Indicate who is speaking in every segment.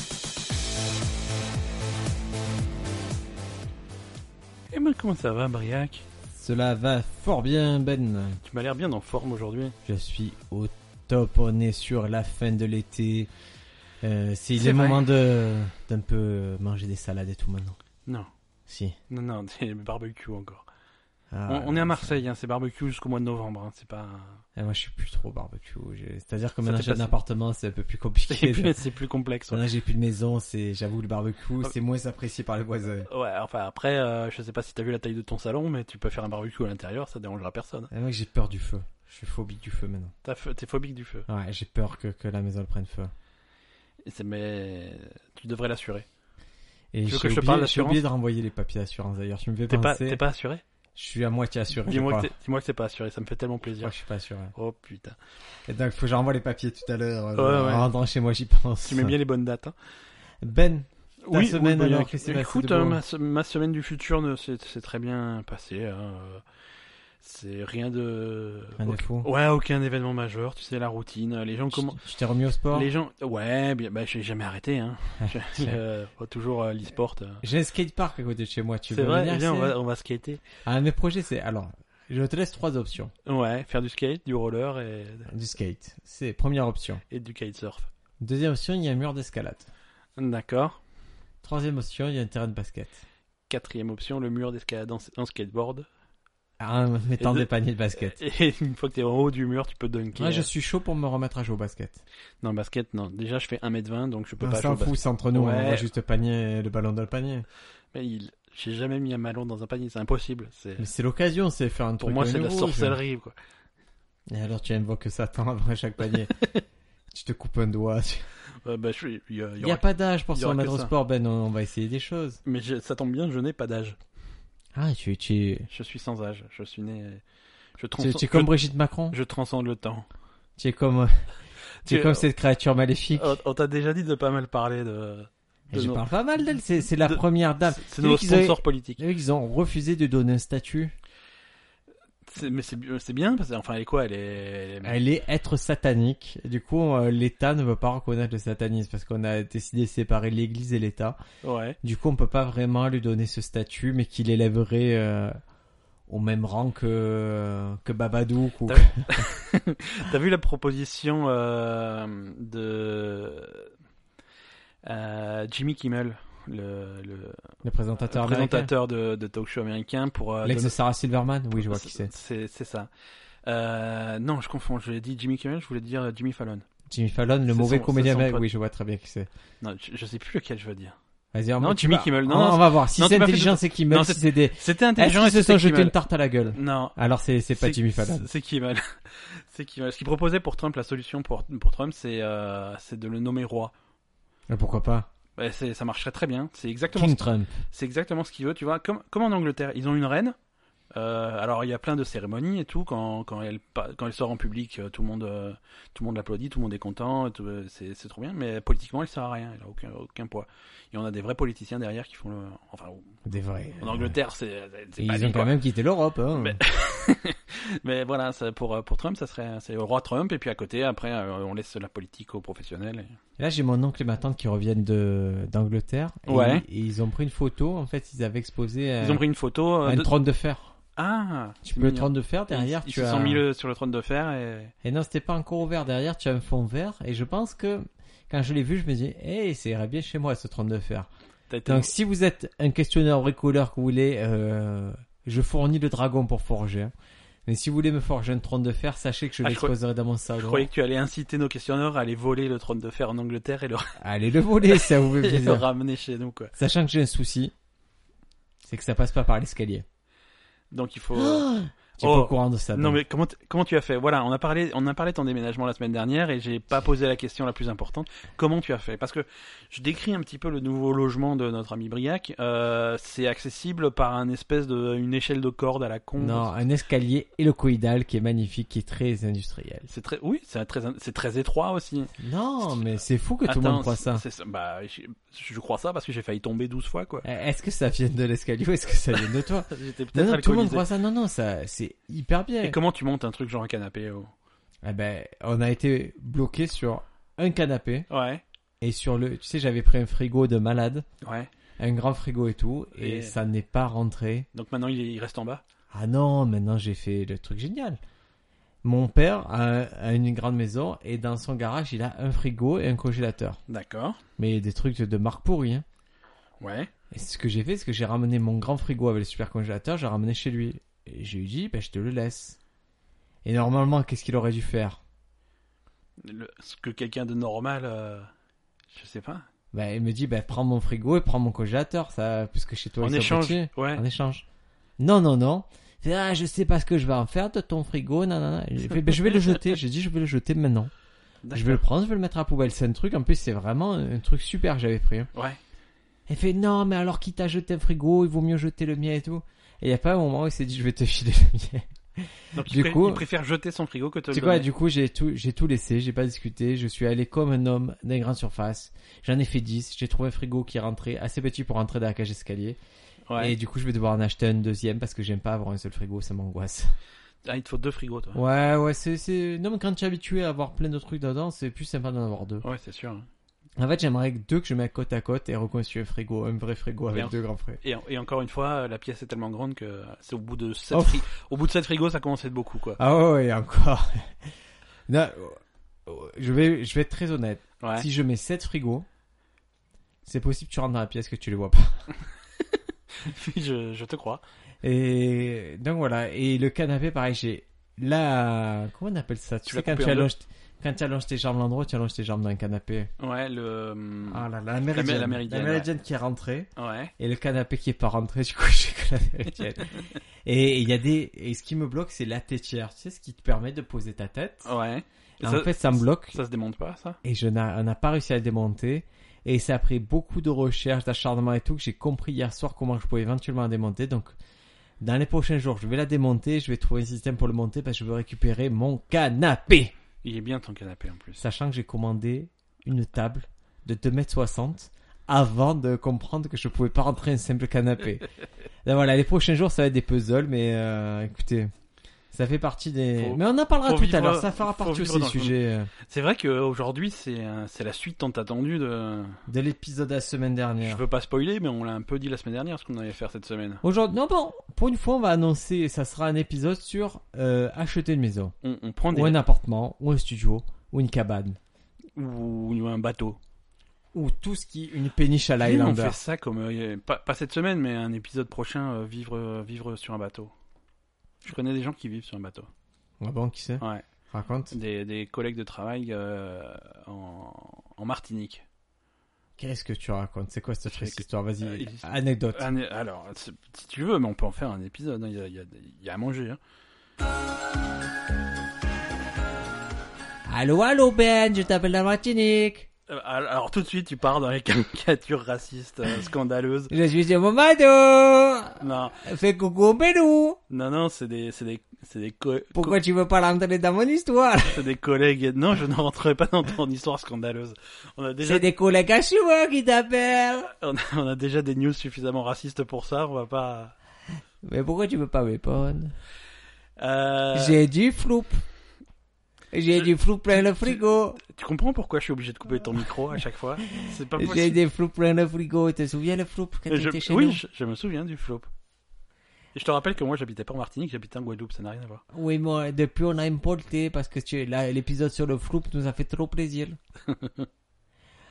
Speaker 1: Comment, Eh ben, comment ça va, Briac
Speaker 2: Cela va fort bien, Ben.
Speaker 1: Tu m'as l'air bien en forme aujourd'hui.
Speaker 2: Je suis au top. On est sur la fin de l'été. Euh, c'est
Speaker 1: C'est
Speaker 2: le
Speaker 1: vrai.
Speaker 2: moment de d'un peu manger des salades et tout maintenant.
Speaker 1: Non,
Speaker 2: Si.
Speaker 1: non, non, c'est barbecue encore.
Speaker 2: Ah,
Speaker 1: on, on est à Marseille, hein, c'est barbecue jusqu'au mois de novembre. hein, c'est pas.
Speaker 2: Ah, moi, je suis plus trop au barbecue. Je- C'est-à-dire que
Speaker 1: Ça
Speaker 2: maintenant,
Speaker 1: t'est
Speaker 2: j'ai un
Speaker 1: passé.
Speaker 2: appartement, c'est un peu plus
Speaker 1: C'est
Speaker 2: compliqué.
Speaker 1: plus, c'est plus complexe. Ouais.
Speaker 2: Maintenant, j'ai plus de maison. C'est, j'avoue, le barbecue, c'est moins apprécié par les voisins.
Speaker 1: Ouais, enfin après, euh, je sais pas si t'as vu la taille de ton salon, mais tu peux faire un barbecue à l'intérieur, ça dérangera personne.
Speaker 2: Ah, moi, j'ai peur du feu. Je suis phobique du feu maintenant.
Speaker 1: T'as fe- T'es phobique du feu.
Speaker 2: Ouais, j'ai peur que, que la maison elle prenne feu.
Speaker 1: Et c'est- Mais tu devrais l'assurer. Tu
Speaker 2: Et
Speaker 1: veux
Speaker 2: j'ai
Speaker 1: que je te
Speaker 2: oublié-
Speaker 1: parle
Speaker 2: J'ai
Speaker 1: d'assurance
Speaker 2: oublié de renvoyer les papiers d'assurance d'ailleurs. Tu me fais
Speaker 1: T'es pas,
Speaker 2: penser.
Speaker 1: t'es pas assuré
Speaker 2: Je suis à moitié assuré. Ah, je
Speaker 1: Dis-moi
Speaker 2: crois.
Speaker 1: que, t'es- dis-moi que t'es pas assuré, ça me fait tellement
Speaker 2: Je
Speaker 1: plaisir.
Speaker 2: crois que je suis pas sûr. ouais.
Speaker 1: Oh putain.
Speaker 2: Et donc, faut que je renvoie les papiers tout à l'heure. euh,
Speaker 1: Ouais, ouais.
Speaker 2: En rentrant chez moi, j'y pense.
Speaker 1: Tu mets bien les bonnes dates. hein.
Speaker 2: Ben,
Speaker 1: Oui,
Speaker 2: semaine,
Speaker 1: oui,
Speaker 2: alors,
Speaker 1: oui.
Speaker 2: Christophe,
Speaker 1: Écoute,
Speaker 2: c'est de
Speaker 1: euh,
Speaker 2: bon.
Speaker 1: ma, se- ma semaine du futur ne- c'est c'est très bien passé. hein, euh, C'est rien de.
Speaker 2: rien de
Speaker 1: aucun-
Speaker 2: fou.
Speaker 1: Ouais, aucun événement majeur. Tu sais la routine. euh, Les gens comment
Speaker 2: Je, je t'ai remis au sport.
Speaker 1: Les gens. Ouais, bien, bah, j'ai jamais arrêté. Hein.
Speaker 2: Ah,
Speaker 1: Je- euh, faut toujours euh, l'e-sport. euh.
Speaker 2: J'ai un skatepark à côté de chez moi. Tu
Speaker 1: C'est
Speaker 2: veux
Speaker 1: vrai.
Speaker 2: venir
Speaker 1: Viens, on
Speaker 2: c'est-
Speaker 1: va, on va skater.
Speaker 2: Ah, mes projets, c'est alors. Je te laisse trois options.
Speaker 1: Ouais, faire du skate, du roller et,
Speaker 2: Du skate, c'est première option.
Speaker 1: et du kitesurf.
Speaker 2: Deuxième option, il y a un mur d'escalade.
Speaker 1: D'accord.
Speaker 2: Troisième option, il y a un terrain de basket.
Speaker 1: Quatrième option, le mur d'escalade en, en skateboard.
Speaker 2: Ah, en mettant
Speaker 1: Et de-
Speaker 2: des paniers de basket.
Speaker 1: Et une fois que t'es en haut du mur, tu peux dunker.
Speaker 2: Moi, je suis chaud pour me remettre à jouer au basket.
Speaker 1: Non, basket, non. Déjà, je fais 1m20, donc je peux
Speaker 2: On
Speaker 1: pas jouer
Speaker 2: s'en
Speaker 1: au basket.
Speaker 2: fout, c'est entre nous. On
Speaker 1: Ouais.
Speaker 2: voit juste le panier, le ballon dans le panier.
Speaker 1: Mais il... j'ai jamais mis un ballon dans un panier, c'est impossible. C'est...
Speaker 2: Mais c'est l'occasion, c'est faire un
Speaker 1: Pour
Speaker 2: truc
Speaker 1: moi,
Speaker 2: de
Speaker 1: c'est de la
Speaker 2: nouveau, je-
Speaker 1: sorcellerie, quoi.
Speaker 2: Et alors tu invoques Satan après chaque panier. tu te coupes un doigt. tu-
Speaker 1: Euh, bah, je suis... il y a- il y
Speaker 2: Il n'y
Speaker 1: aura-
Speaker 2: a pas d'âge pour
Speaker 1: il y
Speaker 2: se
Speaker 1: aura que
Speaker 2: remettre au
Speaker 1: ça.
Speaker 2: sport, Ben. On, on va essayer des choses.
Speaker 1: Mais je- ça tombe bien, je n'ai pas d'âge.
Speaker 2: Ah, tu, tu, tu,
Speaker 1: Je suis sans âge. Je suis né. Je, trans...
Speaker 2: tu es comme Brigitte Macron.
Speaker 1: je... je transcende le temps.
Speaker 2: Tu es comme, tu es
Speaker 1: Tu-
Speaker 2: comme cette créature maléfique.
Speaker 1: On, on t'a Oh, déjà dit de pas mal parler de.
Speaker 2: Et
Speaker 1: de
Speaker 2: je
Speaker 1: nos-
Speaker 2: parle pas mal d'elle. C'est c'est la
Speaker 1: de-
Speaker 2: première dame.
Speaker 1: C'est c'est
Speaker 2: T'as vu
Speaker 1: nos
Speaker 2: qu'ils avaient-
Speaker 1: sponsors politiques.
Speaker 2: t'as vu qu'ils ont refusé de donner un statut.
Speaker 1: C'est- Mais c'est c'est bien, parce que, enfin, elle est quoi Elle est. elle est-
Speaker 2: Elle est être satanique. Du coup, euh, l'État ne veut pas reconnaître le satanisme parce qu'on a décidé de séparer l'Église et l'État.
Speaker 1: Ouais.
Speaker 2: Du coup, on peut pas vraiment lui donner ce statut, mais qu'il élèverait euh, au même rang que que Babadook. Ou...
Speaker 1: T'as- T'as vu la proposition euh, de. euh, Jimmy Kimmel, le- le,
Speaker 2: Le présentateur américain.
Speaker 1: présentateur de, de talk show américain pour euh,
Speaker 2: L'ex de
Speaker 1: Donald-
Speaker 2: Sarah Silverman Oui, je vois qui c'est.
Speaker 1: c'est c'est ça Euh, non je confonds je l'ai dit Jimmy Kimmel je voulais dire Jimmy Fallon
Speaker 2: Jimmy Fallon, le
Speaker 1: C'est
Speaker 2: mauvais
Speaker 1: son-
Speaker 2: comédien
Speaker 1: c'est son
Speaker 2: américain.
Speaker 1: pote.
Speaker 2: Oui, je vois très bien qui c'est.
Speaker 1: non je, je sais plus lequel je veux dire
Speaker 2: Vas-y, on-
Speaker 1: Non,
Speaker 2: tu
Speaker 1: Jimmy
Speaker 2: vas-
Speaker 1: Kimmel. Non,
Speaker 2: on,
Speaker 1: non,
Speaker 2: on va voir. Si
Speaker 1: non,
Speaker 2: c'est
Speaker 1: c'est pas fait
Speaker 2: intelligent, c'est Kimmel.
Speaker 1: Non,
Speaker 2: si
Speaker 1: c'est-
Speaker 2: c'est des.
Speaker 1: c'était
Speaker 2: Est-ce
Speaker 1: intelligent
Speaker 2: qu'ils se
Speaker 1: et
Speaker 2: sont
Speaker 1: c'était
Speaker 2: jetés une
Speaker 1: Kimmel.
Speaker 2: tarte à la gueule
Speaker 1: non
Speaker 2: Alors, c'est c'est pas Jimmy Fallon.
Speaker 1: c'est- c'est Kimmel c'est Kimmel ce qu'il proposait pour Trump la solution pour, pour Trump c'est euh, c'est de le nommer roi
Speaker 2: Mais Pourquoi pas
Speaker 1: Ouais, c'est- ça marcherait très bien c'est exactement
Speaker 2: King Trump.
Speaker 1: c'est exactement ce qu'il veut, tu vois. Comme, comme en Angleterre, ils ont une reine. Euh, alors il y a plein de cérémonies et tout. Quand, quand, elle, pa- quand elle sort en public, euh, tout le monde, euh, tout le monde l'applaudit, tout le monde est content, et tout, euh, c'est c'est trop bien. Mais politiquement, elle sert à rien, elle a aucun, aucun poids. Et on a des vrais politiciens derrière qui font le. Enfin,
Speaker 2: Des vrais.
Speaker 1: en Angleterre, c'est
Speaker 2: Et
Speaker 1: c'est pas
Speaker 2: Euh, Ils
Speaker 1: lui,
Speaker 2: ont
Speaker 1: quoi.
Speaker 2: quand même quitté l'Europe. Hein.
Speaker 1: Mais- Mais voilà, ça, pour euh, pour Trump, ça serait c'est le roi Trump et puis à côté, après, euh, on laisse la politique aux professionnels. et-
Speaker 2: Là, j'ai mon oncle et ma tante qui reviennent de d'Angleterre. Et-
Speaker 1: Ouais.
Speaker 2: Et ils ont pris une photo. En fait, ils avaient exposé euh,
Speaker 1: Ils ont pris une photo. euh,
Speaker 2: un
Speaker 1: de...
Speaker 2: trône de fer.
Speaker 1: Ah,
Speaker 2: Tu
Speaker 1: c'est
Speaker 2: peux le
Speaker 1: mignon.
Speaker 2: trône de fer derrière.
Speaker 1: Ils, ils
Speaker 2: tu
Speaker 1: se
Speaker 2: as...
Speaker 1: sont mis le- sur le trône de fer et.
Speaker 2: Et non, c'était pas encore ouvert. Derrière, tu as un fond vert. Et je pense que quand je l'ai vu, je me dis, hey, ça irait bien chez moi ce trône de fer.
Speaker 1: t'as été-
Speaker 2: Donc, si vous êtes un questionneur bricoleur que vous voulez, euh, je fournis le dragon pour forger. hein. Mais si vous voulez me forger un trône de fer, sachez que je
Speaker 1: Ah, je
Speaker 2: l'exposerai dans mon
Speaker 1: Je
Speaker 2: salon.
Speaker 1: croyais que tu allais inciter nos questionneurs à aller voler le trône de fer en Angleterre et le,
Speaker 2: Allez le voler, ça vous fait
Speaker 1: et le
Speaker 2: plaisir.
Speaker 1: ramener chez nous, quoi.
Speaker 2: Sachant que j'ai un souci, c'est que ça passe pas par l'escalier.
Speaker 1: Donc il faut.
Speaker 2: Tu es
Speaker 1: Oh.
Speaker 2: pas au courant de ça.
Speaker 1: non
Speaker 2: Ben.
Speaker 1: mais comment t- comment tu as fait Voilà, on a parlé on a parlé de ton déménagement la semaine dernière et j'ai pas posé la question la plus importante. Comment tu as fait Parce que je décris un petit peu le nouveau logement de notre ami Briac. Euh, c'est accessible par un espèce de une échelle de corde à la con.
Speaker 2: Non, un escalier hélicoïdal qui est magnifique, qui est très industriel.
Speaker 1: C'est très oui, c'est un très c'est très étroit aussi.
Speaker 2: Non, mais c'est fou que tout le
Speaker 1: Attends,
Speaker 2: monde croit ça.
Speaker 1: c'est- c'est- bah je, je crois ça parce que j'ai failli tomber 12 fois quoi.
Speaker 2: Euh, Est-ce que ça vient de l'escalier ou est-ce que ça vient de toi
Speaker 1: J'étais
Speaker 2: Non,
Speaker 1: peut-être
Speaker 2: non, tout le monde
Speaker 1: alcoolisé.
Speaker 2: croit ça. Non, non, ça, c'est hyper bien.
Speaker 1: Et comment tu montes un truc genre un canapé ou-
Speaker 2: Eh ben, on a été bloqué sur un canapé
Speaker 1: Ouais.
Speaker 2: et sur le. Tu sais, j'avais pris un frigo de malade
Speaker 1: Ouais.
Speaker 2: un grand frigo et tout, et,
Speaker 1: Et-
Speaker 2: ça n'est pas rentré.
Speaker 1: Donc maintenant, il, il reste en bas.
Speaker 2: Ah non, maintenant j'ai fait le truc génial. Mon père a, a une grande maison et dans son garage, il a un frigo et un congélateur.
Speaker 1: D'accord.
Speaker 2: Mais des trucs de marque pourrie. hein.
Speaker 1: Ouais.
Speaker 2: Et ce que j'ai fait, c'est que j'ai ramené mon grand frigo avec le super congélateur, j'ai ramené chez lui. Et je lui ai dit, ben, je te le laisse. Et normalement, qu'est-ce qu'il aurait dû faire
Speaker 1: Le- ce que quelqu'un de normal, euh, je sais pas.
Speaker 2: ben, Il me dit, ben, prends mon frigo et prends mon congélateur, ça, puisque chez toi,
Speaker 1: en
Speaker 2: ils sont
Speaker 1: échange.
Speaker 2: petits.
Speaker 1: Ouais.
Speaker 2: En échange. Non, non, non. Il fait, Ah, je sais pas ce que je vais en faire de ton frigo. Non, non, non. J'ai fait, Ben, je vais le jeter. J'ai dit, je vais le jeter maintenant. Je vais le
Speaker 1: D'accord.
Speaker 2: prendre, je vais le mettre à la poubelle. C'est un truc, en plus, c'est vraiment un truc super que j'avais pris. hein.
Speaker 1: Ouais.
Speaker 2: Elle fait, non, mais alors, quitte à jeter un frigo, il vaut mieux jeter le mien et tout. Et il n'y a pas un moment où il s'est dit, je vais te filer le mien.
Speaker 1: Donc
Speaker 2: Du
Speaker 1: il, pré-
Speaker 2: coup-
Speaker 1: il préfère jeter son frigo que te
Speaker 2: Tu
Speaker 1: le
Speaker 2: sais quoi,
Speaker 1: donner.
Speaker 2: du coup, j'ai tout, j'ai tout laissé, j'ai pas discuté, je suis allé comme un homme dans les grandes surfaces. J'en ai fait 10, j'ai trouvé un frigo qui rentrait assez petit pour rentrer dans la cage d'escalier.
Speaker 1: Ouais.
Speaker 2: Et du coup, je vais devoir en acheter un deuxième parce que j'aime pas avoir un seul frigo, ça m'angoisse.
Speaker 1: Ah, il te faut deux frigos, toi.
Speaker 2: Ouais, ouais, c'est, c'est, non, mais quand tu es habitué à avoir plein de trucs dedans, c'est plus sympa d'en avoir deux.
Speaker 1: Ouais, c'est sûr. hein.
Speaker 2: En fait, j'aimerais que deux que je mette côte à côte et reconstruire un frigo, un vrai frigo avec
Speaker 1: Bien.
Speaker 2: deux grands frères.
Speaker 1: Et, et encore une fois, euh, la pièce est tellement grande que c'est au bout de sept
Speaker 2: Oh.
Speaker 1: fri- au bout de sept frigos, ça commence à être beaucoup, quoi.
Speaker 2: Ah ouais, ouais, encore. Non, euh, je vais, je vais être très honnête.
Speaker 1: Ouais.
Speaker 2: Si je mets sept frigos, c'est possible que tu rentres dans la pièce que tu les vois pas.
Speaker 1: je, je te crois.
Speaker 2: Et donc voilà. Et le canapé, pareil, j'ai là, comment on appelle ça? Tu,
Speaker 1: Tu
Speaker 2: sais,
Speaker 1: l'as
Speaker 2: quand
Speaker 1: coupé
Speaker 2: tu
Speaker 1: en deux
Speaker 2: allonges, quand tu allonges tes jambes l'endroit, tu allonges tes jambes dans un canapé.
Speaker 1: Ouais, le. hum,
Speaker 2: Ah là là, la méridienne.
Speaker 1: la méridienne,
Speaker 2: qui est rentrée.
Speaker 1: Ouais.
Speaker 2: et le canapé qui est pas rentré du coup j'ai que la méridienne. et il y a des et ce qui me bloque c'est la tétière tu sais ce qui te permet de poser ta tête
Speaker 1: Ouais.
Speaker 2: Et en
Speaker 1: Ah, ça,
Speaker 2: fait ça me bloque
Speaker 1: ça se démonte pas, ça
Speaker 2: et je n'a- on n'a pas réussi à le démonter et ça a pris beaucoup de recherches d'acharnement et tout que j'ai compris hier soir comment je pouvais éventuellement la démonter donc dans les prochains jours je vais la démonter je vais trouver un système pour le monter parce que je veux récupérer mon canapé
Speaker 1: Il est bien ton canapé en plus.
Speaker 2: sachant que j'ai commandé une table de 2m60 avant de comprendre que je pouvais pas rentrer un simple canapé. Donc voilà, les prochains jours, ça va être des puzzles, mais euh, écoutez, ça fait partie des...
Speaker 1: Faut-
Speaker 2: mais on en parlera
Speaker 1: faut
Speaker 2: tout à
Speaker 1: vivre-
Speaker 2: l'heure, ça fera
Speaker 1: faut
Speaker 2: partie
Speaker 1: vivre
Speaker 2: aussi du
Speaker 1: dans le-
Speaker 2: sujet euh,
Speaker 1: C'est vrai qu'aujourd'hui, c'est un- c'est la suite tant attendue de.
Speaker 2: de l'épisode de la semaine
Speaker 1: Je
Speaker 2: dernière.
Speaker 1: veux pas spoiler, mais on l'a un peu dit la semaine dernière ce qu'on allait faire cette semaine.
Speaker 2: Aujourd'hui, non, bon, pour une fois, on va annoncer, et ça sera un épisode sur euh, acheter une maison,
Speaker 1: On, on prend des.
Speaker 2: ou un appartement, ou un studio, ou une cabane,
Speaker 1: Ou, ou un bateau.
Speaker 2: ou tout ce qui... une péniche à
Speaker 1: Viens, on
Speaker 2: l'Highlander.
Speaker 1: fait ça comme. euh, pas, pas cette semaine, mais un épisode prochain, euh, vivre, euh, vivre sur un bateau. Je connais des gens qui vivent sur un bateau.
Speaker 2: Ah bon, qui sait
Speaker 1: Ouais.
Speaker 2: Raconte.
Speaker 1: Des, des collègues de travail euh, en, en Martinique.
Speaker 2: Qu'est-ce que tu racontes C'est quoi cette triste
Speaker 1: que-
Speaker 2: histoire Vas-y,
Speaker 1: Euh, il-
Speaker 2: anecdote.
Speaker 1: Un- alors, c'est- si tu veux, mais on peut en faire un épisode. hein, Il y, a, il y a- il y a à manger. hein.
Speaker 2: Allô, allô, Ben, je t'appelle la Martinique.
Speaker 1: Euh, Alors, tout de suite, tu pars dans les caricatures racistes euh, scandaleuses.
Speaker 2: Je suis sur mon bateau.
Speaker 1: Non,
Speaker 2: Fais coucou au Pérou.
Speaker 1: non, non, c'est des, c'est des, c'est des, co-
Speaker 2: Pourquoi tu veux pas rentrer dans mon histoire
Speaker 1: c'est des collègues. Non, je ne rentrerai pas dans ton histoire scandaleuse. On a déjà,
Speaker 2: C'est des collègues à cheveux qui t'appellent.
Speaker 1: on a, on a déjà des news suffisamment racistes pour ça. On va pas.
Speaker 2: Mais pourquoi tu veux pas répondre
Speaker 1: Euh,
Speaker 2: J'ai du floup. J'ai
Speaker 1: Je-
Speaker 2: du floup plein le frigo.
Speaker 1: tu comprends pourquoi je suis obligé de couper ton micro à chaque fois C'est pas
Speaker 2: J'ai
Speaker 1: possible.
Speaker 2: des floups plein le frigo. Tu te souviens le floup quand tu
Speaker 1: Je-
Speaker 2: étais chez
Speaker 1: oui,
Speaker 2: nous
Speaker 1: je, je me souviens du flop. Et je te rappelle que moi, j'habitais pas en Martinique, j'habitais en Guadeloupe. Ça n'a rien à voir.
Speaker 2: Oui, moi, depuis on a importé parce que tu là, l'épisode sur le floup nous a fait trop plaisir.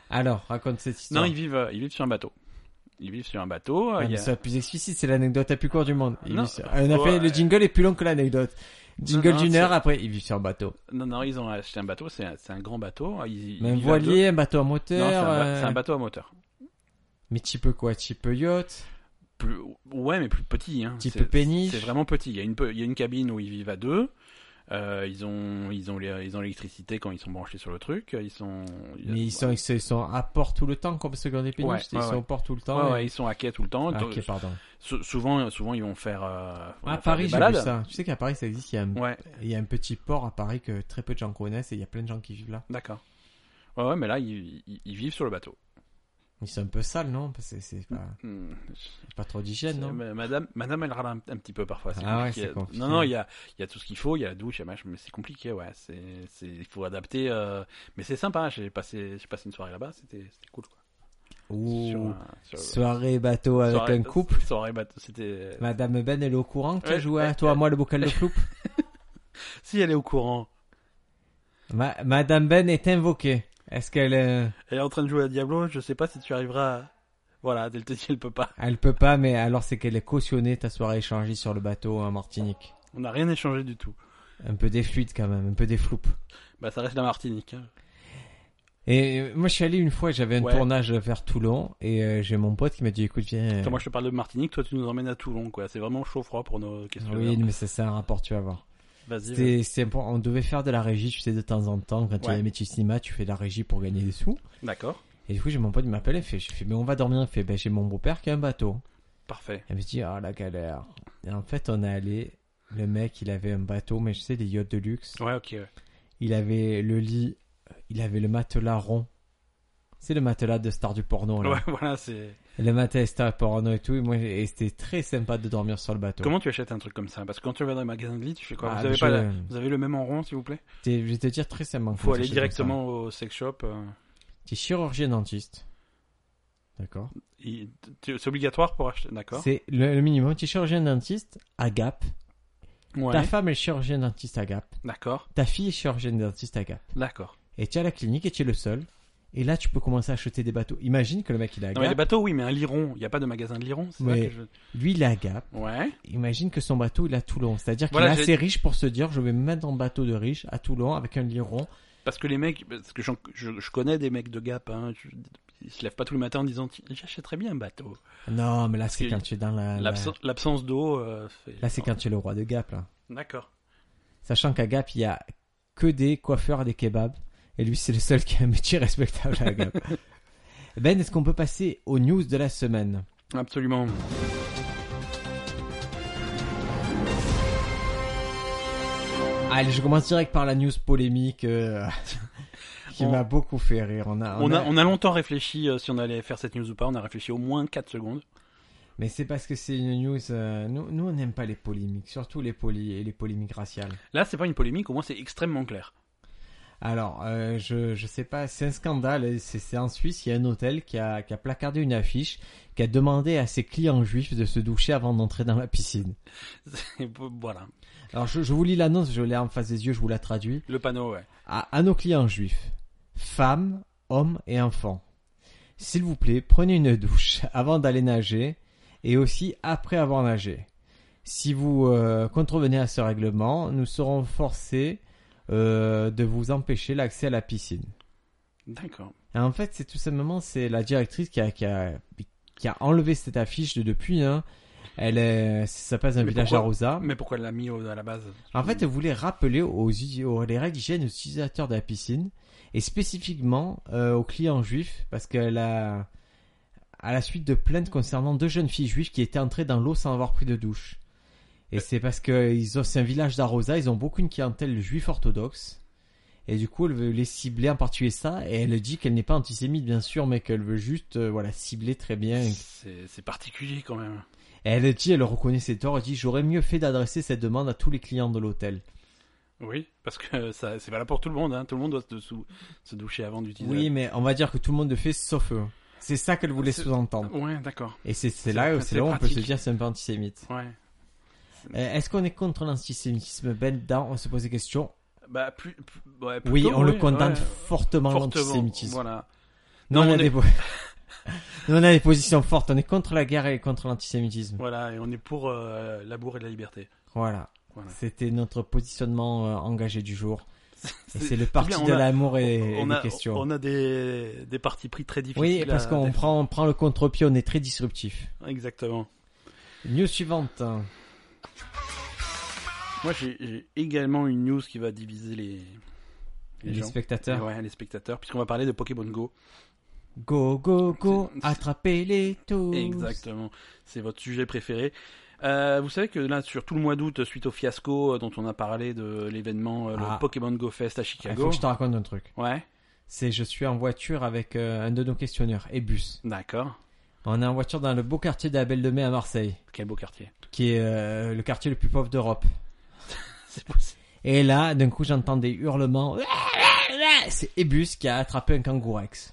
Speaker 2: Alors, raconte cette histoire.
Speaker 1: Non, ils vivent, euh, ils vivent sur un bateau. Ils vivent sur un bateau. euh,
Speaker 2: Ah,
Speaker 1: il y
Speaker 2: mais
Speaker 1: a-
Speaker 2: C'est la plus explicite, c'est l'anecdote la plus courte du monde. Ils
Speaker 1: Non,
Speaker 2: vivent sur- On a
Speaker 1: ouais.
Speaker 2: fait le jingle est plus long que l'anecdote. Jingle
Speaker 1: Non, non,
Speaker 2: d'une heure,
Speaker 1: c'est-
Speaker 2: après ils vivent sur un bateau.
Speaker 1: Non, non, ils ont acheté un bateau. C'est un, c'est un grand bateau. Ils, ils
Speaker 2: Mais un
Speaker 1: vivent à deux.
Speaker 2: voilier, un bateau à
Speaker 1: Non, c'est
Speaker 2: moteur.
Speaker 1: un, ba-
Speaker 2: euh,
Speaker 1: c'est un bateau à moteur.
Speaker 2: Mais type quoi Type yacht
Speaker 1: Plus, ouais, mais plus petit. Hein.
Speaker 2: Type
Speaker 1: C'est-
Speaker 2: péniche
Speaker 1: C'est vraiment petit. Il y a une, pe- il y a une cabine où ils vivent à deux. Euh, ils ont, ils ont, les- ils ont l'électricité quand ils sont branchés sur le truc. Ils sont.
Speaker 2: Mais ils sont, ils sont- ils sont à port tout le temps, comme ceux qui ont des péniches.
Speaker 1: Ouais,
Speaker 2: ils
Speaker 1: ouais,
Speaker 2: sont
Speaker 1: ouais.
Speaker 2: au port tout le
Speaker 1: Ouais,
Speaker 2: temps. et-
Speaker 1: ouais, ils sont à quai tout le temps.
Speaker 2: Ah,
Speaker 1: Donc,
Speaker 2: ok, pardon.
Speaker 1: sou- souvent, souvent, ils vont faire. Euh, vont
Speaker 2: À
Speaker 1: faire
Speaker 2: Paris,
Speaker 1: des
Speaker 2: j'ai vu
Speaker 1: balades.
Speaker 2: ça. Tu sais qu'à Paris, ça existe. Il y, a un,
Speaker 1: Ouais,
Speaker 2: il y a un petit port à Paris que très peu de gens connaissent et il y a plein de gens qui vivent là.
Speaker 1: d'accord. Ouais, ouais, mais là, ils, ils- ils vivent sur le bateau.
Speaker 2: Ils sont un peu sales, non Parce que c'est pas,
Speaker 1: Hmm.
Speaker 2: pas trop d'hygiène, non
Speaker 1: Mais Madame, Madame, elle râle un, un petit peu parfois. c'est
Speaker 2: Ah ouais,
Speaker 1: compliqué.
Speaker 2: c'est compliqué.
Speaker 1: Non, non, il y a, il y a tout ce qu'il faut, il y a la douche, il y a machin, mais c'est compliqué, ouais. C'est, c'est, il faut adapter. euh, Mais c'est sympa. J'ai passé, j'ai passé une soirée là-bas. C'était, c'était cool. Quoi.
Speaker 2: Ouh.
Speaker 1: Sur un- sur-
Speaker 2: Soirée bateau avec
Speaker 1: soirée-
Speaker 2: un couple.
Speaker 1: Soirée bateau, c'était. euh,
Speaker 2: Madame Ben, elle est au courant que tu as
Speaker 1: Ouais,
Speaker 2: joué à
Speaker 1: ouais,
Speaker 2: toi,
Speaker 1: ouais.
Speaker 2: moi, le bocal de cloupe.
Speaker 1: Si elle est au courant,
Speaker 2: Ma- Madame Ben est invoquée. Est-ce qu'elle, euh,
Speaker 1: elle est en train de jouer à Diablo, je sais pas si tu arriveras. à- Voilà, elle te dit, elle peut pas.
Speaker 2: elle peut pas, mais alors c'est qu'elle est cautionnée ta soirée échangée sur le bateau en Martinique.
Speaker 1: On n'a rien échangé du tout.
Speaker 2: Un peu des fluides quand même, un peu des floupes.
Speaker 1: Bah, ça reste la Martinique. hein.
Speaker 2: Et euh, moi, je suis allé une fois, j'avais un
Speaker 1: Ouais.
Speaker 2: tournage vers Toulon, et euh, j'ai mon pote qui m'a dit, écoute, viens. euh,
Speaker 1: Quand moi je te parle de Martinique, toi tu nous emmènes à Toulon, quoi. C'est vraiment chaud-froid pour nos questions.
Speaker 2: oui, mais c'est ça un rapport, tu vas voir.
Speaker 1: Vas-y. vas-y.
Speaker 2: C'était, c'était important. On devait faire de la régie, tu sais, de temps en temps, quand tu
Speaker 1: Ouais.
Speaker 2: as les métiers cinéma, tu fais de la régie pour gagner des sous.
Speaker 1: D'accord,
Speaker 2: Et du coup, j'ai mon pote, il m'appelle, il fait, je fais, mais on va dormir, il fait, ben, j'ai mon beau-père qui a un bateau.
Speaker 1: parfait.
Speaker 2: Elle me dit, ah, la galère. Et en fait, on est allé, le mec, il avait un bateau, mais je sais, des yachts de luxe.
Speaker 1: Ouais, ok. ouais.
Speaker 2: Il avait le lit, euh, il avait le matelas rond. C'est le matelas de star du porno, là.
Speaker 1: Ouais, voilà, c'est.
Speaker 2: Le matelas star porno et tout, et moi, et c'était très sympa de dormir sur le bateau.
Speaker 1: Comment tu achètes un truc comme ça Parce que quand tu vas dans les magasins de lit, tu fais quoi
Speaker 2: Ah,
Speaker 1: vous, avez
Speaker 2: je-
Speaker 1: pas la- vous avez le même en rond, s'il vous plaît
Speaker 2: T'es- Je vais te dire très simplement.
Speaker 1: Faut
Speaker 2: comment ça
Speaker 1: aller
Speaker 2: se fait comme ça.
Speaker 1: directement au sex shop. euh,
Speaker 2: T'es chirurgien dentiste. D'accord.
Speaker 1: il- tu- C'est obligatoire pour acheter, d'accord
Speaker 2: C'est le, le minimum. T'es chirurgien dentiste à Gap. Ta
Speaker 1: Ouais,
Speaker 2: femme est chirurgien dentiste à Gap.
Speaker 1: d'accord,
Speaker 2: Ta fille est chirurgienne dentiste à Gap.
Speaker 1: d'accord.
Speaker 2: Et tu es à la clinique et tu es le seul. Et là, tu peux commencer à acheter des bateaux. Imagine que le mec, il est à
Speaker 1: Non, mais les
Speaker 2: Gap.
Speaker 1: bateaux, oui, mais un liron, il n'y a pas de magasin de liron, c'est ça
Speaker 2: Ouais.
Speaker 1: que je...
Speaker 2: Lui, il est à Gap.
Speaker 1: Ouais,
Speaker 2: Imagine que son bateau, il est à Toulon. C'est-à-dire qu'il
Speaker 1: Voilà,
Speaker 2: est
Speaker 1: j'ai-
Speaker 2: assez riche pour se dire, je vais me mettre dans un bateau de riche à Toulon avec un liron.
Speaker 1: parce que les mecs, parce que j'en- je, je connais des mecs de Gap, hein, je- ils se lèvent pas tous les matins en disant Tiens, j'achèterais bien un bateau.
Speaker 2: Non, mais là, c'est
Speaker 1: que
Speaker 2: quand tu es dans la... la-
Speaker 1: L'absen- L'absence d'eau. euh, fait-
Speaker 2: Ah Là, c'est quand tu es le roi de Gap, là.
Speaker 1: D'accord.
Speaker 2: Sachant qu'à Gap, il y a que des coiffeurs et des kebabs. Et lui, c'est le seul qui a un métier respectable à Gap. ben, est-ce qu'on peut passer aux news de la semaine
Speaker 1: Absolument.
Speaker 2: Allez, je commence direct par la news polémique euh, qui
Speaker 1: On-
Speaker 2: m'a beaucoup fait rire. On a, Ah, on
Speaker 1: On a,
Speaker 2: a-
Speaker 1: on a longtemps réfléchi euh, si on allait faire cette news ou pas. On a réfléchi au moins 4 secondes.
Speaker 2: Mais c'est parce que c'est une news. euh, nous, nous, on n'aime pas les polémiques, surtout les, poly... et les polémiques raciales.
Speaker 1: Là, c'est pas une polémique, au moins c'est extrêmement clair.
Speaker 2: Alors, euh, je je sais pas, c'est un scandale. et C'est c'est en Suisse, il y a un hôtel qui a, qui a placardé une affiche qui a demandé à ses clients juifs de se doucher avant d'entrer dans la piscine.
Speaker 1: Et voilà.
Speaker 2: Alors je, je vous lis l'annonce, je l'ai en face des yeux, je vous la traduis.
Speaker 1: Le panneau, ouais.
Speaker 2: À, à nos clients juifs, femmes, hommes et enfants, s'il vous plaît, prenez une douche avant d'aller nager et aussi après avoir nagé. Si vous euh, contrevenez à ce règlement, nous serons forcés euh, de vous empêcher l'accès à la piscine.
Speaker 1: D'accord.
Speaker 2: Et en fait, c'est tout simplement c'est la directrice qui a, qui a qui a enlevé cette affiche de depuis. Hein. Elle est, ça passe d'un
Speaker 1: Mais
Speaker 2: village à
Speaker 1: pourquoi-
Speaker 2: Rosa.
Speaker 1: Mais pourquoi elle l'a mis au- à la base
Speaker 2: En fait, elle voulait rappeler aux, usi- aux- les règles d'hygiène aux utilisateurs de la piscine et spécifiquement euh, aux clients juifs parce qu'elle a, à la suite de plaintes concernant deux jeunes filles juives qui étaient entrées dans l'eau sans avoir pris de douche. Et c'est parce que ils ont, c'est un village d'Arosa, ils ont beaucoup une clientèle juive orthodoxe. Et du coup, elle veut les cibler en particulier ça, et elle dit qu'elle n'est pas antisémite, bien sûr, mais qu'elle veut juste, euh, voilà, cibler très bien. Et
Speaker 1: C'est c'est particulier quand même.
Speaker 2: elle dit, elle reconnaît ses torts, elle dit, j'aurais mieux fait d'adresser cette demande à tous les clients de l'hôtel.
Speaker 1: Oui, parce que ça, c'est valable pour tout le monde. Hein. Tout le monde doit se, sou- se doucher avant d'utiliser.
Speaker 2: Oui, mais on va dire que tout le monde le fait sauf eux. C'est ça qu'elle voulait
Speaker 1: C'est-
Speaker 2: sous-entendre.
Speaker 1: Ouais, d'accord.
Speaker 2: Et c'est- c'est
Speaker 1: c'est-
Speaker 2: là,
Speaker 1: c'est
Speaker 2: c'est là où on peut se
Speaker 1: pratique.
Speaker 2: dire c'est un peu antisémite.
Speaker 1: Ouais.
Speaker 2: Euh, Est-ce qu'on est contre l'antisémitisme Ben, dans, on se pose des questions.
Speaker 1: Bah, plus, plus- ouais,
Speaker 2: oui,
Speaker 1: plutôt,
Speaker 2: on le
Speaker 1: ouais,
Speaker 2: condamne
Speaker 1: ouais,
Speaker 2: fortement, l'antisémitisme.
Speaker 1: Voilà.
Speaker 2: Nous,
Speaker 1: Non,
Speaker 2: on a
Speaker 1: on
Speaker 2: des
Speaker 1: est-
Speaker 2: po- Nous, on a des positions fortes. On est contre la guerre et contre l'antisémitisme.
Speaker 1: Voilà, et on est pour euh, l'amour et la liberté.
Speaker 2: Voilà.
Speaker 1: Voilà.
Speaker 2: C'était notre positionnement euh, engagé du jour. Et
Speaker 1: C'est-
Speaker 2: c'est le parti
Speaker 1: bien, on
Speaker 2: de
Speaker 1: a-
Speaker 2: l'amour et, et
Speaker 1: on,
Speaker 2: des
Speaker 1: a,
Speaker 2: questions.
Speaker 1: on a des, des partis pris très difficiles.
Speaker 2: oui, parce
Speaker 1: à-
Speaker 2: qu'on prend, on prend le contre-pied, on est très disruptif.
Speaker 1: Exactement.
Speaker 2: News suivante.
Speaker 1: Moi, j'ai- j'ai également une news qui va diviser les, les
Speaker 2: Les
Speaker 1: gens.
Speaker 2: spectateurs.
Speaker 1: Ouais, les spectateurs, puisqu'on va parler de Pokémon Go.
Speaker 2: Go, go, go,
Speaker 1: C'est- c'est-
Speaker 2: attrapez-les tous.
Speaker 1: Exactement. C'est votre sujet préféré. Euh, vous savez que là, sur tout le mois d'août, suite au fiasco euh, dont on a parlé de l'événement, euh,
Speaker 2: Ah.
Speaker 1: le Pokémon Go Fest à
Speaker 2: Il
Speaker 1: Chicago.
Speaker 2: faut que je te raconte un truc.
Speaker 1: Ouais,
Speaker 2: C'est je suis en voiture avec euh, un de nos questionneurs et bus.
Speaker 1: d'accord.
Speaker 2: On est en voiture dans le beau quartier de la Belle de Mai à Marseille,
Speaker 1: Quel beau quartier.
Speaker 2: qui est euh, le quartier le plus pauvre d'Europe.
Speaker 1: C'est possible.
Speaker 2: Et là, d'un coup, j'entends des hurlements. C'est Ebus qui a attrapé un cangourex.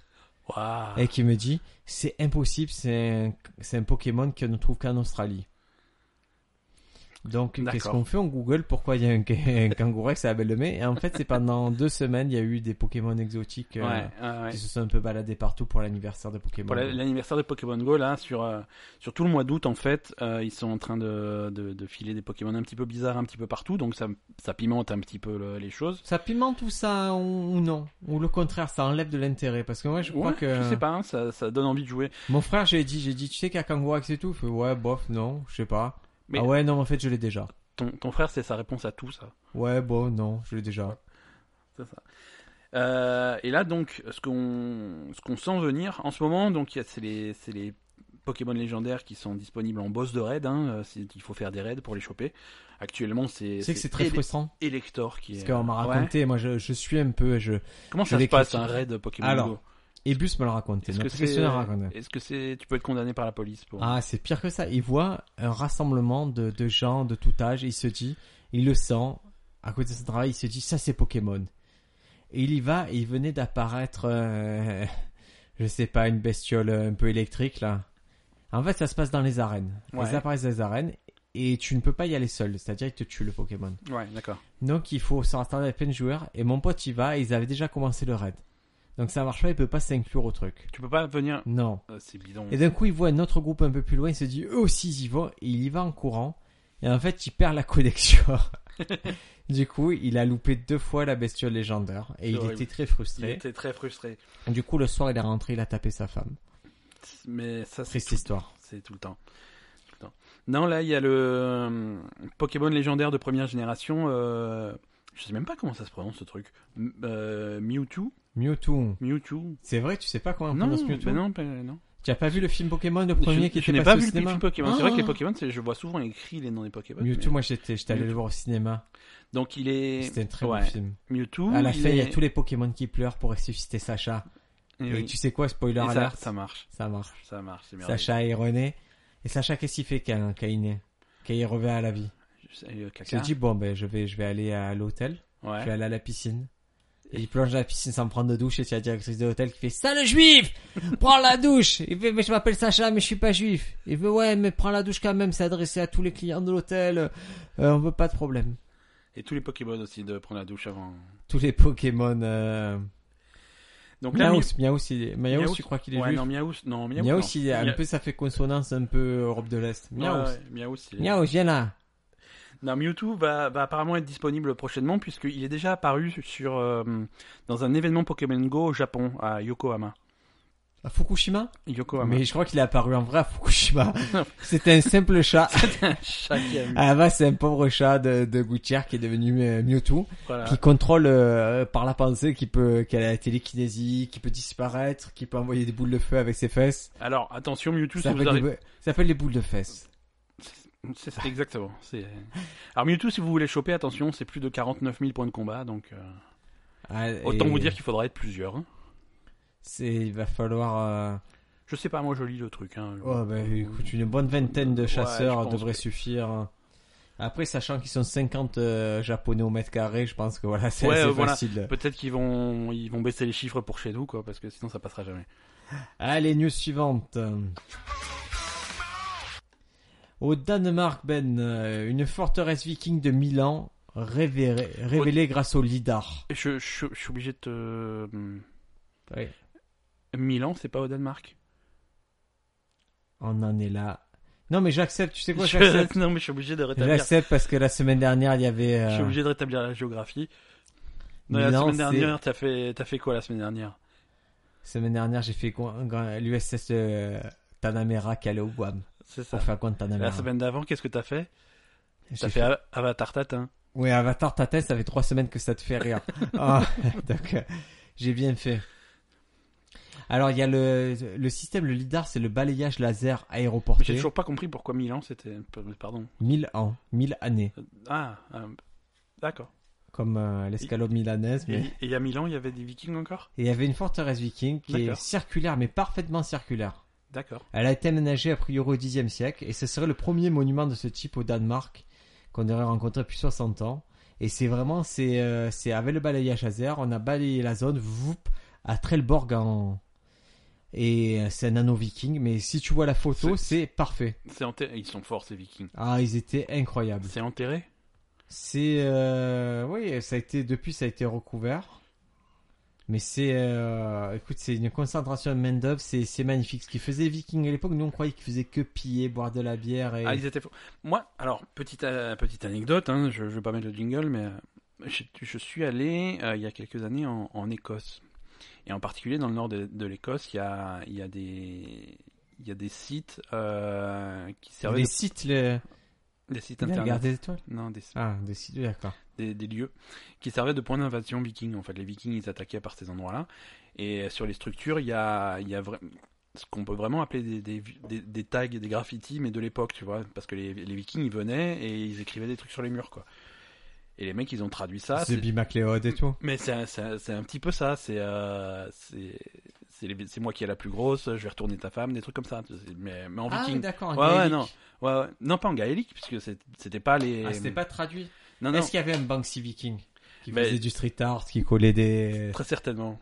Speaker 1: Waouh.
Speaker 2: et qui me dit c'est impossible, c'est un, c'est un Pokémon qu'on ne trouve qu'en Australie. Donc qu'est-ce
Speaker 1: D'accord.
Speaker 2: qu'on fait On Google pourquoi il y a un, un Kangourex à la Belle de Mai. Et en fait, c'est pendant deux semaines, il y a eu des Pokémon exotiques
Speaker 1: Ouais,
Speaker 2: euh,
Speaker 1: ouais, ouais.
Speaker 2: qui se sont un peu baladés partout pour l'anniversaire de Pokémon.
Speaker 1: Pour la- l'anniversaire de Pokémon Go, là, sur, euh, sur tout le mois d'août, en fait, euh, ils sont en train de, de, de filer des Pokémon un petit peu bizarres un petit peu partout, donc ça, ça pimente un petit peu le- les choses.
Speaker 2: Ça pimente ou ça ou ou non Ou le contraire, ça enlève de l'intérêt Parce que moi, je crois
Speaker 1: Ouais,
Speaker 2: que...
Speaker 1: Je sais pas, hein, ça, ça donne envie de jouer.
Speaker 2: Mon frère, j'ai dit, j'ai dit, tu sais qu'à Kangouax et tout, il fait, ouais, bof, non, je sais pas.
Speaker 1: Mais-
Speaker 2: Ah ouais, non, en fait, je l'ai déjà.
Speaker 1: Ton, ton frère, c'est sa réponse à tout ça.
Speaker 2: Ouais, bon, non, je l'ai déjà.
Speaker 1: C'est ça. Euh, et là, donc, ce qu'on ce qu'on sent venir en ce moment, donc, il y a- c'est les, c'est les Pokémon légendaires qui sont disponibles en boss de raid. Hein, euh, c'est- il faut faire des raids pour les choper. Actuellement, c'est
Speaker 2: Tu sais que c'est très
Speaker 1: Ele-
Speaker 2: frustrant.
Speaker 1: Elector qui est. euh,
Speaker 2: Parce qu'on m'a
Speaker 1: Ouais.
Speaker 2: raconté, moi, je, je suis un peu, je...
Speaker 1: Comment
Speaker 2: je
Speaker 1: ça se
Speaker 2: l'ai
Speaker 1: passe
Speaker 2: critiqué.
Speaker 1: un raid Pokémon
Speaker 2: Alors,
Speaker 1: Go
Speaker 2: Ebus me l'a raconté.
Speaker 1: Est-ce que
Speaker 2: Notre
Speaker 1: c'est euh,
Speaker 2: questionnaire l'a raconté.
Speaker 1: est-ce que c'est tu peux être condamné par la police pour
Speaker 2: Ah, c'est pire que ça. Il voit un rassemblement de, de gens de tout âge, il se dit, il le sent, à côté de son travail, il se dit, ça c'est Pokémon. Et il y va, et il venait d'apparaître, euh, je sais pas, une bestiole un peu électrique là. En fait, ça se passe dans les arènes.
Speaker 1: Ouais.
Speaker 2: Ils apparaissent dans les arènes, et tu ne peux pas y aller seul, c'est-à-dire qu'ils te tuent le Pokémon.
Speaker 1: Ouais, d'accord.
Speaker 2: Donc il faut se rattarder à plein de joueurs, et mon pote y va, et ils avaient déjà commencé le raid. Donc ça marche pas, il peut pas s'inclure au truc.
Speaker 1: Tu peux pas venir
Speaker 2: Non.
Speaker 1: Euh, c'est bidon.
Speaker 2: Et d'un coup, il voit un autre groupe un peu plus loin, il se dit eux aussi ils y vont, et il y va en courant, et en fait, il perd la connexion. du coup, il a loupé deux fois la bestiole légendaire, et
Speaker 1: C'est
Speaker 2: il
Speaker 1: horrible.
Speaker 2: était très
Speaker 1: Il
Speaker 2: frustré.
Speaker 1: était très frustré.
Speaker 2: Du coup, le soir, il est rentré, il a tapé sa femme.
Speaker 1: Mais ça c'est
Speaker 2: Triste
Speaker 1: tout,
Speaker 2: histoire.
Speaker 1: c'est tout le temps. Tout le temps. Non, là il y a le euh, Pokémon légendaire de première génération euh, je sais même pas comment ça se prononce ce truc. M- euh, Mewtwo,
Speaker 2: Mewtwo.
Speaker 1: Mewtwo.
Speaker 2: C'est vrai, tu sais pas comment on
Speaker 1: Non,
Speaker 2: prononce Mewtwo
Speaker 1: mais non, mais non.
Speaker 2: Tu as pas vu le film Pokémon, le
Speaker 1: Je,
Speaker 2: premier qui
Speaker 1: je
Speaker 2: était
Speaker 1: n'ai
Speaker 2: passé
Speaker 1: pas
Speaker 2: au
Speaker 1: vu le
Speaker 2: cinéma
Speaker 1: petit Pokémon. C'est
Speaker 2: Ah.
Speaker 1: vrai que les Pokémon, c'est- je vois souvent écrit les noms des Pokémon.
Speaker 2: Mewtwo,
Speaker 1: mais-
Speaker 2: moi j'étais j'étais allé le
Speaker 1: Mewtwo.
Speaker 2: voir au cinéma.
Speaker 1: Donc il est
Speaker 2: C'était un très
Speaker 1: ouais.
Speaker 2: bon film.
Speaker 1: Mewtwo.
Speaker 2: à la
Speaker 1: il
Speaker 2: fin, il y a
Speaker 1: est-
Speaker 2: tous les Pokémon qui pleurent pour ressusciter Sacha.
Speaker 1: Eh
Speaker 2: Et,
Speaker 1: oui.
Speaker 2: tu sais quoi, spoiler
Speaker 1: Et ça,
Speaker 2: alert,
Speaker 1: ça
Speaker 2: ça,
Speaker 1: marche,
Speaker 2: marche.
Speaker 1: ça marche, c'est merveilleux.
Speaker 2: Sacha est rené. Et Sacha, qu'est-ce qu'il fait quand, quand il naît Quand il revient à la vie
Speaker 1: Je sais, euh,
Speaker 2: Il se
Speaker 1: caca.
Speaker 2: dit, bon, ben, je vais, je vais aller à l'hôtel,
Speaker 1: Ouais.
Speaker 2: je vais aller à la piscine. Et il plonge dans la piscine sans prendre de douche et c'est la directrice de l'hôtel qui fait ça le juif prends la douche il fait mais je m'appelle Sacha mais je suis pas juif il fait ouais mais prends la douche quand même c'est adressé à tous les clients de l'hôtel euh, on veut pas de problème
Speaker 1: Et tous les Pokémon aussi de prendre la douche avant.
Speaker 2: tous les Pokémon euh...
Speaker 1: Donc là,
Speaker 2: Miaus Miaus il est- Miaus,
Speaker 1: Miaus,
Speaker 2: tu crois qu'il
Speaker 1: Mi-
Speaker 2: est
Speaker 1: ouais,
Speaker 2: juif
Speaker 1: non, Miaus, non, Miaus.
Speaker 2: Miaus,
Speaker 1: non.
Speaker 2: il est un
Speaker 1: Mia-
Speaker 2: peu, ça fait consonance un peu Europe de l'Est.
Speaker 1: Ouais,
Speaker 2: Miaus.
Speaker 1: ouais, Miaus, il est-
Speaker 2: Miaus, viens là.
Speaker 1: Non, Mewtwo va, va apparemment être disponible prochainement puisqu'il est déjà apparu sur euh, dans un événement Pokémon Go au Japon à Yokohama.
Speaker 2: À Fukushima
Speaker 1: Yokohama.
Speaker 2: Mais je crois qu'il est apparu en vrai à Fukushima. C'était un simple chat.
Speaker 1: Chaque-
Speaker 2: À la base, c'est un pauvre chat de, de gouttière qui est devenu euh, Mewtwo,
Speaker 1: voilà.
Speaker 2: qui contrôle euh, par la pensée, qui peut, qui a la télékinésie, qui peut disparaître, qui peut envoyer des boules de feu avec ses fesses.
Speaker 1: Alors attention, Mewtwo,
Speaker 2: Ça
Speaker 1: si vous
Speaker 2: s'appelle
Speaker 1: arrivez,
Speaker 2: des- ça s'appelle les boules de fesses.
Speaker 1: c'est c'est- exactement. C'est... Alors Mewtwo, si vous voulez choper, attention, c'est plus de 49 000 points de combat, donc euh,
Speaker 2: Ah,
Speaker 1: autant
Speaker 2: et
Speaker 1: vous dire qu'il faudra être plusieurs. hein.
Speaker 2: c'est, il va falloir. euh,
Speaker 1: Je sais pas, moi je lis le truc. Hein.
Speaker 2: Ouais, bah écoute, une bonne vingtaine de
Speaker 1: Ouais, je
Speaker 2: chasseurs
Speaker 1: pense
Speaker 2: devrait
Speaker 1: que-
Speaker 2: suffire. hein. Après, sachant qu'ils sont 50 euh, japonais au mètre carré, je pense que voilà, c'est
Speaker 1: Ouais,
Speaker 2: assez
Speaker 1: euh, voilà.
Speaker 2: facile.
Speaker 1: Peut-être qu'ils vont ils vont baisser les chiffres pour chez nous quoi parce que sinon ça passera jamais.
Speaker 2: Allez, news suivante. Au Danemark, Ben, euh, une forteresse viking de Milan révérée- révélée grâce au lidar.
Speaker 1: Et Je, je, je suis obligé de te hum, Milan, c'est pas au Danemark.
Speaker 2: On en est là. Non, mais j'accepte, tu sais quoi, j'accepte.
Speaker 1: Je- non mais je suis obligé de rétablir.
Speaker 2: J'accepte parce que la semaine dernière, il y avait... euh,
Speaker 1: Je suis obligé de rétablir la géographie. Non, la
Speaker 2: Milan,
Speaker 1: semaine
Speaker 2: c'est-
Speaker 1: dernière, t'as fait t'as fait quoi la semaine dernière
Speaker 2: Semaine dernière, j'ai fait quoi- grand- l'USS euh, Tanamera qui allait au Guam.
Speaker 1: C'est ça.
Speaker 2: Pour faire quoi de Tanamera
Speaker 1: La semaine d'avant, qu'est-ce que t'as fait
Speaker 2: J'ai
Speaker 1: T'as
Speaker 2: fait-
Speaker 1: fait Av- Avatar Tatin.
Speaker 2: Oui, Avatar, ta tête, ça fait trois semaines que ça te fait rire. Ah, donc, euh, j'ai bien fait. Alors, il y a le, le système, le LIDAR, c'est le balayage laser
Speaker 1: Mais J'ai
Speaker 2: aéroporté.
Speaker 1: toujours pas compris pourquoi Milan c'était pardon.
Speaker 2: 1000 ans, 1000 années,
Speaker 1: Ah, euh, d'accord.
Speaker 2: comme euh, l'escalope milanaise.
Speaker 1: Et
Speaker 2: Mais...
Speaker 1: et il y a Milan, il y avait des Vikings encore
Speaker 2: Et il y avait une forteresse viking qui est
Speaker 1: D'accord.
Speaker 2: circulaire, mais parfaitement circulaire.
Speaker 1: D'accord.
Speaker 2: Elle a été aménagée a priori au Xe siècle et ce serait le premier monument de ce type au Danemark qu'on devrait rencontrer depuis 60 ans. Et c'est vraiment, c'est, euh, c'est avec le balayage laser, on a balayé la zone, voup, à Trelborg en, Et euh, c'est un anneau viking, mais si tu vois la photo,
Speaker 1: C'est-
Speaker 2: c'est parfait.
Speaker 1: C'est enterré. Ils sont forts ces Vikings.
Speaker 2: Ah, ils étaient incroyables.
Speaker 1: C'est enterré.
Speaker 2: C'est euh, oui, ça a été depuis ça a été recouvert. Mais c'est euh, écoute, c'est une concentration de main d'œuvre, c'est c'est magnifique ce qu'ils faisaient les Vikings à l'époque. Nous on croyait qu'ils faisaient que piller, boire de la bière et
Speaker 1: Ah, ils étaient forts. Moi, alors petite euh, petite anecdote. hein, je, je vais pas mettre le jingle, mais euh, je, je suis allé euh, il y a quelques années en, en Écosse. Et en particulier dans le nord de, de l'Écosse, il y a il y a des il y a des sites euh, qui servaient
Speaker 2: les sites les
Speaker 1: de- des sites
Speaker 2: la guerre
Speaker 1: internet.
Speaker 2: des étoiles.
Speaker 1: Non, des,
Speaker 2: Ah, des sites d'accord.
Speaker 1: des, des lieux qui servaient de point d'invasion viking. En fait, les vikings, ils attaquaient par ces endroits-là. Et sur les structures, il y a, il y a vra- ce qu'on peut vraiment appeler des, des, des, des tags, des graffitis, mais de l'époque, tu vois. Parce que les, les vikings, ils venaient et ils écrivaient des trucs sur les murs, quoi. Et les mecs, ils ont traduit ça.
Speaker 2: The
Speaker 1: Ah, c'est-
Speaker 2: Be MacLeod et tout.
Speaker 1: mais c'est un, c'est un- c'est un petit peu ça. C'est euh, c'est c'est les- c'est moi qui est la plus grosse, je vais retourner ta femme, des trucs comme ça. C'est- Mais, mais en
Speaker 2: ah oui,
Speaker 1: viking.
Speaker 2: d'accord.
Speaker 1: Ouais,
Speaker 2: en
Speaker 1: ouais,
Speaker 2: gaélique.
Speaker 1: non. Ouais, ouais. Non, pas en gaélique, puisque c'est- c'était pas les.
Speaker 2: Ah, c'était pas traduit.
Speaker 1: Non, euh, non,
Speaker 2: Est-ce qu'il y avait un Banksy Viking qui
Speaker 1: Mais-
Speaker 2: faisait du street art, qui collait des
Speaker 1: très certainement.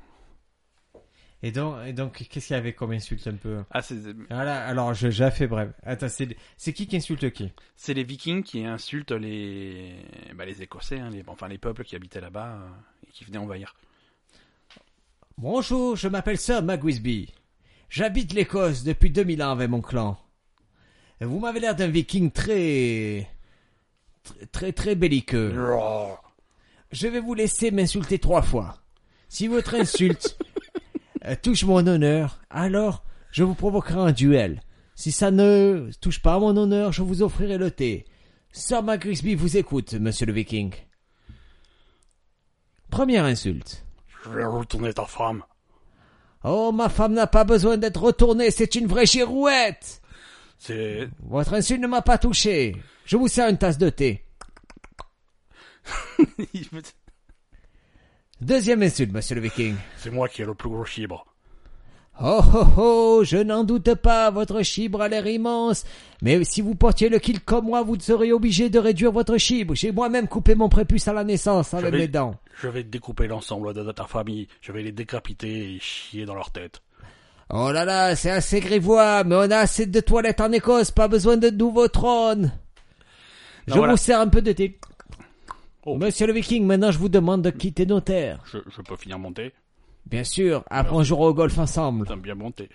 Speaker 2: et donc et donc qu'est-ce qu'il y avait comme insulte un peu
Speaker 1: Ah, c'est.
Speaker 2: Voilà, alors je- j'ai fait bref. Attends, c'est c'est qui qui insulte qui
Speaker 1: C'est les Vikings qui insultent les, bah, les Écossais, hein, les... enfin les peuples qui habitaient là-bas euh, et qui venaient envahir.
Speaker 2: Bonjour, je m'appelle Sir Magwisby. J'habite l'Écosse depuis 2000 ans avec mon clan. Vous m'avez l'air d'un viking très... très très très belliqueux.
Speaker 1: Euh.
Speaker 2: Je vais vous laisser m'insulter trois fois. Si votre insulte euh, touche mon honneur, alors je vous provoquerai un duel. Si ça ne touche pas à mon honneur, je vous offrirai le thé. Sir Magwisby vous écoute, monsieur le viking. Première insulte.
Speaker 1: Je vais retourner ta femme.
Speaker 2: Oh, ma femme n'a pas besoin d'être retournée, c'est une vraie girouette.
Speaker 1: C'est
Speaker 2: Votre insulte ne m'a pas touché. Je vous sers une tasse de thé. Deuxième insulte, monsieur le viking.
Speaker 1: c'est moi qui ai le plus gros chibre.
Speaker 2: Oh, oh, oh, je n'en doute pas, votre chibre a l'air immense. Mais si vous portiez le kilt comme moi, vous serez obligé de réduire votre chibre. J'ai moi-même coupé mon prépuce à la naissance avec
Speaker 1: vais-
Speaker 2: mes dents.
Speaker 1: Je vais découper l'ensemble de ta famille. Je vais les décapiter et chier dans leur tête.
Speaker 2: Oh là là, c'est assez grivois, mais on a assez de toilettes en Écosse, pas besoin de nouveaux trônes. Je
Speaker 1: voilà.
Speaker 2: vous sers un peu de thé.
Speaker 1: Oh.
Speaker 2: Monsieur le Viking, maintenant je vous demande de quitter nos terres.
Speaker 1: Je, je peux finir mon thé
Speaker 2: Bien sûr, après on jouera au golf ensemble.
Speaker 1: T'aimes bien mon thé.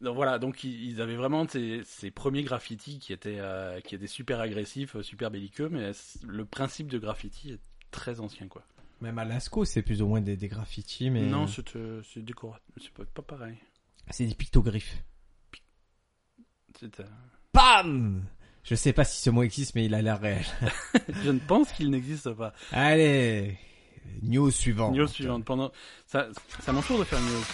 Speaker 1: Donc voilà, donc ils ils avaient vraiment ces, ces premiers graffitis qui étaient, euh, qui étaient super agressifs, euh, super belliqueux, mais c- le principe de graffiti est très ancien quoi.
Speaker 2: Même à Lascaux, c'est plus ou moins des, des graffitis, mais
Speaker 1: Non, c'est euh, c'est décoratif, c'est pas, pas pareil.
Speaker 2: c'est des pictogriffes.
Speaker 1: C'est, euh,
Speaker 2: Bam Je sais pas si ce mot existe, mais il a l'air réel.
Speaker 1: Je ne pense qu'il n'existe pas.
Speaker 2: Allez, news suivant.
Speaker 1: News suivante. Pendant... Ça, ça m'entoure de faire une news.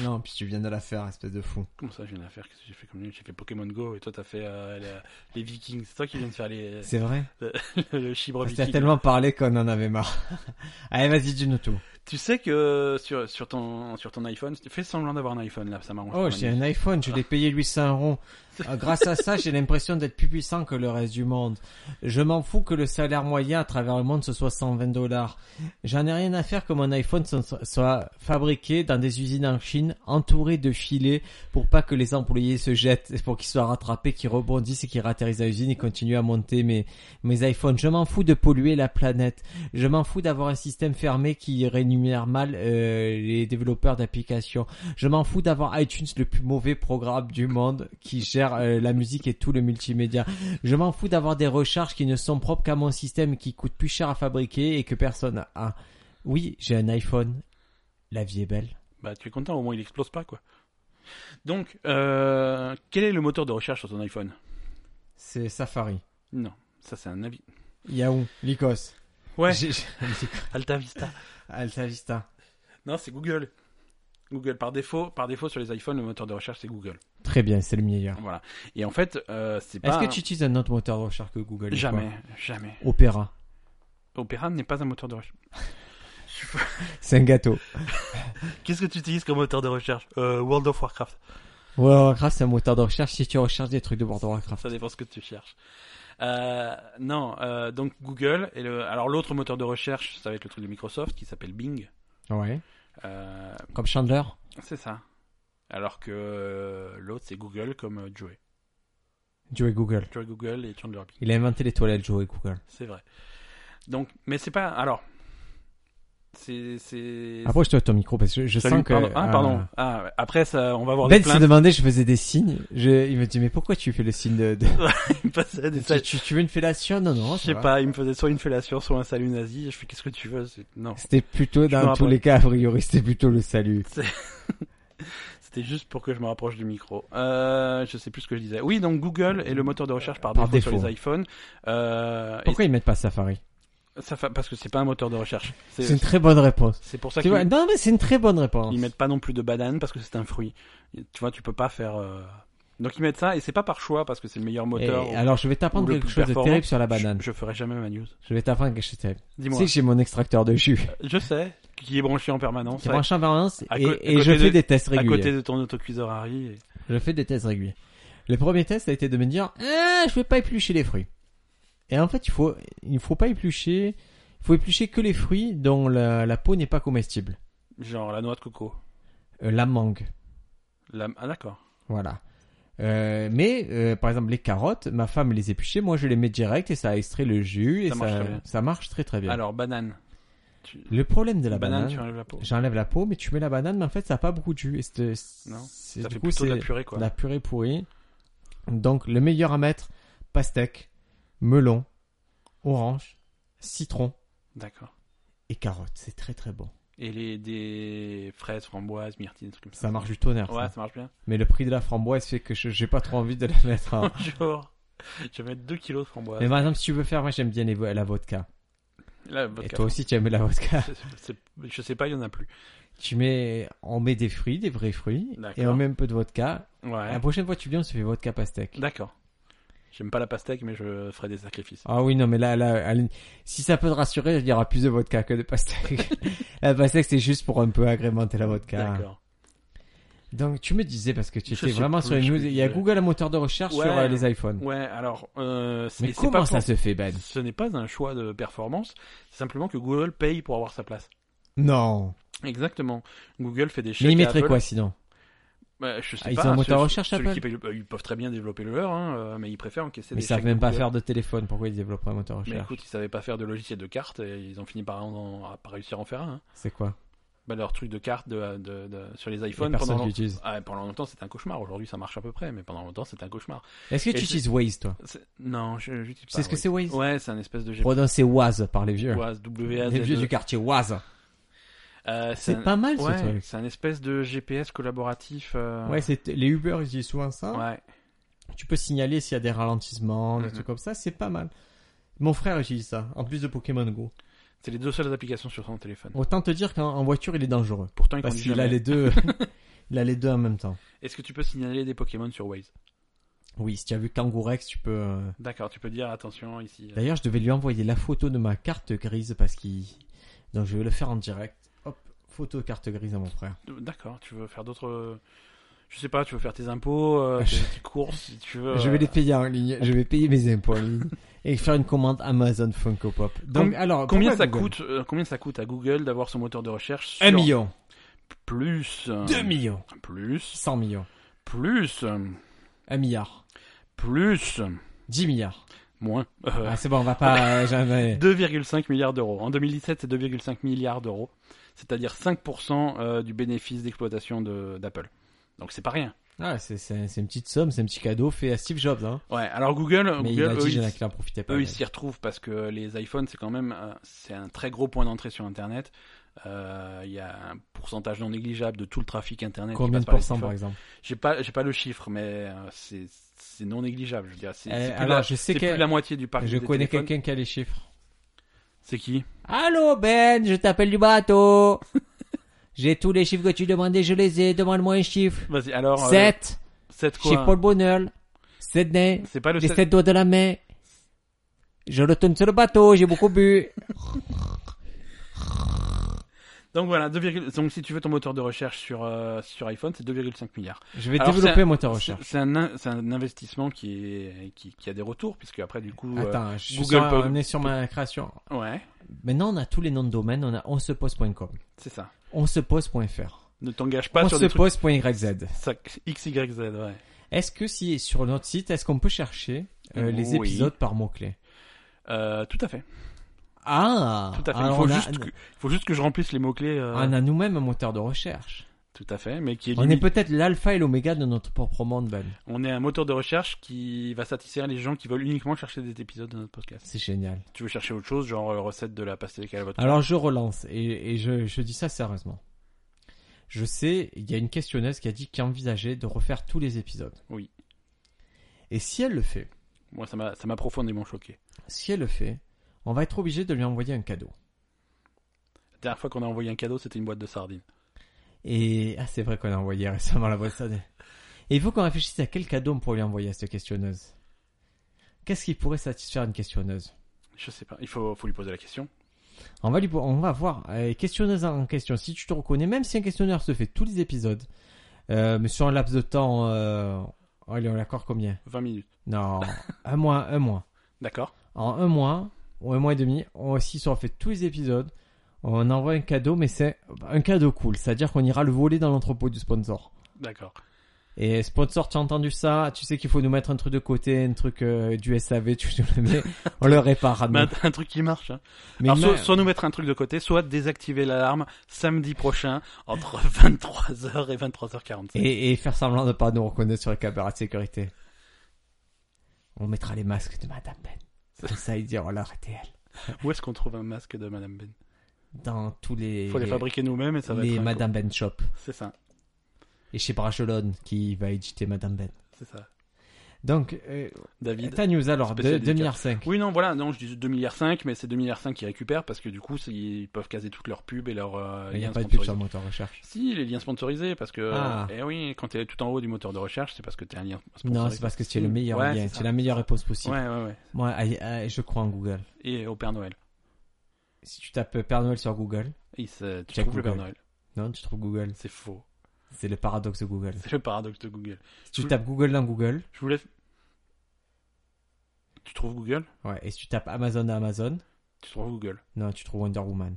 Speaker 2: Non, puis tu viens de la faire, espèce de fou.
Speaker 1: Comment ça, je viens de la faire Qu'est-ce que j'ai fait comme news J'ai fait Pokémon Go et toi, t'as fait euh, la- les Vikings. C'est toi qui viens de faire les...
Speaker 2: C'est vrai
Speaker 1: le chibre
Speaker 2: Parce que T'as
Speaker 1: viking.
Speaker 2: Ah, tellement parlé qu'on en avait marre. Allez, vas-y, dis-nous tout.
Speaker 1: Tu sais que euh, sur, sur, ton, sur ton iPhone, tu fais semblant d'avoir un iPhone là, ça m'arrange.
Speaker 2: Oh,
Speaker 1: pas,
Speaker 2: j'ai
Speaker 1: mais-
Speaker 2: un iPhone, je l'ai payé 800 euros. Euh, Grâce à ça, j'ai l'impression d'être plus puissant que le reste du monde. Je m'en fous que le salaire moyen à travers le monde ce soit 120 dollars. J'en ai rien à faire que mon iPhone so- soit fabriqué dans des usines en Chine, entouré de filets pour pas que les employés se jettent, pour qu'ils soient rattrapés, qu'ils rebondissent et qu'ils ratterrissent à l'usine et continuent à monter mes, mes iPhones. Je m'en fous de polluer la planète. Je m'en fous d'avoir un système fermé qui rémunère mal euh, les développeurs d'applications. Je m'en fous d'avoir iTunes, le plus mauvais programme du monde, qui gère euh, la musique et tout le multimédia. Je m'en fous d'avoir des recharges qui ne sont propres qu'à mon système, qui coûtent plus cher à fabriquer et que personne a. Oui, j'ai un iPhone. La vie est belle.
Speaker 1: Bah, tu es content, au moins il explose pas quoi. Donc, euh, quel est le moteur de recherche sur ton iPhone
Speaker 2: C'est Safari.
Speaker 1: Non, ça c'est un avis.
Speaker 2: Yahoo. Lycos.
Speaker 1: Ouais,
Speaker 2: J'ai-
Speaker 1: Alta Vista.
Speaker 2: Alta Vista.
Speaker 1: Non, c'est Google. Google par défaut, par défaut sur les iPhones, le moteur de recherche c'est Google.
Speaker 2: Très bien, c'est le meilleur.
Speaker 1: Voilà. Et en fait, euh, c'est
Speaker 2: Est-ce
Speaker 1: pas
Speaker 2: que tu utilises un autre moteur de recherche que Google ou
Speaker 1: jamais,
Speaker 2: pas
Speaker 1: jamais.
Speaker 2: Opera.
Speaker 1: Opera n'est pas un moteur de recherche.
Speaker 2: C'est un gâteau.
Speaker 1: Qu'est-ce que tu utilises comme moteur de recherche Euh, World of Warcraft.
Speaker 2: World of Warcraft, c'est un moteur de recherche si tu recherches des trucs de World of Warcraft.
Speaker 1: Ça dépend ce que tu cherches. Euh, non, euh, donc Google et le. Alors l'autre moteur de recherche, ça va être le truc de Microsoft qui s'appelle Bing.
Speaker 2: Ouais.
Speaker 1: Euh,
Speaker 2: Comme Chandler
Speaker 1: c'est ça. alors que euh, l'autre c'est Google comme euh, Joey.
Speaker 2: Joey Google.
Speaker 1: Joey Google et Chandler Bing.
Speaker 2: Il a inventé les toilettes, Joey Google.
Speaker 1: C'est vrai. Donc, mais c'est pas. Alors, c'est c'est.
Speaker 2: Approche-toi de ton micro parce que Ah, je
Speaker 1: Salut,
Speaker 2: sens que.
Speaker 1: pardon. Ah,
Speaker 2: euh,
Speaker 1: pardon. Ah, ouais. après ça, on va voir
Speaker 2: Ben
Speaker 1: des
Speaker 2: s'est
Speaker 1: plaintes.
Speaker 2: demandé, je faisais des signes. Je- il me dit, mais pourquoi tu fais le signe de. de-
Speaker 1: Parce que des-
Speaker 2: tu, tu- tu veux une fellation Non, non.
Speaker 1: Je sais pas, il me faisait soit une fellation, soit un salut nazi. Je fais qu'est-ce que tu veux c'est- Non,
Speaker 2: C'était plutôt,
Speaker 1: me
Speaker 2: dans tous
Speaker 1: rappelle.
Speaker 2: les cas, a priori, c'était plutôt le salut.
Speaker 1: c'était juste pour que je me rapproche du micro. Euh, je sais plus ce que je disais. Oui, donc Google est le moteur de recherche par,
Speaker 2: Par
Speaker 1: défaut, sur
Speaker 2: défaut.
Speaker 1: les iPhones. Euh, et
Speaker 2: Pourquoi ils mettent pas Safari
Speaker 1: ça fa- parce que c'est pas un moteur de recherche.
Speaker 2: C'est une très bonne réponse.
Speaker 1: c'est pour ça
Speaker 2: Tu
Speaker 1: qu'ils
Speaker 2: vois, non, mais c'est une très bonne réponse.
Speaker 1: ils mettent pas non plus de banane parce que c'est un fruit. Tu vois, tu peux pas faire. euh, Donc ils mettent ça et c'est pas par choix parce que c'est le meilleur
Speaker 2: Et
Speaker 1: moteur.
Speaker 2: alors, je vais t'apprendre
Speaker 1: ou le
Speaker 2: quelque
Speaker 1: plus
Speaker 2: chose de
Speaker 1: performant.
Speaker 2: terrible sur la
Speaker 1: Je-
Speaker 2: banane.
Speaker 1: Je, ferai jamais ma news.
Speaker 2: Je vais t'apprendre quelque chose de terrible. Tu
Speaker 1: Dis-moi.
Speaker 2: sais que j'ai mon extracteur de jus
Speaker 1: Je sais qui est branché en permanence
Speaker 2: qui branche en permanence
Speaker 1: À
Speaker 2: et,
Speaker 1: co- à
Speaker 2: et je
Speaker 1: côté
Speaker 2: fais
Speaker 1: de-
Speaker 2: des tests
Speaker 1: à
Speaker 2: réguliers.
Speaker 1: côté de ton autocuiseur Harry. et-
Speaker 2: Je fais des tests réguliers. Le premier test a été de me dire, ah, je vais pas éplucher les fruits. Et en fait, il faut, il faut pas éplucher, il faut éplucher que les fruits dont la, la peau n'est pas comestible.
Speaker 1: Genre la noix de coco.
Speaker 2: Euh, la mangue,
Speaker 1: La... Ah d'accord.
Speaker 2: voilà. Euh, mais euh, par exemple les carottes, ma femme les épluchait, moi je les mets direct et ça extrait le jus et
Speaker 1: Ça
Speaker 2: ça,
Speaker 1: marche très bien.
Speaker 2: ça marche très très bien.
Speaker 1: Alors banane. Tu-
Speaker 2: le problème de la banane,
Speaker 1: tu enlèves la peau.
Speaker 2: j'enlève la peau, mais tu mets la banane, mais en fait ça a pas beaucoup de jus. Et c'est-
Speaker 1: Non,
Speaker 2: c'est-
Speaker 1: Ça
Speaker 2: du
Speaker 1: fait
Speaker 2: coup,
Speaker 1: plutôt de la
Speaker 2: c'est-
Speaker 1: purée quoi.
Speaker 2: La purée pourrie. Donc le meilleur à mettre, pastèque, melon, orange, citron
Speaker 1: D'accord.
Speaker 2: et carotte. C'est très très bon.
Speaker 1: Et les des fraises, framboises, myrtilles, des trucs comme ça.
Speaker 2: Ça marche du tonnerre.
Speaker 1: Ouais,
Speaker 2: ça.
Speaker 1: ça marche bien.
Speaker 2: Mais le prix de la framboise fait que je- j'ai pas trop envie de la mettre. en-
Speaker 1: Bonjour. Je vais mettre 2 kilos de framboises.
Speaker 2: Mais par exemple, si tu veux faire, moi j'aime bien les vo- la vodka.
Speaker 1: Là, vodka.
Speaker 2: Et toi aussi tu aimes la vodka.
Speaker 1: C'est- c'est- Je sais pas, il y en a plus.
Speaker 2: tu mets, on met des fruits, des vrais fruits, et
Speaker 1: D'accord.
Speaker 2: on met un peu de vodka.
Speaker 1: Ouais.
Speaker 2: La prochaine fois que tu viens, on se fait vodka pastèque.
Speaker 1: D'accord. J'aime pas la pastèque, mais je ferai des sacrifices.
Speaker 2: Ah oui, non, mais là, là, Aline, si ça peut te rassurer, il y aura plus de vodka que de pastèque. la pastèque, c'est juste pour un peu agrémenter la vodka.
Speaker 1: D'accord.
Speaker 2: Donc, tu me disais, parce que tu
Speaker 1: Je
Speaker 2: étais
Speaker 1: sais
Speaker 2: vraiment
Speaker 1: plus,
Speaker 2: sur les
Speaker 1: je
Speaker 2: news,
Speaker 1: sais
Speaker 2: il y a
Speaker 1: plus.
Speaker 2: Google, un moteur de recherche
Speaker 1: Ouais.
Speaker 2: sur euh, les iPhones.
Speaker 1: Ouais, alors, euh, c'est-
Speaker 2: Mais
Speaker 1: c'est pas
Speaker 2: comment ça
Speaker 1: pour-
Speaker 2: se fait, Ben
Speaker 1: Ce n'est pas un choix de performance, c'est simplement que Google paye pour avoir sa place.
Speaker 2: Non.
Speaker 1: Exactement. Google fait des chèques.
Speaker 2: Mais ils
Speaker 1: à
Speaker 2: mettraient
Speaker 1: Apple.
Speaker 2: quoi, sinon
Speaker 1: Bah, Je sais
Speaker 2: Ah, ils
Speaker 1: pas.
Speaker 2: ont un moteur
Speaker 1: ceux-
Speaker 2: recherche,
Speaker 1: ceux
Speaker 2: Apple
Speaker 1: qui payent le- euh, Ils peuvent très bien développer le leur, hein, euh, mais ils préfèrent encaisser
Speaker 2: Mais
Speaker 1: des
Speaker 2: ils savent
Speaker 1: chèques
Speaker 2: même
Speaker 1: de
Speaker 2: pas
Speaker 1: Google.
Speaker 2: faire de téléphone, pourquoi ils développeraient un moteur de
Speaker 1: Mais
Speaker 2: recherche
Speaker 1: écoute, ils savaient pas faire de logiciel de cartes et ils ont fini par, en- en- par réussir à en faire un. hein.
Speaker 2: C'est quoi
Speaker 1: Bah, leur truc de carte de, de- de- sur les
Speaker 2: Les
Speaker 1: iPhones pendant,
Speaker 2: personnes
Speaker 1: long-
Speaker 2: l'utilisent.
Speaker 1: Ah, pendant longtemps c'était un cauchemar. Aujourd'hui ça marche à peu près, mais pendant longtemps c'était un cauchmar.
Speaker 2: Est-ce que
Speaker 1: Et
Speaker 2: tu
Speaker 1: c'est-
Speaker 2: utilises Waze, toi
Speaker 1: C'est- Non, je j'utilise
Speaker 2: Tu
Speaker 1: pas.
Speaker 2: sais ce que
Speaker 1: Waze.
Speaker 2: c'est Waze
Speaker 1: Ouais, c'est un espèce de GPS.
Speaker 2: Prononcé Waze par les vieux.
Speaker 1: Waze,
Speaker 2: Les vieux du
Speaker 1: WAZ.
Speaker 2: quartier Waze.
Speaker 1: E. Euh,
Speaker 2: C'est
Speaker 1: un-
Speaker 2: pas mal, ce
Speaker 1: Ouais,
Speaker 2: truc.
Speaker 1: c'est un espèce de GPS collaboratif. euh,
Speaker 2: Ouais, c'est les Uber, ils utilisent souvent ça.
Speaker 1: ouais.
Speaker 2: Tu peux signaler s'il y a des ralentissements, des
Speaker 1: Mhm.
Speaker 2: trucs comme ça, c'est pas mal. Mon frère utilise ça, en plus de Pokémon Go.
Speaker 1: C'est les deux seules applications sur son téléphone.
Speaker 2: Autant te dire qu'en en voiture, il est dangereux.
Speaker 1: Pourtant, il
Speaker 2: Parce
Speaker 1: conduit
Speaker 2: qu'il a
Speaker 1: jamais.
Speaker 2: les deux, il a les deux en même temps.
Speaker 1: Est-ce que tu peux signaler des Pokémon sur Waze
Speaker 2: Oui, si tu as vu Kangourex, tu peux. euh,
Speaker 1: D'accord, tu peux dire attention ici. euh,
Speaker 2: D'ailleurs, je devais lui envoyer la photo de ma carte grise parce qu'il. Donc, je vais le faire en direct. Hop, photo carte grise à mon frère.
Speaker 1: D'accord, tu veux faire d'autres. Je sais pas, tu veux faire tes impôts, euh, tes, tes courses, si tu veux.
Speaker 2: Je vais
Speaker 1: euh,
Speaker 2: les payer en ligne. Je vais payer mes impôts en ligne et faire une commande Amazon Funko Pop. Donc,
Speaker 1: Com-
Speaker 2: alors
Speaker 1: Combien ça
Speaker 2: pourquoi Google
Speaker 1: coûte euh, Combien ça coûte à Google d'avoir son moteur de recherche sur...
Speaker 2: Un million,
Speaker 1: Plus. euh,
Speaker 2: deux millions,
Speaker 1: Plus.
Speaker 2: 100 millions,
Speaker 1: Plus. euh,
Speaker 2: un milliard,
Speaker 1: Plus.
Speaker 2: 10 milliards.
Speaker 1: Moins. Euh,
Speaker 2: Ah, c'est bon, on va pas euh, jamais.
Speaker 1: 2,5 milliards d'euros. En 2017, c'est 2,5 milliards d'euros, c'est-à-dire 5% euh, du bénéfice d'exploitation de- d'Apple. Donc c'est pas rien.
Speaker 2: Ah, c'est, c'est, c'est une petite somme, c'est un petit cadeau fait à Steve Jobs. Hein.
Speaker 1: Ouais, alors Google,
Speaker 2: Mais il
Speaker 1: Euh, Google,
Speaker 2: a
Speaker 1: eux,
Speaker 2: dit qu'il y en a
Speaker 1: ils-
Speaker 2: qui n'en profitaient pas.
Speaker 1: eux,
Speaker 2: mais-
Speaker 1: ils s'y retrouvent parce que les iPhones, c'est quand même euh, c'est un très gros point d'entrée sur Internet. Euh, Il y a un pourcentage non négligeable de tout le trafic Internet. qui
Speaker 2: Combien
Speaker 1: passe
Speaker 2: de
Speaker 1: par les
Speaker 2: pourcents par
Speaker 1: iPhones.
Speaker 2: exemple
Speaker 1: J'ai pas, j'ai pas le chiffre, mais euh, c'est c'est non négligeable. Je veux dire, c'est
Speaker 2: Euh,
Speaker 1: c'est plus,
Speaker 2: Alors,
Speaker 1: la-
Speaker 2: je sais
Speaker 1: c'est plus
Speaker 2: que
Speaker 1: la moitié du parc.
Speaker 2: je
Speaker 1: des
Speaker 2: connais
Speaker 1: téléphones.
Speaker 2: quelqu'un qui a les chiffres.
Speaker 1: C'est qui
Speaker 2: Allô Ben, je t'appelle du bateau. J'ai tous les chiffres que tu demandais, je les ai. Demande-moi un chiffre.
Speaker 1: Vas-y, alors. euh,
Speaker 2: 7,
Speaker 1: sept
Speaker 2: chez
Speaker 1: quoi
Speaker 2: Paul Bonnel. 7 nains,
Speaker 1: C'est pas le
Speaker 2: les
Speaker 1: sept-
Speaker 2: 7 doigts de la main. Je retourne sur le bateau, j'ai beaucoup bu.
Speaker 1: Donc voilà, 2, donc si tu veux ton moteur de recherche sur, euh, sur iPhone, c'est 2,5 milliards.
Speaker 2: Je vais
Speaker 1: Alors,
Speaker 2: développer
Speaker 1: c'est
Speaker 2: un moteur recherche.
Speaker 1: C'est- C'est un, in- c'est un investissement qui, est, qui, qui a des retours, puisque après, du coup. euh,
Speaker 2: Attends, je suis
Speaker 1: Google
Speaker 2: sur,
Speaker 1: peut-
Speaker 2: on est sur ma création.
Speaker 1: ouais,
Speaker 2: Maintenant, on a tous les noms de domaine. On a onsepose.com,
Speaker 1: c'est ça.
Speaker 2: onsepose.fr,
Speaker 1: Ne t'engage pas
Speaker 2: on
Speaker 1: sur
Speaker 2: se
Speaker 1: des trucs.
Speaker 2: pose point YZ.
Speaker 1: Ça, XYZ, ouais.
Speaker 2: Est-ce que si sur notre site, est-ce qu'on peut chercher euh, les
Speaker 1: Oui.
Speaker 2: épisodes par mots-clés
Speaker 1: Euh, tout à fait.
Speaker 2: Ah
Speaker 1: Tout à fait. Il
Speaker 2: Alors,
Speaker 1: faut,
Speaker 2: on a-
Speaker 1: juste que, il faut juste que je remplisse les mots-clés. euh,
Speaker 2: On a nous-mêmes un moteur de recherche.
Speaker 1: Tout à fait, mais qui est
Speaker 2: On est
Speaker 1: limite-
Speaker 2: peut-être l'alpha et l'oméga de notre propre monde, Ben.
Speaker 1: on est un moteur de recherche qui va satisfaire les gens qui veulent uniquement chercher des épisodes de notre podcast.
Speaker 2: C'est génial.
Speaker 1: Tu veux chercher autre chose, genre euh, recette de la pastèque à la vodka.
Speaker 2: Alors je relance et, et je, je dis ça sérieusement. Je sais, il y a une questionneuse qui a dit qu'elle envisageait de refaire tous les épisodes.
Speaker 1: Oui.
Speaker 2: Et si elle le fait,
Speaker 1: Moi, ça m'a ça m'a profondément choqué.
Speaker 2: si elle le fait, on va être obligé de lui envoyer un cadeau.
Speaker 1: La dernière fois qu'on a envoyé un cadeau, c'était une boîte de sardines.
Speaker 2: Et ah, c'est vrai qu'on a envoyé récemment la boîte à sardines. Et il faut qu'on réfléchisse à quel cadeau on pourrait lui envoyer à cette questionneuse. Qu'est-ce qui pourrait satisfaire une questionneuse
Speaker 1: Je sais pas, il faut, faut lui poser la question.
Speaker 2: On va lui, on va voir. euh, questionneuse en question. Si tu te reconnais, même si un questionnaire se fait tous les épisodes, euh, mais sur un laps de temps, euh, allez, on l'accorde combien
Speaker 1: 20 minutes.
Speaker 2: Non, un mois, un mois.
Speaker 1: D'accord
Speaker 2: En un mois ou un mois et demi, on aussi on fait tous les épisodes. On envoie un cadeau, mais c'est un cadeau cool. C'est-à-dire qu'on ira le voler dans l'entrepôt du sponsor.
Speaker 1: D'accord.
Speaker 2: Et sponsor, tu as entendu ça Tu sais qu'il faut nous mettre un truc de côté, un truc euh, du SAV, tu nous le mets, on le répare. à nous.
Speaker 1: Mais un, Ben, un truc qui marche. Hein.
Speaker 2: Ah, Mais
Speaker 1: Alors, soit,
Speaker 2: ma-
Speaker 1: soit nous mettre un truc de côté, soit désactiver l'alarme samedi prochain entre 23h et 23h45.
Speaker 2: et, et faire semblant de pas nous reconnaître sur les caméras de sécurité. On mettra les masques de Madame Ben. Comme ça, ils diront leur RTL.
Speaker 1: Où est-ce qu'on trouve un masque de Madame Ben
Speaker 2: Dans tous les...
Speaker 1: Faut les fabriquer nous-mêmes et ça va
Speaker 2: les
Speaker 1: être. un
Speaker 2: Madame Ben Shop.
Speaker 1: coup. C'est ça,
Speaker 2: Et chez Brachelonne, qui va éditer Madame Ben.
Speaker 1: c'est ça.
Speaker 2: Donc, euh,
Speaker 1: David.
Speaker 2: ta news alors,
Speaker 1: Spécial
Speaker 2: 2,5
Speaker 1: dédicace.
Speaker 2: milliards
Speaker 1: Oui, non, voilà, non, je dis 2,5 milliards, mais c'est 2,5 milliards qu'ils récupèrent parce que du coup, c'est- ils peuvent caser toutes leurs pubs et leurs euh,
Speaker 2: Il n'y a
Speaker 1: liens
Speaker 2: pas de pub sur
Speaker 1: sponsorisés.
Speaker 2: le moteur recherche.
Speaker 1: Si, les liens sponsorisés, parce que.
Speaker 2: Ah.
Speaker 1: Eh oui, quand t'es tout en haut du moteur de recherche, c'est parce que t'es un lien sponsorisé. Mm.
Speaker 2: Non, c'est parce que c'est le meilleur
Speaker 1: Ouais,
Speaker 2: lien,
Speaker 1: c'est ça.
Speaker 2: c'est la meilleure réponse possible.
Speaker 1: Ouais, ouais, ouais.
Speaker 2: Moi, allez, allez, je crois en Google.
Speaker 1: Et au Père Noël.
Speaker 2: Si tu tapes Père Noël sur Google,
Speaker 1: Il se- Tu
Speaker 2: Check
Speaker 1: trouves le Père
Speaker 2: Google.
Speaker 1: Noël.
Speaker 2: non, tu trouves Google.
Speaker 1: C'est faux.
Speaker 2: C'est le paradoxe de Google.
Speaker 1: C'est le paradoxe de Google.
Speaker 2: Si tu
Speaker 1: Cool.
Speaker 2: tapes Google dans Google,
Speaker 1: Je vous laisse. Tu trouves Google
Speaker 2: ouais, et si tu tapes Amazon à Amazon,
Speaker 1: Tu trouves Google.
Speaker 2: non, tu trouves Wonder Woman.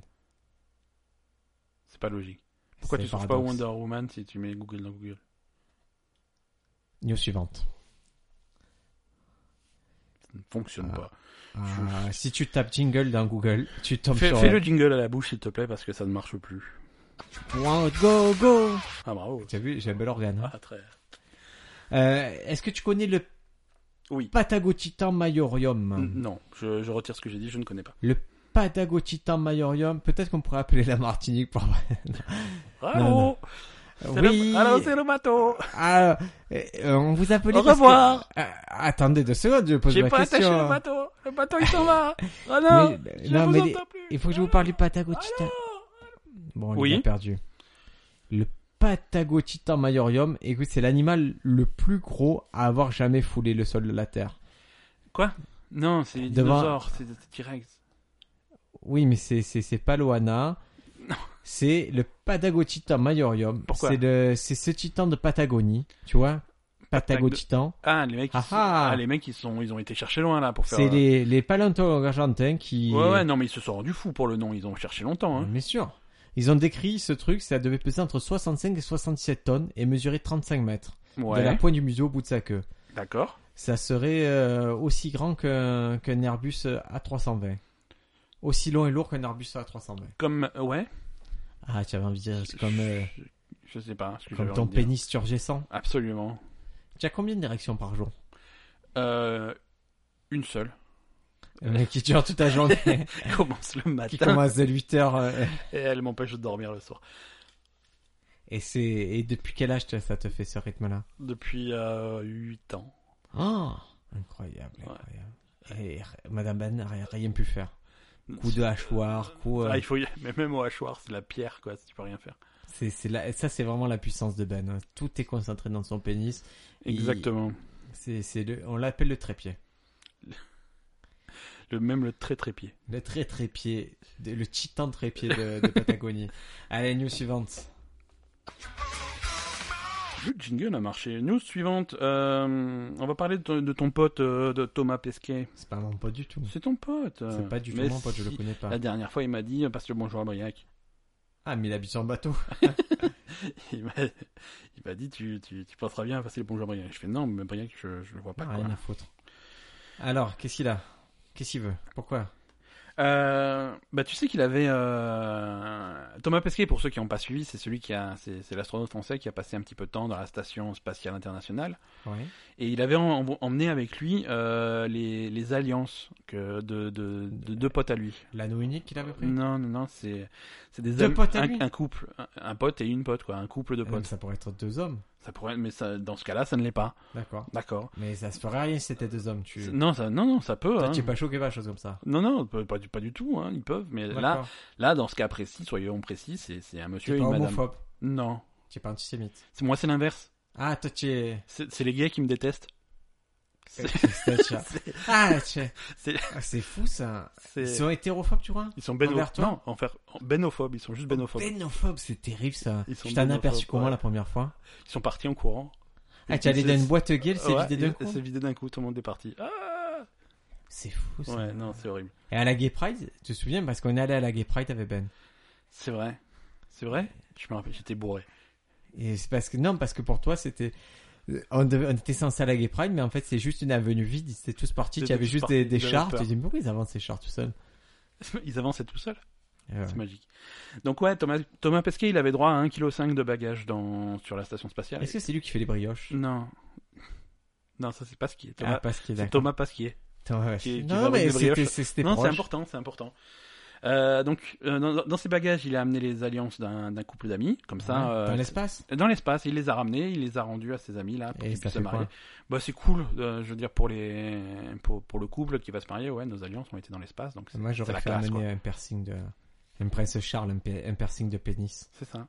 Speaker 1: C'est pas logique. Pourquoi
Speaker 2: C'est
Speaker 1: tu
Speaker 2: le
Speaker 1: trouves pas
Speaker 2: paradoxe.
Speaker 1: Wonder Woman si tu mets Google dans Google
Speaker 2: News suivante.
Speaker 1: Ça ne fonctionne
Speaker 2: Ah.
Speaker 1: pas.
Speaker 2: Ah, si tu tapes jingle dans Google, tu tombes
Speaker 1: Fais,
Speaker 2: sur
Speaker 1: fais le jingle à la bouche, s'il te plaît, parce que ça ne marche plus.
Speaker 2: Wow, go go.
Speaker 1: Ah, bravo.
Speaker 2: T'as vu, j'ai un bel organe. hein.
Speaker 1: Ah, très.
Speaker 2: Euh, Est-ce que tu connais le
Speaker 1: Ah. Oui. Mhm.
Speaker 2: Patagotitan maiorium
Speaker 1: N- Non, je, je retire ce que j'ai dit, je ne connais pas.
Speaker 2: Patagotitan maiorium. Peut-être qu'on pourrait appeler la Martinique pour.
Speaker 1: Bravo C'est le-
Speaker 2: oui.
Speaker 1: Alors, c'est le bateau
Speaker 2: Ah, euh, euh, on vous appelait.
Speaker 1: Au
Speaker 2: parce que-
Speaker 1: revoir.
Speaker 2: Euh, attendez deux secondes, je pose
Speaker 1: J'ai
Speaker 2: ma
Speaker 1: pas attaché
Speaker 2: question.
Speaker 1: le bateau Le bateau, il s'en va Ah non
Speaker 2: Mais-
Speaker 1: Je
Speaker 2: non,
Speaker 1: vous
Speaker 2: mais les-
Speaker 1: entends plus
Speaker 2: Il faut que je vous parle du
Speaker 1: Ah,
Speaker 2: Patagotita. Bon, on
Speaker 1: Oui.
Speaker 2: l'a perdu. Le Patagotitan maiorium, écoute, c'est l'animal le plus gros à avoir jamais foulé le sol de la Terre.
Speaker 1: Non, c'est les
Speaker 2: Devant-
Speaker 1: dinosaures, c'est des T-Rex.
Speaker 2: Oui, mais c'est c'est c'est pas l'Oana. C'est le Patagotitan maiorium.
Speaker 1: Pourquoi
Speaker 2: C'est le c'est ce titan de Patagonie, tu vois Patagotitan.
Speaker 1: Ah, les mecs, ils
Speaker 2: Ah
Speaker 1: sont-
Speaker 2: ah.
Speaker 1: ah, les mecs, ils sont, ils ont été chercher loin là pour faire. euh,
Speaker 2: C'est les les paléontologues argentins qui
Speaker 1: Ouais, ouais, non, mais ils se sont rendus fous pour le nom, ils ont cherché longtemps. Hein.
Speaker 2: Bien sûr. Ils ont décrit ce truc, ça devait peser entre 65 et 67 tonnes et mesurer 35 mètres.
Speaker 1: Ouais,
Speaker 2: Mm. De la pointe du museau au bout de sa queue.
Speaker 1: d'accord.
Speaker 2: Ça serait euh, aussi grand qu'un qu'un Airbus A320. Aussi long et lourd qu'un Airbus A320.
Speaker 1: Comme, euh, ouais,
Speaker 2: Ah, tu avais envie de dire, c'est comme, euh,
Speaker 1: je, je sais pas. Ce que
Speaker 2: comme
Speaker 1: j'avais
Speaker 2: ton
Speaker 1: envie de dire.
Speaker 2: pénis turgescent.
Speaker 1: Absolument.
Speaker 2: Tu as combien d'érections par jour
Speaker 1: Euh, une seule.
Speaker 2: Le mec Euh, qui dure toute la journée,
Speaker 1: Elle commence le
Speaker 2: qui
Speaker 1: matin
Speaker 2: commence de 8 heures. euh,
Speaker 1: et elle m'empêche de dormir le soir.
Speaker 2: et, c'est et depuis quel âge tu- ça te fait ce rythme-là
Speaker 1: Depuis euh, 8 ans.
Speaker 2: Ah Incroyable, incroyable. Et r- Madame Ben n'a rien- rien pu faire. Coup de hachoir, coup. euh,
Speaker 1: Ah, il faut y- Mais même au hachoir, c'est la pierre, quoi, si tu peux rien faire.
Speaker 2: c'est, c'est la- Ça, c'est vraiment la puissance de Ben. hein. Tout est concentré dans son pénis. Il-
Speaker 1: Exactement.
Speaker 2: C'est, c'est le... On l'appelle le trépied.
Speaker 1: Le même le très trépied.
Speaker 2: Le très trépied, de- le titan trépied de, de Patagonie. Allez, news suivante.
Speaker 1: Le jingle a marché. News suivante. euh, on va parler de ton, de ton pote euh, de Thomas Pesquet.
Speaker 2: C'est pas mon pote du tout.
Speaker 1: C'est ton pote. euh,
Speaker 2: Mmh. C'est pas du tout
Speaker 1: mais
Speaker 2: mon pote, je
Speaker 1: si.
Speaker 2: le connais pas.
Speaker 1: La dernière fois, il m'a dit euh, parce que bonjour à Briac.
Speaker 2: Ah, mais il habite sur un bateau.
Speaker 1: Il m'a il m'a dit tu, tu, tu passeras bien à passer le bonjour à Briac. Je fais non, mais Briac, je, je le vois pas.
Speaker 2: Ah,
Speaker 1: quoi.
Speaker 2: rien à foutre. Alors, qu'est-ce qu'il a Qu'est-ce qu'il veut Pourquoi
Speaker 1: Euh, bah, tu sais qu'il avait euh, Thomas Pesquet. Pour ceux qui n'ont pas suivi, c'est celui qui a, c'est c'est l'astronaute français qui a passé un petit peu de temps dans la station spatiale internationale.
Speaker 2: Ouais.
Speaker 1: Et il avait en- emmené avec lui euh, les, les alliances que de de de, deux potes à lui.
Speaker 2: L'anneau unique qu'il avait pris
Speaker 1: Non, non, non, c'est c'est des
Speaker 2: Deux
Speaker 1: am-
Speaker 2: potes à
Speaker 1: un,
Speaker 2: lui
Speaker 1: un couple, un, un pote et une pote quoi, un couple de
Speaker 2: Ah, mais
Speaker 1: potes.
Speaker 2: Ça pourrait être deux hommes.
Speaker 1: Ça pourrait, mais ça, dans ce cas-là, ça ne l'est pas.
Speaker 2: D'accord.
Speaker 1: D'accord.
Speaker 2: Mais ça se ferait rien si c'était deux hommes. Tu
Speaker 1: Non, ça, non, non, ça peut.
Speaker 2: Toi,
Speaker 1: hein.
Speaker 2: tu es pas choqué par chose comme ça.
Speaker 1: Non, non, pas, pas du- pas du tout. Hein, ils peuvent, mais là,
Speaker 2: D'accord.
Speaker 1: là, dans ce cas précis, soyons précis, c'est c'est un
Speaker 2: tu
Speaker 1: monsieur
Speaker 2: es
Speaker 1: et
Speaker 2: pas
Speaker 1: une madame.
Speaker 2: homophobe.
Speaker 1: Non,
Speaker 2: Tu es pas antisémite.
Speaker 1: c'est moi, c'est l'inverse.
Speaker 2: Ah, toi, tu es.
Speaker 1: C'est c'est les gays qui me détestent. C'est-
Speaker 2: C'est- c'est- ah, tu es-
Speaker 1: c'est-
Speaker 2: Ah, c'est fou ça.
Speaker 1: c'est-
Speaker 2: Ils sont hétérophobes, tu vois
Speaker 1: Ils sont béno...
Speaker 2: Envers toi
Speaker 1: non, enfer- bénophobes. Ils sont juste bénophobes.
Speaker 2: Bénophobes, c'est terrible ça.
Speaker 1: Ils sont
Speaker 2: Je t'en ai aperçu
Speaker 1: bénophobes,
Speaker 2: comment
Speaker 1: ouais.
Speaker 2: la première fois
Speaker 1: Ils sont partis en courant.
Speaker 2: Ah,
Speaker 1: Et
Speaker 2: tu es allé
Speaker 1: puis,
Speaker 2: dans
Speaker 1: c'est-
Speaker 2: une boîte gueule, c'est
Speaker 1: Ouais,
Speaker 2: vidé d'un
Speaker 1: ils-
Speaker 2: coup
Speaker 1: C'est vidé d'un coup. Tout le monde est parti. Ah
Speaker 2: C'est fou ça.
Speaker 1: ouais, non, c'est horrible.
Speaker 2: Et à la Gay Pride, tu te souviens Parce qu'on est allé à la Gay Pride avec Ben.
Speaker 1: C'est vrai. C'est vrai. Je me rappelle, j'étais bourré.
Speaker 2: Et c'est parce que non, parce que pour toi c'était euh, on, devait- on était censé aller à la Gay Pride, mais en fait c'est juste une avenue vide. Ils étaient tous partis. Il y
Speaker 1: C'était
Speaker 2: avait
Speaker 1: tous
Speaker 2: juste
Speaker 1: partis,
Speaker 2: des, des
Speaker 1: ils avaient
Speaker 2: chars. Tu
Speaker 1: peur.
Speaker 2: te dis mais pourquoi ils avancent ces chars tout seuls
Speaker 1: Ils avançaient tout seuls.
Speaker 2: Euh,
Speaker 1: C'est magique. Donc ouais, Thomas, Thomas Pesquet, il avait droit à 1,5 kg de bagages dans, sur la station spatiale.
Speaker 2: Est-ce que c'est lui qui fait les brioches
Speaker 1: Non. Non, ça c'est pas ce qui est. Thomas,
Speaker 2: Ah, parce qu'il est
Speaker 1: c'est
Speaker 2: d'accord.
Speaker 1: Thomas Pasquier.
Speaker 2: Attends, ouais.
Speaker 1: qui- qui
Speaker 2: non,
Speaker 1: fabrique
Speaker 2: mais
Speaker 1: des
Speaker 2: c'était
Speaker 1: brioches.
Speaker 2: c'est- c'était
Speaker 1: Non, c'est
Speaker 2: proche.
Speaker 1: important, c'est important. Euh, donc, euh, dans, dans ses bagages, il a amené les alliances d'un d'un couple d'amis, comme ça.
Speaker 2: Ouais,
Speaker 1: euh,
Speaker 2: Dans l'espace.
Speaker 1: dans l'espace, il les a ramenés, il les a rendus à ses amis là pour
Speaker 2: Et
Speaker 1: qu'ils
Speaker 2: ça
Speaker 1: puissent se
Speaker 2: fait quoi
Speaker 1: marier. Bah c'est cool, euh, je veux dire pour les pour, pour le couple qui va se marier, ouais, nos alliances ont été dans l'espace, donc c'est
Speaker 2: Moi
Speaker 1: c'est
Speaker 2: j'aurais
Speaker 1: la
Speaker 2: fait
Speaker 1: classe. quoi.
Speaker 2: amener un piercing de un prince Charles, un, pe- un piercing de pénis.
Speaker 1: C'est ça.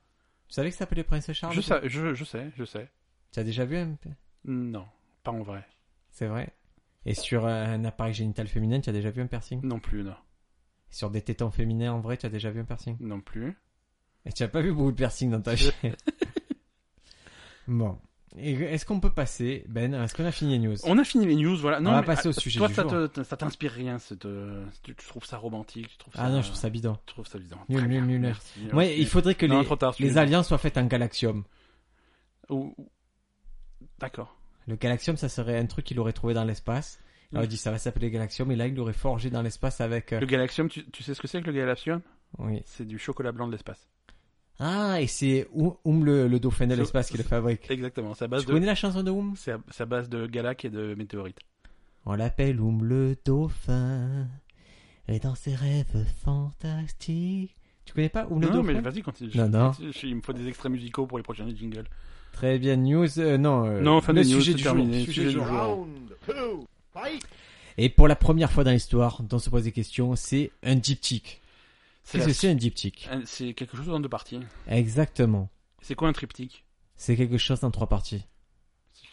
Speaker 2: Tu savais que ça s'appelait prince Charles
Speaker 1: Je
Speaker 2: toi
Speaker 1: sais, je, je sais, je sais.
Speaker 2: Tu as déjà vu un pe-
Speaker 1: Non, pas en vrai.
Speaker 2: C'est vrai. Et sur euh, un appareil génital féminin, tu as déjà vu un piercing
Speaker 1: Non plus, non,
Speaker 2: Sur des tétons féminins en vrai, tu as déjà vu un piercing
Speaker 1: non plus.
Speaker 2: Et tu as pas vu beaucoup de piercing dans ta vie.
Speaker 1: Je-
Speaker 2: bon. Et Est-ce qu'on peut passer, Ben Est-ce qu'on a fini les news
Speaker 1: On a fini les news, voilà. Non,
Speaker 2: On va
Speaker 1: mais,
Speaker 2: passer au
Speaker 1: ah,
Speaker 2: sujet
Speaker 1: Toi,
Speaker 2: du
Speaker 1: ça
Speaker 2: jour.
Speaker 1: te- te- ça t'inspire rien, cette, euh, tu, tu trouves ça romantique, tu trouves ça.
Speaker 2: Ah non, je trouve ça bidon.
Speaker 1: Tu trouves ça bizarre.
Speaker 2: Nul,
Speaker 1: Très
Speaker 2: nul,
Speaker 1: bien,
Speaker 2: nul.
Speaker 1: Merci.
Speaker 2: Moi,
Speaker 1: merci.
Speaker 2: il faudrait que
Speaker 1: Ah, Non,
Speaker 2: les,
Speaker 1: trop tard,
Speaker 2: les
Speaker 1: celui-là.
Speaker 2: alliances soient faites en galaxium.
Speaker 1: Ou- ou- D'accord.
Speaker 2: Le galaxium, ça serait un truc qu'il aurait trouvé dans l'espace. Alors
Speaker 1: Oui.
Speaker 2: il dit ça va s'appeler galaxium et là il l'aurait forgé dans l'espace avec. euh,
Speaker 1: Le Galaxium, tu, tu sais ce que c'est que le Galaxium
Speaker 2: Oui.
Speaker 1: C'est du chocolat blanc de l'espace.
Speaker 2: Ah et c'est Oum Oum le, le dauphin de
Speaker 1: C'est-
Speaker 2: l'espace qui le
Speaker 1: c'est-
Speaker 2: fabrique.
Speaker 1: Exactement, c'est à
Speaker 2: Tu
Speaker 1: base de.
Speaker 2: connais la chanson de Oum
Speaker 1: C'est à, c'est à base de galac et de météorites.
Speaker 2: On l'appelle Oum le dauphin. Et dans ses rêves fantastiques. Tu connais pas Oum le
Speaker 1: non, non,
Speaker 2: dauphin
Speaker 1: mais vas-y, continue.
Speaker 2: Non, non.
Speaker 1: Je- je- il me faut des extraits musicaux pour les prochains jingles.
Speaker 2: Très bien, news. euh, non, euh,
Speaker 1: Non, fin
Speaker 2: le
Speaker 1: des news,
Speaker 2: sujet
Speaker 1: c'est
Speaker 2: du
Speaker 1: terminé.
Speaker 2: jour.
Speaker 1: Sujet du jour.
Speaker 3: Round two, fight!
Speaker 2: Et pour la première fois dans l'histoire, dont se pose des questions, c'est un diptyque.
Speaker 1: C'est
Speaker 2: Qu'est-ce
Speaker 1: la-
Speaker 2: que c'est un diptyque
Speaker 1: un- C'est quelque chose en deux parties.
Speaker 2: Exactement.
Speaker 1: C'est quoi un triptyque
Speaker 2: C'est quelque chose en trois parties.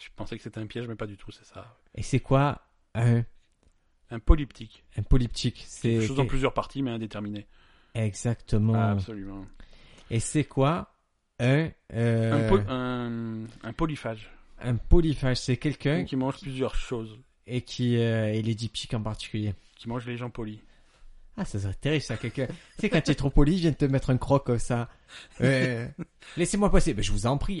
Speaker 1: Je pensais que c'était un piège, mais pas du tout, c'est ça.
Speaker 2: Et c'est quoi un,
Speaker 1: Un polyptyque.
Speaker 2: un polyptyque C'est
Speaker 1: Quelque chose en plusieurs parties, mais indéterminé.
Speaker 2: Exactement.
Speaker 1: Ah, absolument.
Speaker 2: Et c'est quoi un, euh,
Speaker 1: Un, po- un- un polyphage.
Speaker 2: un polyphage C'est quelqu'un
Speaker 1: Qui mange plusieurs choses.
Speaker 2: et qui euh, et les diptyques en particulier.
Speaker 1: Qui mange les gens polis.
Speaker 2: Ah, ça serait terrible ça, quelqu'un. tu sais, quand tu es trop poli, vient te mettre un croc comme ça. Euh, Laissez-moi passer. Ben, je vous en prie.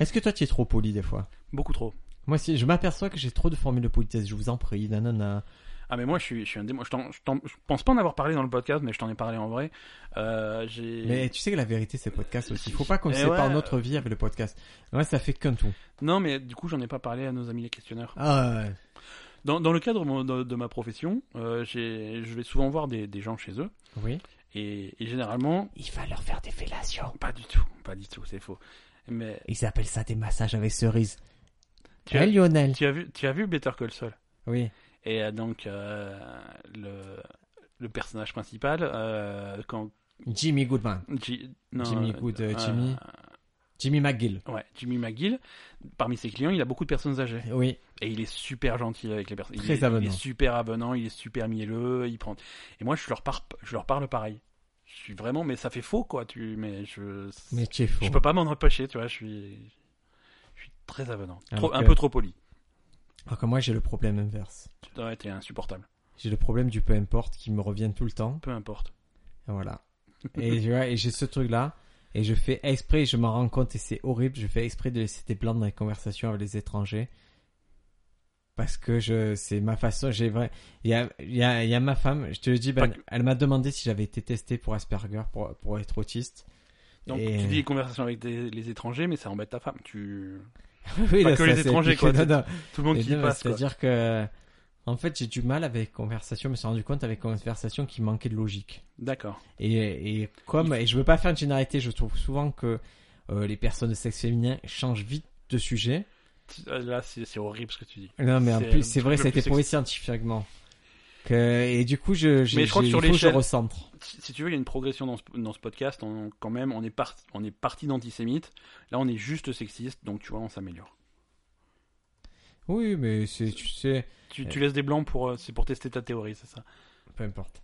Speaker 2: Est-ce que toi, tu es trop poli des fois
Speaker 1: Beaucoup trop.
Speaker 2: Moi, si je m'aperçois que j'ai trop de formules de politesse, je vous en prie, nanana.
Speaker 1: Ah, mais moi, je suis, je suis un démon. Je, t'en- je t'en- je pense pas en avoir parlé dans le podcast, mais je t'en ai parlé en vrai. Euh, j'ai...
Speaker 2: Mais tu sais que la vérité, c'est podcast aussi. Il faut pas qu'on
Speaker 1: Eh
Speaker 2: sépare
Speaker 1: ouais.
Speaker 2: notre vie avec le podcast. Moi, ça fait qu'un tout.
Speaker 1: Non, mais du coup, j'en ai pas parlé à nos amis les questionneurs.
Speaker 2: Ah, ouais.
Speaker 1: Dans, dans le cadre mo- de, de ma profession, euh, j'ai- je vais souvent voir des, des gens chez eux.
Speaker 2: oui.
Speaker 1: Et, et généralement,
Speaker 2: Il va leur faire des fellations.
Speaker 1: pas du tout. Pas du tout, c'est faux. Mais
Speaker 2: Ils appellent ça des massages avec cerises.
Speaker 1: Tu
Speaker 2: Tu
Speaker 1: as-
Speaker 2: Lionel
Speaker 1: tu as vu, tu as vu Better Call Saul
Speaker 2: Hein? Oui.
Speaker 1: Et euh, donc, euh, le, le personnage principal, euh, quand
Speaker 2: Jimmy Goodman.
Speaker 1: Ji- non,
Speaker 2: Jimmy
Speaker 1: euh,
Speaker 2: Good, euh,
Speaker 1: euh,
Speaker 2: Jimmy. Jimmy McGill.
Speaker 1: ouais, Jimmy McGill, parmi ses clients, il a beaucoup de personnes âgées.
Speaker 2: Oui.
Speaker 1: Et il est super gentil avec les personnes.
Speaker 2: Très
Speaker 1: il, est- il
Speaker 2: avenant.
Speaker 1: est super avenant, il est super mielleux, il prend. Et moi, je leur, par- je leur parle pareil. Je suis vraiment, mais ça fait faux, quoi. Tu, mais je,
Speaker 2: Mais tu es faux.
Speaker 1: je peux pas m'en empêcher, tu vois. Je suis, je suis très avenant,
Speaker 2: Alors
Speaker 1: Trop- un
Speaker 2: que-
Speaker 1: peu trop poli.
Speaker 2: Alors que moi, j'ai le problème inverse.
Speaker 1: Tu dois être insupportable.
Speaker 2: J'ai le problème du peu importe qui me revient tout le temps.
Speaker 1: Peu importe.
Speaker 2: Voilà. Et je vois, et j'ai ce truc-là. Et je fais exprès, je m'en rends compte et c'est horrible, je fais exprès de laisser des blancs dans les conversations avec les étrangers. Parce que je, c'est ma façon, j'ai vrai. Il y a, il y a, il y a ma femme, je te le dis, ben,
Speaker 1: Pas
Speaker 2: elle m'a demandé si j'avais été testé pour Asperger, pour, pour être autiste.
Speaker 1: Donc
Speaker 2: Et- euh,
Speaker 1: tu dis les conversations avec des- les étrangers, mais ça embête ta femme. Tu...
Speaker 2: oui,
Speaker 1: Pas
Speaker 2: là,
Speaker 1: que
Speaker 2: ça,
Speaker 1: les
Speaker 2: c'est
Speaker 1: étrangers, quoi,
Speaker 2: Non, non.
Speaker 1: Tout le monde
Speaker 2: Et
Speaker 1: qui y
Speaker 2: non,
Speaker 1: passe. Quoi.
Speaker 2: Eh C'est-à-dire que, en fait, j'ai du mal avec conversation, je me suis rendu compte avec conversation qui manquait de logique.
Speaker 1: D'accord.
Speaker 2: Et, et comme, et je veux pas faire une généralité, je trouve souvent que euh, les personnes de sexe féminin changent vite de sujet.
Speaker 1: Tu- euh, Là, c'est c'est horrible ce que tu dis.
Speaker 2: Non, mais en
Speaker 1: C'est
Speaker 2: plus,
Speaker 1: le
Speaker 2: c'est
Speaker 1: truc
Speaker 2: vrai,
Speaker 1: le
Speaker 2: ça a
Speaker 1: plus
Speaker 2: été prouvé scientifiquement. Que, et du coup, je, j'ai-
Speaker 1: Mais je crois que
Speaker 2: j'ai-
Speaker 1: sur
Speaker 2: il faut que je
Speaker 1: l'échelle-
Speaker 2: recentre.
Speaker 1: Si si tu veux, il y a une progression dans ce, dans ce podcast. On, quand même, on est, parti on est parti d'antisémite. Là, on est juste sexiste, donc tu vois, on s'améliore.
Speaker 2: Oui, mais c'est, tu sais,
Speaker 1: Tu,
Speaker 2: Eh.
Speaker 1: tu laisses des blancs pour, euh, c'est pour tester ta théorie, c'est ça
Speaker 2: peu importe.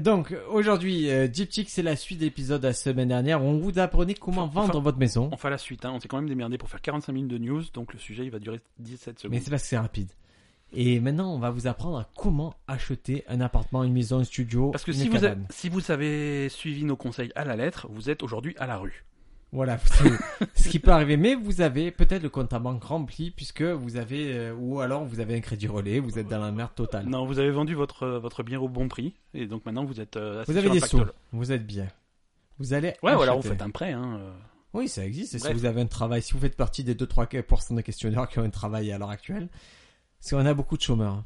Speaker 2: Donc, aujourd'hui, euh, Diptyque, c'est la suite de l'épisode de la semaine dernière où on vous apprenait comment
Speaker 1: Enfin-
Speaker 2: vendre votre maison.
Speaker 1: On fait la suite, hein. on s'est quand même démerdé pour faire 45 minutes de news, donc le sujet il va durer 17 secondes.
Speaker 2: Mais c'est parce que c'est rapide. Et maintenant, on va vous apprendre à comment acheter un appartement, une maison, un studio,
Speaker 1: Parce que
Speaker 2: une
Speaker 1: si vous, a-
Speaker 2: cabane.
Speaker 1: si vous avez suivi nos conseils à la lettre, vous êtes aujourd'hui à la rue.
Speaker 2: Voilà, c'est ce qui peut arriver. Mais vous avez peut-être le compte en banque rempli puisque vous avez, euh, ou alors vous avez un crédit relais, vous êtes dans la merde totale.
Speaker 1: Non, vous avez vendu votre, euh, votre bien au bon prix, et donc maintenant vous êtes euh, assis
Speaker 2: vous avez
Speaker 1: sur un
Speaker 2: des sous,
Speaker 1: pactole.
Speaker 2: vous êtes bien. Vous allez.
Speaker 1: Ouais,
Speaker 2: acheter.
Speaker 1: voilà, vous faites un prêt. Hein. euh.
Speaker 2: Oui, ça existe. Si
Speaker 1: Bref.
Speaker 2: vous avez un travail, si vous faites partie des 2-3% des questionneurs qui ont un travail à l'heure actuelle, parce qu'on a beaucoup de chômeurs.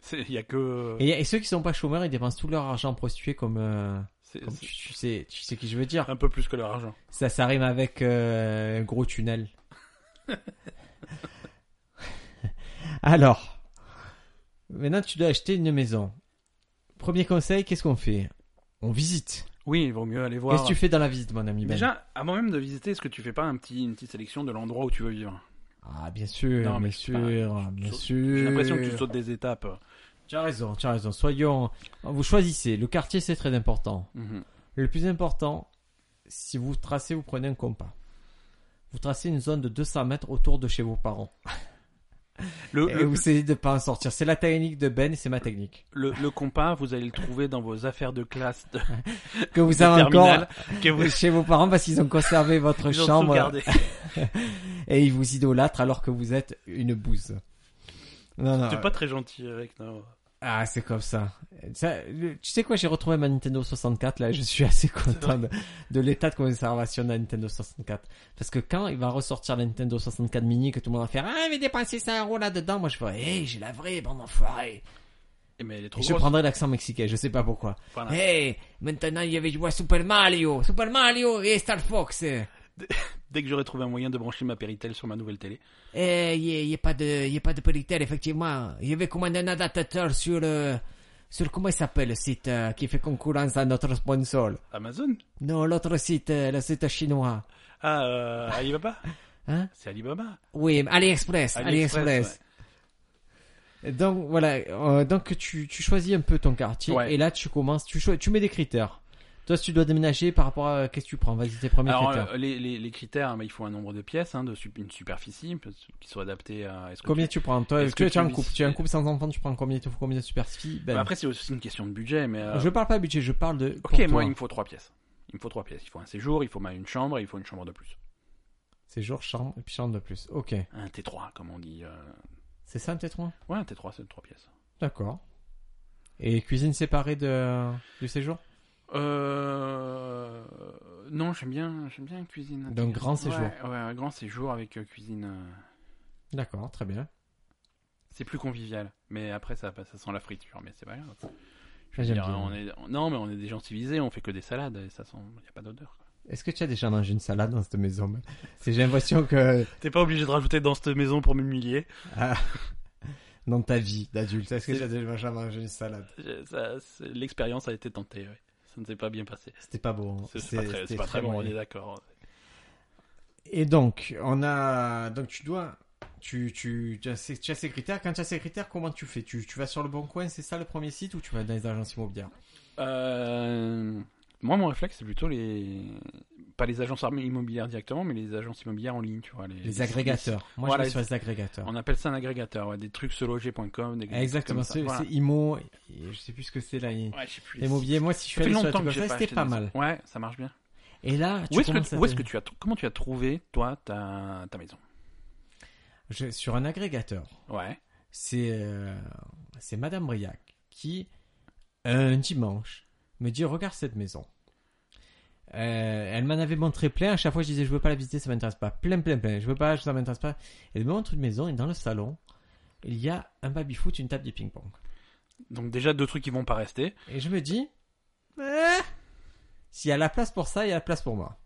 Speaker 1: C'est- Il y a que.
Speaker 2: Et, et ceux qui sont pas chômeurs, ils dépensent tout leur argent en prostituées comme, euh,
Speaker 1: c'est-
Speaker 2: comme
Speaker 1: c'est
Speaker 2: tu, tu sais, tu sais qui je veux dire.
Speaker 1: un peu plus que leur argent.
Speaker 2: Ça, ça rime avec euh, un gros tunnel. Alors, maintenant tu dois acheter une maison. Premier conseil, qu'est-ce qu'on fait On visite.
Speaker 1: Oui, il vaut mieux aller voir.
Speaker 2: Qu'est-ce que tu fais dans la visite, mon ami Ben
Speaker 1: Déjà, avant même de visiter, est-ce que tu fais pas un petit, une petite sélection de l'endroit où tu veux vivre
Speaker 2: Ah, bien sûr,
Speaker 1: Non, mais
Speaker 2: bien
Speaker 1: je sais pas,
Speaker 2: sûr, bien
Speaker 1: saute-
Speaker 2: sûr.
Speaker 1: J'ai l'impression que tu sautes des étapes.
Speaker 2: Tu as raison, tu as raison. Soyons. Vous choisissez. Le quartier, c'est très important.
Speaker 1: Mhm.
Speaker 2: Le plus important, si vous tracez, vous prenez un compas. Vous tracez une zone de 200 mètres autour de chez vos parents.
Speaker 1: Le,
Speaker 2: Et
Speaker 1: le,
Speaker 2: vous essayez de pas en sortir. C'est la technique de Ben et c'est ma technique.
Speaker 1: le- le compas, vous allez le trouver dans vos affaires de classe de,
Speaker 2: Que vous
Speaker 1: de
Speaker 2: avez encore
Speaker 1: terminale, que vous
Speaker 2: chez vos parents parce qu'ils ont conservé votre
Speaker 1: ils ont
Speaker 2: chambre
Speaker 1: sauvegardé.
Speaker 2: et ils vous idolâtrent alors que vous êtes une bouse. Non, non.
Speaker 1: T'es pas très gentil avec nos.
Speaker 2: Ah, c'est comme ça. Ça, le- tu sais quoi, j'ai retrouvé ma Nintendo 64 là, je suis assez content de, de l'état de conservation de la Nintendo 64. Parce que quand il va ressortir la Nintendo 64 mini, que tout le monde va faire Ah, mais dépensez 100 euros là-dedans, moi je ferai Hey, j'ai la vraie bande d'enfoirés.
Speaker 1: Eh, Mais elle est trop
Speaker 2: Et je
Speaker 1: grosse.
Speaker 2: prendrai l'accent mexicain, je sais pas pourquoi.
Speaker 1: Voilà.
Speaker 2: Hey, Eh, maintenant il y avait joué à Super Mario, Super Mario et Star Fox. Eh,
Speaker 1: Dès que j'aurai trouvé un moyen de brancher ma Péritel sur ma nouvelle télé.
Speaker 2: il n'y a, pas de, il Eh, y a pas de Péritel, effectivement. Il y avait commandé un adaptateur sur le, sur comment il s'appelle le site euh, qui fait concurrence à notre sponsor.
Speaker 1: Amazon
Speaker 2: Non, l'autre site, euh, le site chinois.
Speaker 1: Ah, euh, Alibaba
Speaker 2: Hein
Speaker 1: C'est Alibaba.
Speaker 2: Oui, AliExpress, AliExpress.
Speaker 1: AliExpress,
Speaker 2: Donc voilà, euh, donc tu, tu choisis un peu ton quartier
Speaker 1: Ouais.
Speaker 2: et là tu commences, tu, cho- tu mets des critères. Toi, si tu dois déménager par rapport à qu'est-ce que tu prends, vas-y tes premiers
Speaker 1: Alors,
Speaker 2: critères.
Speaker 1: euh, les, les- les critères, mais il faut un nombre de pièces, hein, de sup- une superficie parce- qui soit adaptée à. est-ce que
Speaker 2: Combien
Speaker 1: tu-
Speaker 2: tu prends Toi,
Speaker 1: Est-ce
Speaker 2: tu,
Speaker 1: que
Speaker 2: tu as
Speaker 1: tu
Speaker 2: un
Speaker 1: vis-
Speaker 2: couple, tu as un couple sans enfant, tu prends combien, tu combien de superficie ben,
Speaker 1: Bah, Après, c'est aussi une question de budget, mais. euh,
Speaker 2: Je parle pas budget, je parle de.
Speaker 1: Ok,
Speaker 2: pour toi.
Speaker 1: moi, il me faut trois pièces. Il me faut trois pièces. Il faut un séjour, il faut ma- une chambre, et il faut une chambre de plus.
Speaker 2: Séjour, chambre, et puis chambre de plus. Ok.
Speaker 1: Un T3, comme on dit. euh.
Speaker 2: C'est ça peut-être moi
Speaker 1: Ouais, un T3, c'est trois pièces.
Speaker 2: D'accord. Et cuisine séparée de... du séjour
Speaker 1: Euh... Non, j'aime bien, j'aime bien cuisine.
Speaker 2: Donc, grand
Speaker 1: Ouais,
Speaker 2: séjour.
Speaker 1: Ouais, un grand séjour avec euh, cuisine. euh,
Speaker 2: D'accord, très bien.
Speaker 1: C'est plus convivial. Mais après, ça, ça sent la friture, mais c'est pas grave. Je
Speaker 2: Ah,
Speaker 1: veux
Speaker 2: j'aime
Speaker 1: dire,
Speaker 2: bien.
Speaker 1: on est... Non, mais on est des gens civilisés, on fait que des salades, et ça sent... Il n'y a pas d'odeur. quoi.
Speaker 2: Est-ce que tu as déjà mangé une salade dans cette maison C'est j'ai l'impression que
Speaker 1: T'es pas obligé de rajouter dans cette maison pour m'humilier.
Speaker 2: ah, dans ta vie d'adulte, est-ce que
Speaker 1: C'est-
Speaker 2: tu as déjà mangé une salade
Speaker 1: Je- ça- c'est- L'expérience a été tentée, ouais. Ça ne s'est pas bien passé.
Speaker 2: C'était pas bon.
Speaker 1: C'est c'est pas très, c'est pas très bon, on est d'accord.
Speaker 2: Et donc, on a. Donc, tu dois. Tu, tu, tu as, ces, tu as ces critères. Quand tu as ces critères, comment tu fais tu, tu vas sur le bon coin, c'est ça le premier site, ou tu vas dans les agences immobilières
Speaker 1: Euh, Moi, mon réflexe, c'est plutôt les... pas les agences immobilières directement, mais les agences immobilières en ligne, tu vois. Les,
Speaker 2: Les agrégateurs. Moi,
Speaker 1: Voilà,
Speaker 2: je vais sur les agrégateurs.
Speaker 1: On appelle ça un agrégateur, ouais, des trucs se loger.com, des des trucs
Speaker 2: Exactement.
Speaker 1: comme ça,
Speaker 2: C'est
Speaker 1: voilà.
Speaker 2: c'est Imo. et Je sais plus ce que c'est là. il-
Speaker 1: Ouais, je sais plus.
Speaker 2: Immobilier. Moi, si je
Speaker 1: Ça
Speaker 2: suis
Speaker 1: fait
Speaker 2: allé sur la
Speaker 1: longtemps que
Speaker 2: truc
Speaker 1: j'ai
Speaker 2: comme ça,
Speaker 1: pas
Speaker 2: c'était
Speaker 1: acheté
Speaker 2: pas
Speaker 1: des-
Speaker 2: mal.
Speaker 1: Ouais, ça marche bien.
Speaker 2: Et là, tu
Speaker 1: Où est-ce
Speaker 2: commences
Speaker 1: que,
Speaker 2: à
Speaker 1: où est-ce
Speaker 2: te-
Speaker 1: que tu as, tr- comment tu as trouvé, toi, ta, ta maison?
Speaker 2: Je- sur un agrégateur.
Speaker 1: Ouais.
Speaker 2: C'est euh, c'est Madame Briac qui euh, un dimanche me dit regarde cette maison. Euh, elle m'en avait montré plein. À chaque fois, je disais je veux pas la visiter, ça m'intéresse pas. Plein, plein, plein. Je veux pas, ça m'intéresse pas. Elle me montre une maison et dans le salon, il y a un baby foot, une table de ping pong.
Speaker 1: Donc, déjà, deux trucs qui vont pas rester.
Speaker 2: Et je me dis, Eh, s'il y a la place pour ça, il y a la place pour moi.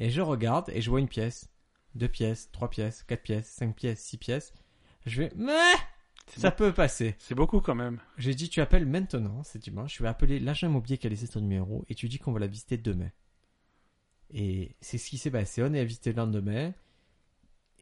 Speaker 2: Et je regarde et je vois une pièce, deux pièces, trois pièces, quatre pièces, cinq pièces, six pièces. Je vais, mais
Speaker 1: C'est
Speaker 2: ça
Speaker 1: beau-
Speaker 2: peut passer.
Speaker 1: C'est beaucoup quand même.
Speaker 2: J'ai dit, tu appelles maintenant, c'est dimanche. Je vais appeler l'agent immobilier qui a laissé ton numéro et tu dis qu'on va la visiter demain. Et c'est ce qui s'est passé. On est invité le lendemain.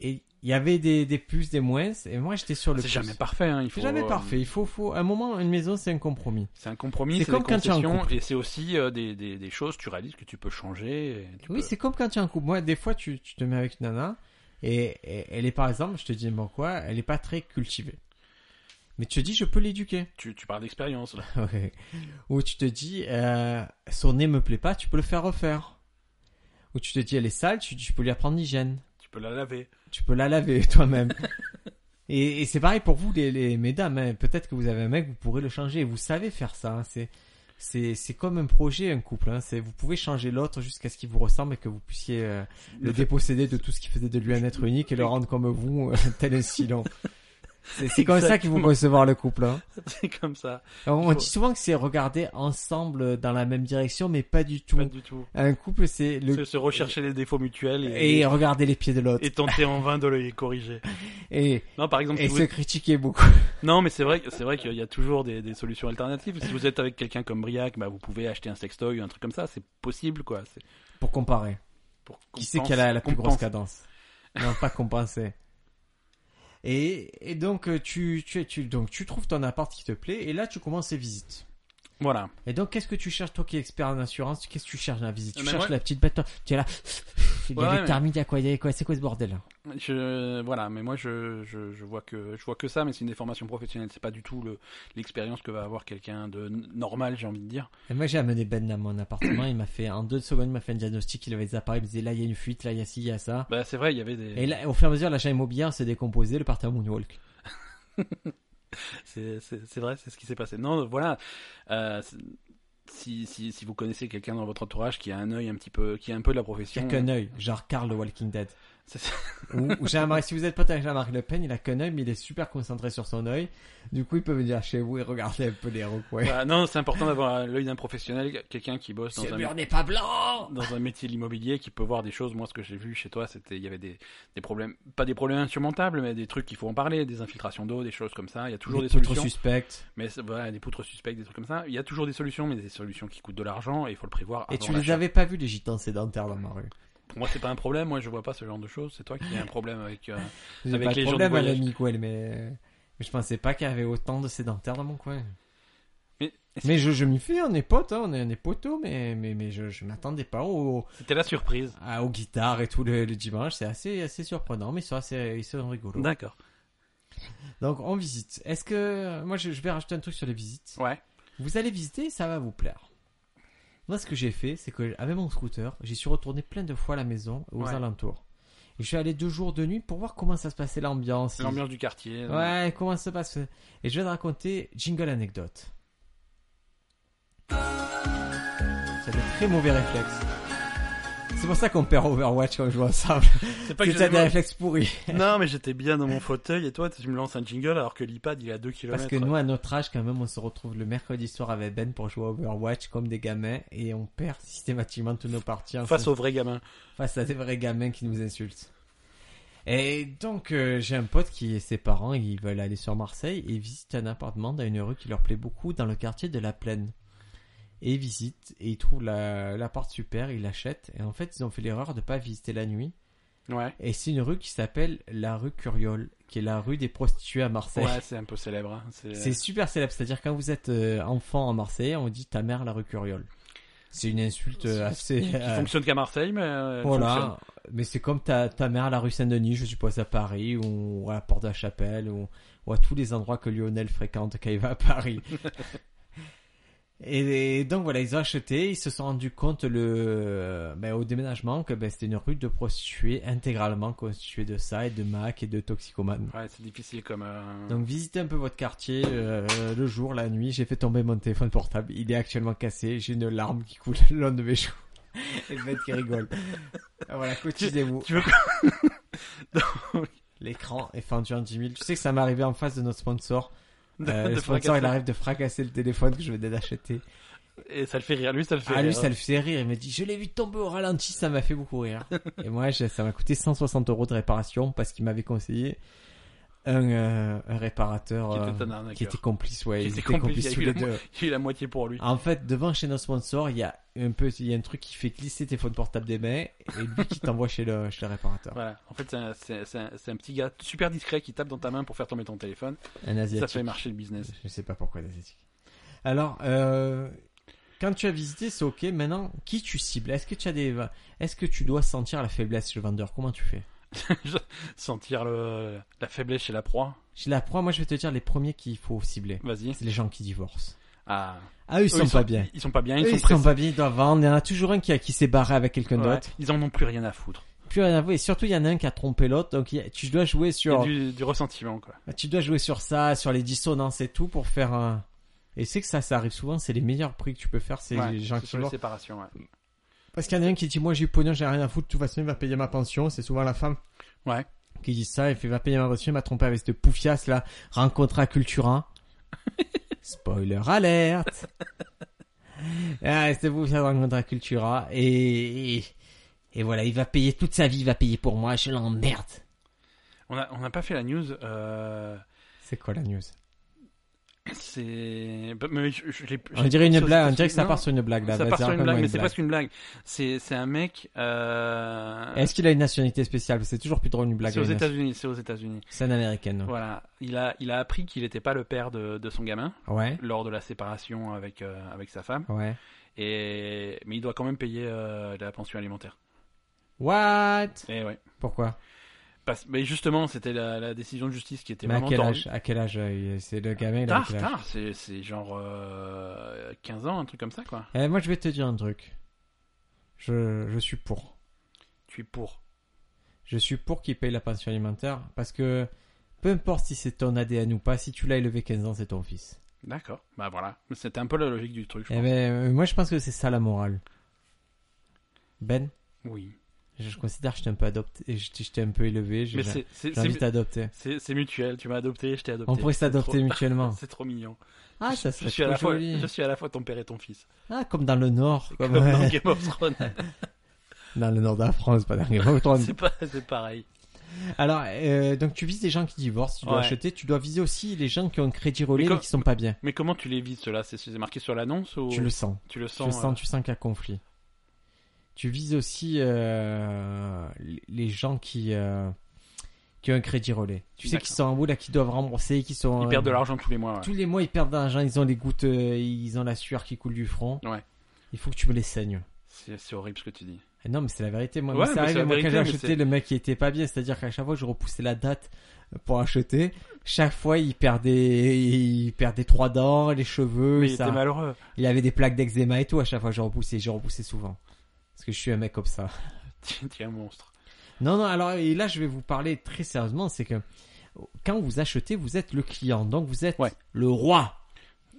Speaker 2: Et il y avait des, des plus, des moins. Et moi, j'étais sur le
Speaker 1: C'est
Speaker 2: plus.
Speaker 1: jamais parfait, hein. Il faut,
Speaker 2: C'est jamais
Speaker 1: euh,
Speaker 2: parfait. Il faut, faut, à un moment, une maison, c'est un compromis.
Speaker 1: C'est un compromis,
Speaker 2: C'est
Speaker 1: c'est des
Speaker 2: comme quand tu es en
Speaker 1: concessions,
Speaker 2: couple.
Speaker 1: et c'est aussi euh, des, des, des choses, tu réalises que tu peux changer. et tu
Speaker 2: Oui,
Speaker 1: peux-
Speaker 2: c'est comme quand tu es en couple. Moi, des fois, tu, tu te mets avec une nana et, et elle est, par exemple, je te dis pourquoi, elle est pas très cultivée. Mais tu te dis, je peux l'éduquer.
Speaker 1: tu, tu parles d'expérience, là.
Speaker 2: Ouais. Ou tu te dis, euh, son nez me plaît pas, tu peux le faire refaire. Ou tu te dis, elle est sale, tu, tu peux lui apprendre l'hygiène.
Speaker 1: Tu peux la laver.
Speaker 2: Tu peux la laver toi-même. et et c'est pareil pour vous, les, les mesdames. hein. Peut-être que vous avez un mec, vous pourrez le changer. Vous savez faire ça. hein. C'est c'est c'est comme un projet, un couple. Hein. C'est vous pouvez changer l'autre jusqu'à ce qu'il vous ressemble et que vous puissiez euh, le
Speaker 1: Le fait-
Speaker 2: déposséder de tout ce qui faisait de lui un être unique et le rendre comme vous, euh, tel un silon. C'est c'est comme ça qu'il faut
Speaker 1: Exactement.
Speaker 2: concevoir le couple. hein.
Speaker 1: C'est comme ça.
Speaker 2: On, on
Speaker 1: Faut-
Speaker 2: dit souvent que c'est regarder ensemble dans la même direction, mais pas du tout.
Speaker 1: Pas du tout.
Speaker 2: Un couple, c'est
Speaker 1: Se,
Speaker 2: le
Speaker 1: se rechercher les défauts mutuels et,
Speaker 2: et regarder les pieds de l'autre
Speaker 1: et tenter en vain de les corriger.
Speaker 2: et
Speaker 1: Non, par exemple, si
Speaker 2: et
Speaker 1: vous-
Speaker 2: se critiquer beaucoup.
Speaker 1: non, mais c'est vrai, que- c'est vrai qu'il y a toujours des, des solutions alternatives. Si vous êtes avec quelqu'un comme Briac, bah, vous pouvez acheter un sextoy ou un truc comme ça. C'est possible, quoi. C'est
Speaker 2: Pour comparer.
Speaker 1: pour
Speaker 2: Qui
Speaker 1: qu'on
Speaker 2: c'est
Speaker 1: pense-
Speaker 2: qui a la, la plus
Speaker 1: qu'on
Speaker 2: grosse
Speaker 1: pense.
Speaker 2: cadence Non, pas compenser. Et, et donc euh, tu, tu tu donc tu trouves ton appart qui te plaît et là tu commences les visites.
Speaker 1: Voilà.
Speaker 2: Et donc qu'est-ce que tu cherches toi qui es expert en assurance Qu'est-ce que tu cherches dans la visite Tu
Speaker 1: Euh, Mais
Speaker 2: cherches
Speaker 1: moi-
Speaker 2: la petite bête. toi, Tu es là. Il y
Speaker 1: Ouais,
Speaker 2: avait
Speaker 1: mais-
Speaker 2: Thermide, il y a quoi Il y avait quoi C'est quoi ce bordel là
Speaker 1: Je, voilà, mais moi je, je, je vois que je vois que ça, mais c'est une déformation professionnelle. C'est pas du tout le l'expérience que va avoir quelqu'un de n- normal, j'ai envie de dire.
Speaker 2: Et moi, j'ai amené Ben dans mon appartement. Il m'a fait, en deux secondes, il m'a fait un diagnostic. Il avait des appareils. Il me disait, là, il y a une fuite, là, il y a ci, il y a ça.
Speaker 1: Bah c'est vrai, il y avait des.
Speaker 2: Et là, au fur et à mesure, l'achat immobilier s'est décomposé. Le parterre Moonwalk.
Speaker 1: C'est c'est- c'est vrai, c'est ce qui s'est passé. Non, voilà. Euh, c'est- si, si, si vous connaissez quelqu'un dans votre entourage qui a un œil un petit peu, qui a un peu de la
Speaker 2: Il
Speaker 1: profession,
Speaker 2: a qu'un œil. Genre Carl le Walking Dead.
Speaker 1: c'est- c'est-
Speaker 2: Ou, ou Jean-Marie, si vous êtes pote avec Jean-Marie Le Pen, il a qu'un œil, mais il est super concentré sur son œil. Du coup, il peut venir chez vous et regarder un peu les recoins.
Speaker 1: voilà. Ah, non, c'est important d'avoir l'œil d'un professionnel, quelqu'un qui bosse dans
Speaker 2: Ce
Speaker 1: un
Speaker 2: mur n'est pas blanc!
Speaker 1: dans un métier de l'immobilier qui peut voir des choses. Moi, ce que j'ai vu chez toi, c'était il y avait des, des problèmes, pas des problèmes insurmontables, mais des trucs qu'il faut en parler, des infiltrations d'eau, des choses comme ça. Il y a toujours des,
Speaker 2: Des poutres
Speaker 1: solutions,
Speaker 2: suspectes.
Speaker 1: mais c'est- voilà, des poutres suspectes, des trucs comme ça. Il y a toujours des solutions, mais des solutions qui coûtent de l'argent et il faut le prévoir.
Speaker 2: Et
Speaker 1: avant
Speaker 2: tu les
Speaker 1: l'achat.
Speaker 2: avais pas vus, les gitans sédentaires dans ma rue.
Speaker 1: Pour moi, c'est pas un problème. Moi, je vois pas ce genre de choses. C'est toi qui as un problème avec. euh,
Speaker 2: J'ai
Speaker 1: Avec
Speaker 2: pas de
Speaker 1: les gens du
Speaker 2: problème à
Speaker 1: voyage.
Speaker 2: l'ami Gouel, mais, mais je pensais pas qu'il y avait autant de sédentaires dans mon coin.
Speaker 1: Mais
Speaker 2: Mais je, je m'y fais, on est potes, hein, on est, on est poteaux, mais, mais, mais je, je m'attendais pas au,
Speaker 1: c'était la surprise.
Speaker 2: à- aux guitares et tout le, le dimanche. C'est assez, assez surprenant, mais ils sont, assez, ils sont rigolos.
Speaker 1: D'accord.
Speaker 2: Donc on visite. Est-ce que. Moi je, je vais rajouter un truc sur les visites.
Speaker 1: Ouais.
Speaker 2: Vous allez visiter, ça va vous plaire. Moi ce que j'ai fait, c'est que avec mon scooter, j'y suis retourné plein de fois à la maison, aux
Speaker 1: Ouais.
Speaker 2: alentours. Et je suis allé deux jours de nuit pour voir comment ça se passait l'ambiance.
Speaker 1: C'est l'ambiance du quartier.
Speaker 2: Ouais, comment ça passe Et je vais te raconter jingle anecdote. C'est des très mauvais réflexes. C'est pour ça qu'on perd Overwatch quand on joue ensemble.
Speaker 1: C'est pas
Speaker 2: C'est
Speaker 1: que
Speaker 2: que t'as
Speaker 1: j'étais
Speaker 2: des réflexes pourris.
Speaker 1: Non, mais j'étais bien dans mon fauteuil et toi, tu me lances un jingle alors que l'iPad il est à 2 km.
Speaker 2: Parce que nous, à notre âge, quand même, on se retrouve le mercredi soir avec Ben pour jouer à Overwatch comme des gamins et on perd systématiquement tous nos parties en
Speaker 1: Face aux vrais gamins.
Speaker 2: face à des vrais gamins qui nous insultent. Et donc, euh, j'ai un pote qui, ses parents, ils veulent aller sur Marseille et visitent un appartement dans une rue qui leur plaît beaucoup dans le quartier de la Plaine. Et ils visitent et ils trouvent la- l'appart super, ils l'achètent et en fait, ils ont fait l'erreur de pas visiter la nuit.
Speaker 1: Ouais.
Speaker 2: Et c'est une rue qui s'appelle la rue Curiole, qui est la rue des prostituées à Marseille.
Speaker 1: Ouais, c'est un peu célèbre. hein. C'est
Speaker 2: C'est super célèbre, c'est-à-dire quand vous êtes euh, enfant en Marseille, on vous dit ta mère la rue Curiole. c'est une insulte assez.
Speaker 1: Qui
Speaker 2: euh,
Speaker 1: fonctionne qu'à Marseille, mais euh, elle fonctionne.
Speaker 2: voilà. Mais c'est comme ta, ta mère à la rue Saint-Denis, je suppose, à Paris, ou à la Porte de la Chapelle, ou, ou à tous les endroits que Lionel fréquente quand il va à Paris. et, donc voilà, ils ont acheté, ils se sont rendus compte le, ben, au déménagement que ben, c'était une rue de prostituées intégralement constituée de ça, et de Mac, et de toxicomanes.
Speaker 1: Ouais, c'est difficile comme. euh,
Speaker 2: Donc visitez un peu votre quartier euh, le jour, la nuit. J'ai fait tomber mon téléphone portable. Il est actuellement cassé. J'ai une larme qui coule le long de mes joues. Et le mec qui rigole. voilà, cotisez-vous.
Speaker 1: Tu veux
Speaker 2: L'écran est fendu en 10 000. Tu sais que ça m'est arrivé en face de notre sponsor.
Speaker 1: de-
Speaker 2: Euh,
Speaker 1: de
Speaker 2: le sponsor,
Speaker 1: fracasser.
Speaker 2: il arrive de fracasser le téléphone que je venais d'acheter.
Speaker 1: Et ça le fait rire. Lui, ça le fait
Speaker 2: Ah, lui,
Speaker 1: rire.
Speaker 2: ça le fait rire. Il me dit, je l'ai vu tomber au ralenti, ça m'a fait beaucoup rire. Et moi, je- ça m'a coûté 160 euros de réparation parce qu'il m'avait conseillé un, euh, un réparateur
Speaker 1: Qui était
Speaker 2: euh,
Speaker 1: un arnaqueur.
Speaker 2: qui était Ah. complice, ouais.
Speaker 1: Qui
Speaker 2: ils
Speaker 1: était
Speaker 2: étaient
Speaker 1: complice,
Speaker 2: complices tous
Speaker 1: il y a eu
Speaker 2: les
Speaker 1: la
Speaker 2: deux.
Speaker 1: Il est la moitié pour lui.
Speaker 2: En fait, devant chez nos sponsors, il y a un peu, il y a un truc qui fait glisser tes phones portables des mains et lui qui t'envoie chez le, chez le réparateur.
Speaker 1: Voilà. En fait, c'est un, c'est- c'est un- c'est un petit gars super discret qui tape dans ta main pour faire tomber ton téléphone.
Speaker 2: Un asiatique.
Speaker 1: Ça fait marcher le business.
Speaker 2: Je sais pas pourquoi un asiatique. Alors, euh, quand tu as visité, c'est ok. Maintenant, qui tu cibles? Est-ce que tu as des, est-ce que tu dois sentir la faiblesse chez le vendeur? Comment tu fais?
Speaker 1: Sentir le, la faiblesse chez la proie.
Speaker 2: Je la prends, moi je vais te dire les premiers qu'il faut cibler.
Speaker 1: Vas-y.
Speaker 2: C'est les gens qui divorcent.
Speaker 1: Ah.
Speaker 2: Ah, eux, ils
Speaker 1: Eux,
Speaker 2: sont pas bien.
Speaker 1: Ils sont pas bien. Ils
Speaker 2: Eux,
Speaker 1: sont
Speaker 2: ils sont
Speaker 1: pressés.
Speaker 2: pas bien, ils doivent vendre. Il y en a toujours un qui, a- qui s'est barré avec quelqu'un
Speaker 1: Ouais.
Speaker 2: d'autre.
Speaker 1: Ils en ont plus rien à foutre.
Speaker 2: Puis rien à voir. Et surtout, il y en a un qui a trompé l'autre. Donc, il y a- tu dois jouer
Speaker 1: Il y a
Speaker 2: sur,
Speaker 1: du, du ressentiment, quoi.
Speaker 2: tu dois jouer sur ça, sur les dissonances et tout pour faire un. Et c'est que ça, ça arrive souvent. C'est les meilleurs prix que tu peux faire. C'est
Speaker 1: Ouais,
Speaker 2: les gens
Speaker 1: c'est
Speaker 2: qui
Speaker 1: sur les
Speaker 2: divorcent.
Speaker 1: séparations, ouais.
Speaker 2: Parce qu'il y en a un qui dit, moi j'ai eu pognon, j'ai rien à foutre. De toute façon, il va payer ma pension. C'est souvent la femme.
Speaker 1: Ouais.
Speaker 2: Qui dit ça. Il fait, va payer ma pension. Il m'a trompé avec cette poufiasse là. Rencontre à Cultura. Spoiler alerte. Ah, c'était vous faire rencontrer à Cultura et, et et voilà, il va payer toute sa vie, il va payer pour moi, je l'emmerde.
Speaker 1: On a, on a pas fait la news. Euh,
Speaker 2: C'est quoi la news
Speaker 1: c'est. bah, mais je- je l'ai-
Speaker 2: On
Speaker 1: j'ai-
Speaker 2: dirait une
Speaker 1: sur-
Speaker 2: blague, on dirait que ça
Speaker 1: non,
Speaker 2: part sur une blague là.
Speaker 1: Ça
Speaker 2: Vas-y,
Speaker 1: part sur une
Speaker 2: raconte-moi
Speaker 1: blague, mais c'est
Speaker 2: blague.
Speaker 1: presque une blague. C'est c'est un mec. Euh...
Speaker 2: Est-ce qu'il a une nationalité spéciale C'est toujours plus drôle une blague.
Speaker 1: C'est aux
Speaker 2: à une nation-
Speaker 1: États-Unis. C'est aux États-Unis.
Speaker 2: C'est un américaine. non
Speaker 1: Voilà. Il a, il a appris qu'il n'était pas le père de, de son gamin
Speaker 2: Ouais.
Speaker 1: lors de la séparation avec, euh, avec sa femme.
Speaker 2: Ouais.
Speaker 1: Et mais il doit quand même payer euh, la pension alimentaire.
Speaker 2: What
Speaker 1: Et ouais.
Speaker 2: Pourquoi
Speaker 1: Parce- mais justement, c'était la, la décision de justice qui était
Speaker 2: Mais à
Speaker 1: vraiment
Speaker 2: quel
Speaker 1: tordue.
Speaker 2: âge À quel âge euh, il- C'est le gamin il a
Speaker 1: Tard,
Speaker 2: quel âge
Speaker 1: tard, c'est, c'est genre euh, 15 ans, un truc comme ça, quoi.
Speaker 2: Eh, Moi, je vais te dire un truc. Je je suis pour.
Speaker 1: Tu es pour.
Speaker 2: je suis pour qu'il paye la pension alimentaire parce que peu importe si c'est ton ADN ou pas, si tu l'as élevé 15 ans, c'est ton fils.
Speaker 1: D'accord. Bah voilà. C'était un peu la logique du truc, je
Speaker 2: Eh
Speaker 1: pense.
Speaker 2: ben, euh, moi, je pense que c'est ça la morale. Ben,
Speaker 1: Oui.
Speaker 2: je, je considère que je t'ai un peu adopté et je, t'ai- je t'ai un peu élevé. J'ai
Speaker 1: Mais c'est, c'est,
Speaker 2: j'ai envie de
Speaker 1: c'est,
Speaker 2: t'adopter.
Speaker 1: c'est- c'est mutuel. Tu m'as adopté, je t'ai adopté.
Speaker 2: On pourrait
Speaker 1: C'est
Speaker 2: s'adopter
Speaker 1: trop-
Speaker 2: mutuellement.
Speaker 1: C'est trop mignon.
Speaker 2: Ah, ça
Speaker 1: Je
Speaker 2: serait
Speaker 1: suis, à
Speaker 2: trop
Speaker 1: la fois,
Speaker 2: joli.
Speaker 1: je suis à la fois ton père et ton fils.
Speaker 2: Ah, comme dans le Nord. Comme,
Speaker 1: Comme dans Game of Thrones.
Speaker 2: dans le Nord de la France, pas dans Game of Thrones.
Speaker 1: c'est, pas, c'est pareil.
Speaker 2: Alors, euh, donc tu vises les gens qui divorcent, tu dois
Speaker 1: Ouais.
Speaker 2: acheter, tu dois viser aussi les gens qui ont un crédit relais
Speaker 1: Mais
Speaker 2: mais,
Speaker 1: comme-
Speaker 2: qui sont pas bien.
Speaker 1: Mais comment tu les vises, cela c'est, c'est marqué sur l'annonce ou
Speaker 2: Tu le sens.
Speaker 1: tu le
Speaker 2: Tu
Speaker 1: sens,
Speaker 2: le
Speaker 1: euh,
Speaker 2: sens, tu sens qu'il y a conflit. Tu vises aussi euh, les- les gens qui, euh, qui ont un crédit relais. Tu sais
Speaker 1: D'accord.
Speaker 2: qu'ils sont en bout là, qui doivent rembourser, qui sont.
Speaker 1: Ils
Speaker 2: euh,
Speaker 1: perdent de l'argent tous les mois. ouais.
Speaker 2: Tous les mois, ils perdent de l'argent, ils ont les gouttes, euh, ils ont la sueur qui coule du front.
Speaker 1: Ouais.
Speaker 2: Il faut que tu me les saignes.
Speaker 1: C'est, c'est horrible ce que tu dis.
Speaker 2: Ah Non, mais c'est la vérité. Moi,
Speaker 1: Ouais,
Speaker 2: mais ça
Speaker 1: mais
Speaker 2: arrive,
Speaker 1: c'est la
Speaker 2: moi, quand
Speaker 1: vérité,
Speaker 2: j'ai
Speaker 1: mais
Speaker 2: acheté,
Speaker 1: c'est-
Speaker 2: le mec, il était pas bien. C'est-à-dire qu'à chaque fois, je repoussais la date pour acheter. Chaque fois, il perdait, il perdait trois dents, les cheveux.
Speaker 1: Mais
Speaker 2: et
Speaker 1: il
Speaker 2: ça...
Speaker 1: était malheureux.
Speaker 2: Il avait des plaques d'eczéma et tout à chaque fois, j'ai repoussé, j'ai repoussé souvent. Parce que je suis un mec comme ça.
Speaker 1: Tu tu es un monstre.
Speaker 2: Non, non, alors, et là, je vais vous parler très sérieusement, c'est que quand vous achetez, vous êtes le client, donc vous êtes
Speaker 1: Ouais.
Speaker 2: le roi.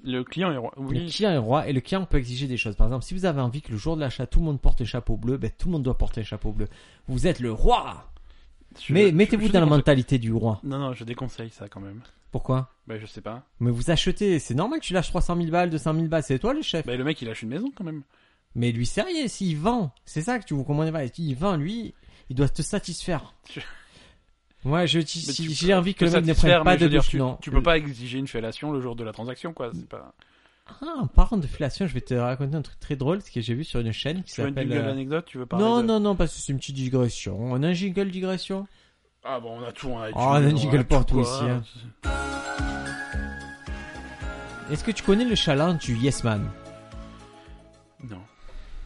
Speaker 1: Le client est roi.
Speaker 2: Le
Speaker 1: Oui.
Speaker 2: client est roi, et le client peut exiger des choses. Par exemple, si vous avez envie que le jour de l'achat, tout le monde porte le chapeau bleu, ben, tout le monde doit porter le chapeau bleu. Vous êtes le roi.
Speaker 1: Je-
Speaker 2: Mais
Speaker 1: je- je
Speaker 2: mettez-vous dans la
Speaker 1: déconseille-
Speaker 2: mentalité du roi.
Speaker 1: Non, non, je déconseille ça quand même.
Speaker 2: Pourquoi
Speaker 1: Bah, je sais pas.
Speaker 2: Mais vous achetez, c'est normal que tu lâches 300 000 balles, 200 000 balles, c'est toi le chef.
Speaker 1: Bah, le mec, il lâche une maison quand même.
Speaker 2: Mais lui, sérieux, s'il vend, c'est ça que tu vous comprenez pas. Il vend, lui, il doit te satisfaire.
Speaker 1: Tu-
Speaker 2: Moi, je dis,
Speaker 1: Mais tu
Speaker 2: si-
Speaker 1: peux
Speaker 2: j'ai envie que le
Speaker 1: te
Speaker 2: mec ne
Speaker 1: satisfaire,
Speaker 2: prenne pas
Speaker 1: mais je
Speaker 2: de
Speaker 1: veux dire,
Speaker 2: douche,
Speaker 1: tu,
Speaker 2: non.
Speaker 1: Tu peux pas exiger une fellation le jour de la transaction, quoi. C'est pas.
Speaker 2: Ah, en parlant de fellation, je vais te raconter un truc très drôle, ce que j'ai vu sur une chaîne qui
Speaker 1: Tu veux une
Speaker 2: s'appelle...
Speaker 1: jingle
Speaker 2: euh,
Speaker 1: anecdote Tu veux parler
Speaker 2: Non,
Speaker 1: de-
Speaker 2: non, non, parce que c'est une petite digression. On a un jingle digression
Speaker 1: Ah bon, on a tout. On a,
Speaker 2: Oh, on a une jingle
Speaker 1: tout,
Speaker 2: pour tout
Speaker 1: quoi.
Speaker 2: ici, hein. Est-ce que tu connais le challenge du Yes Man
Speaker 1: Non.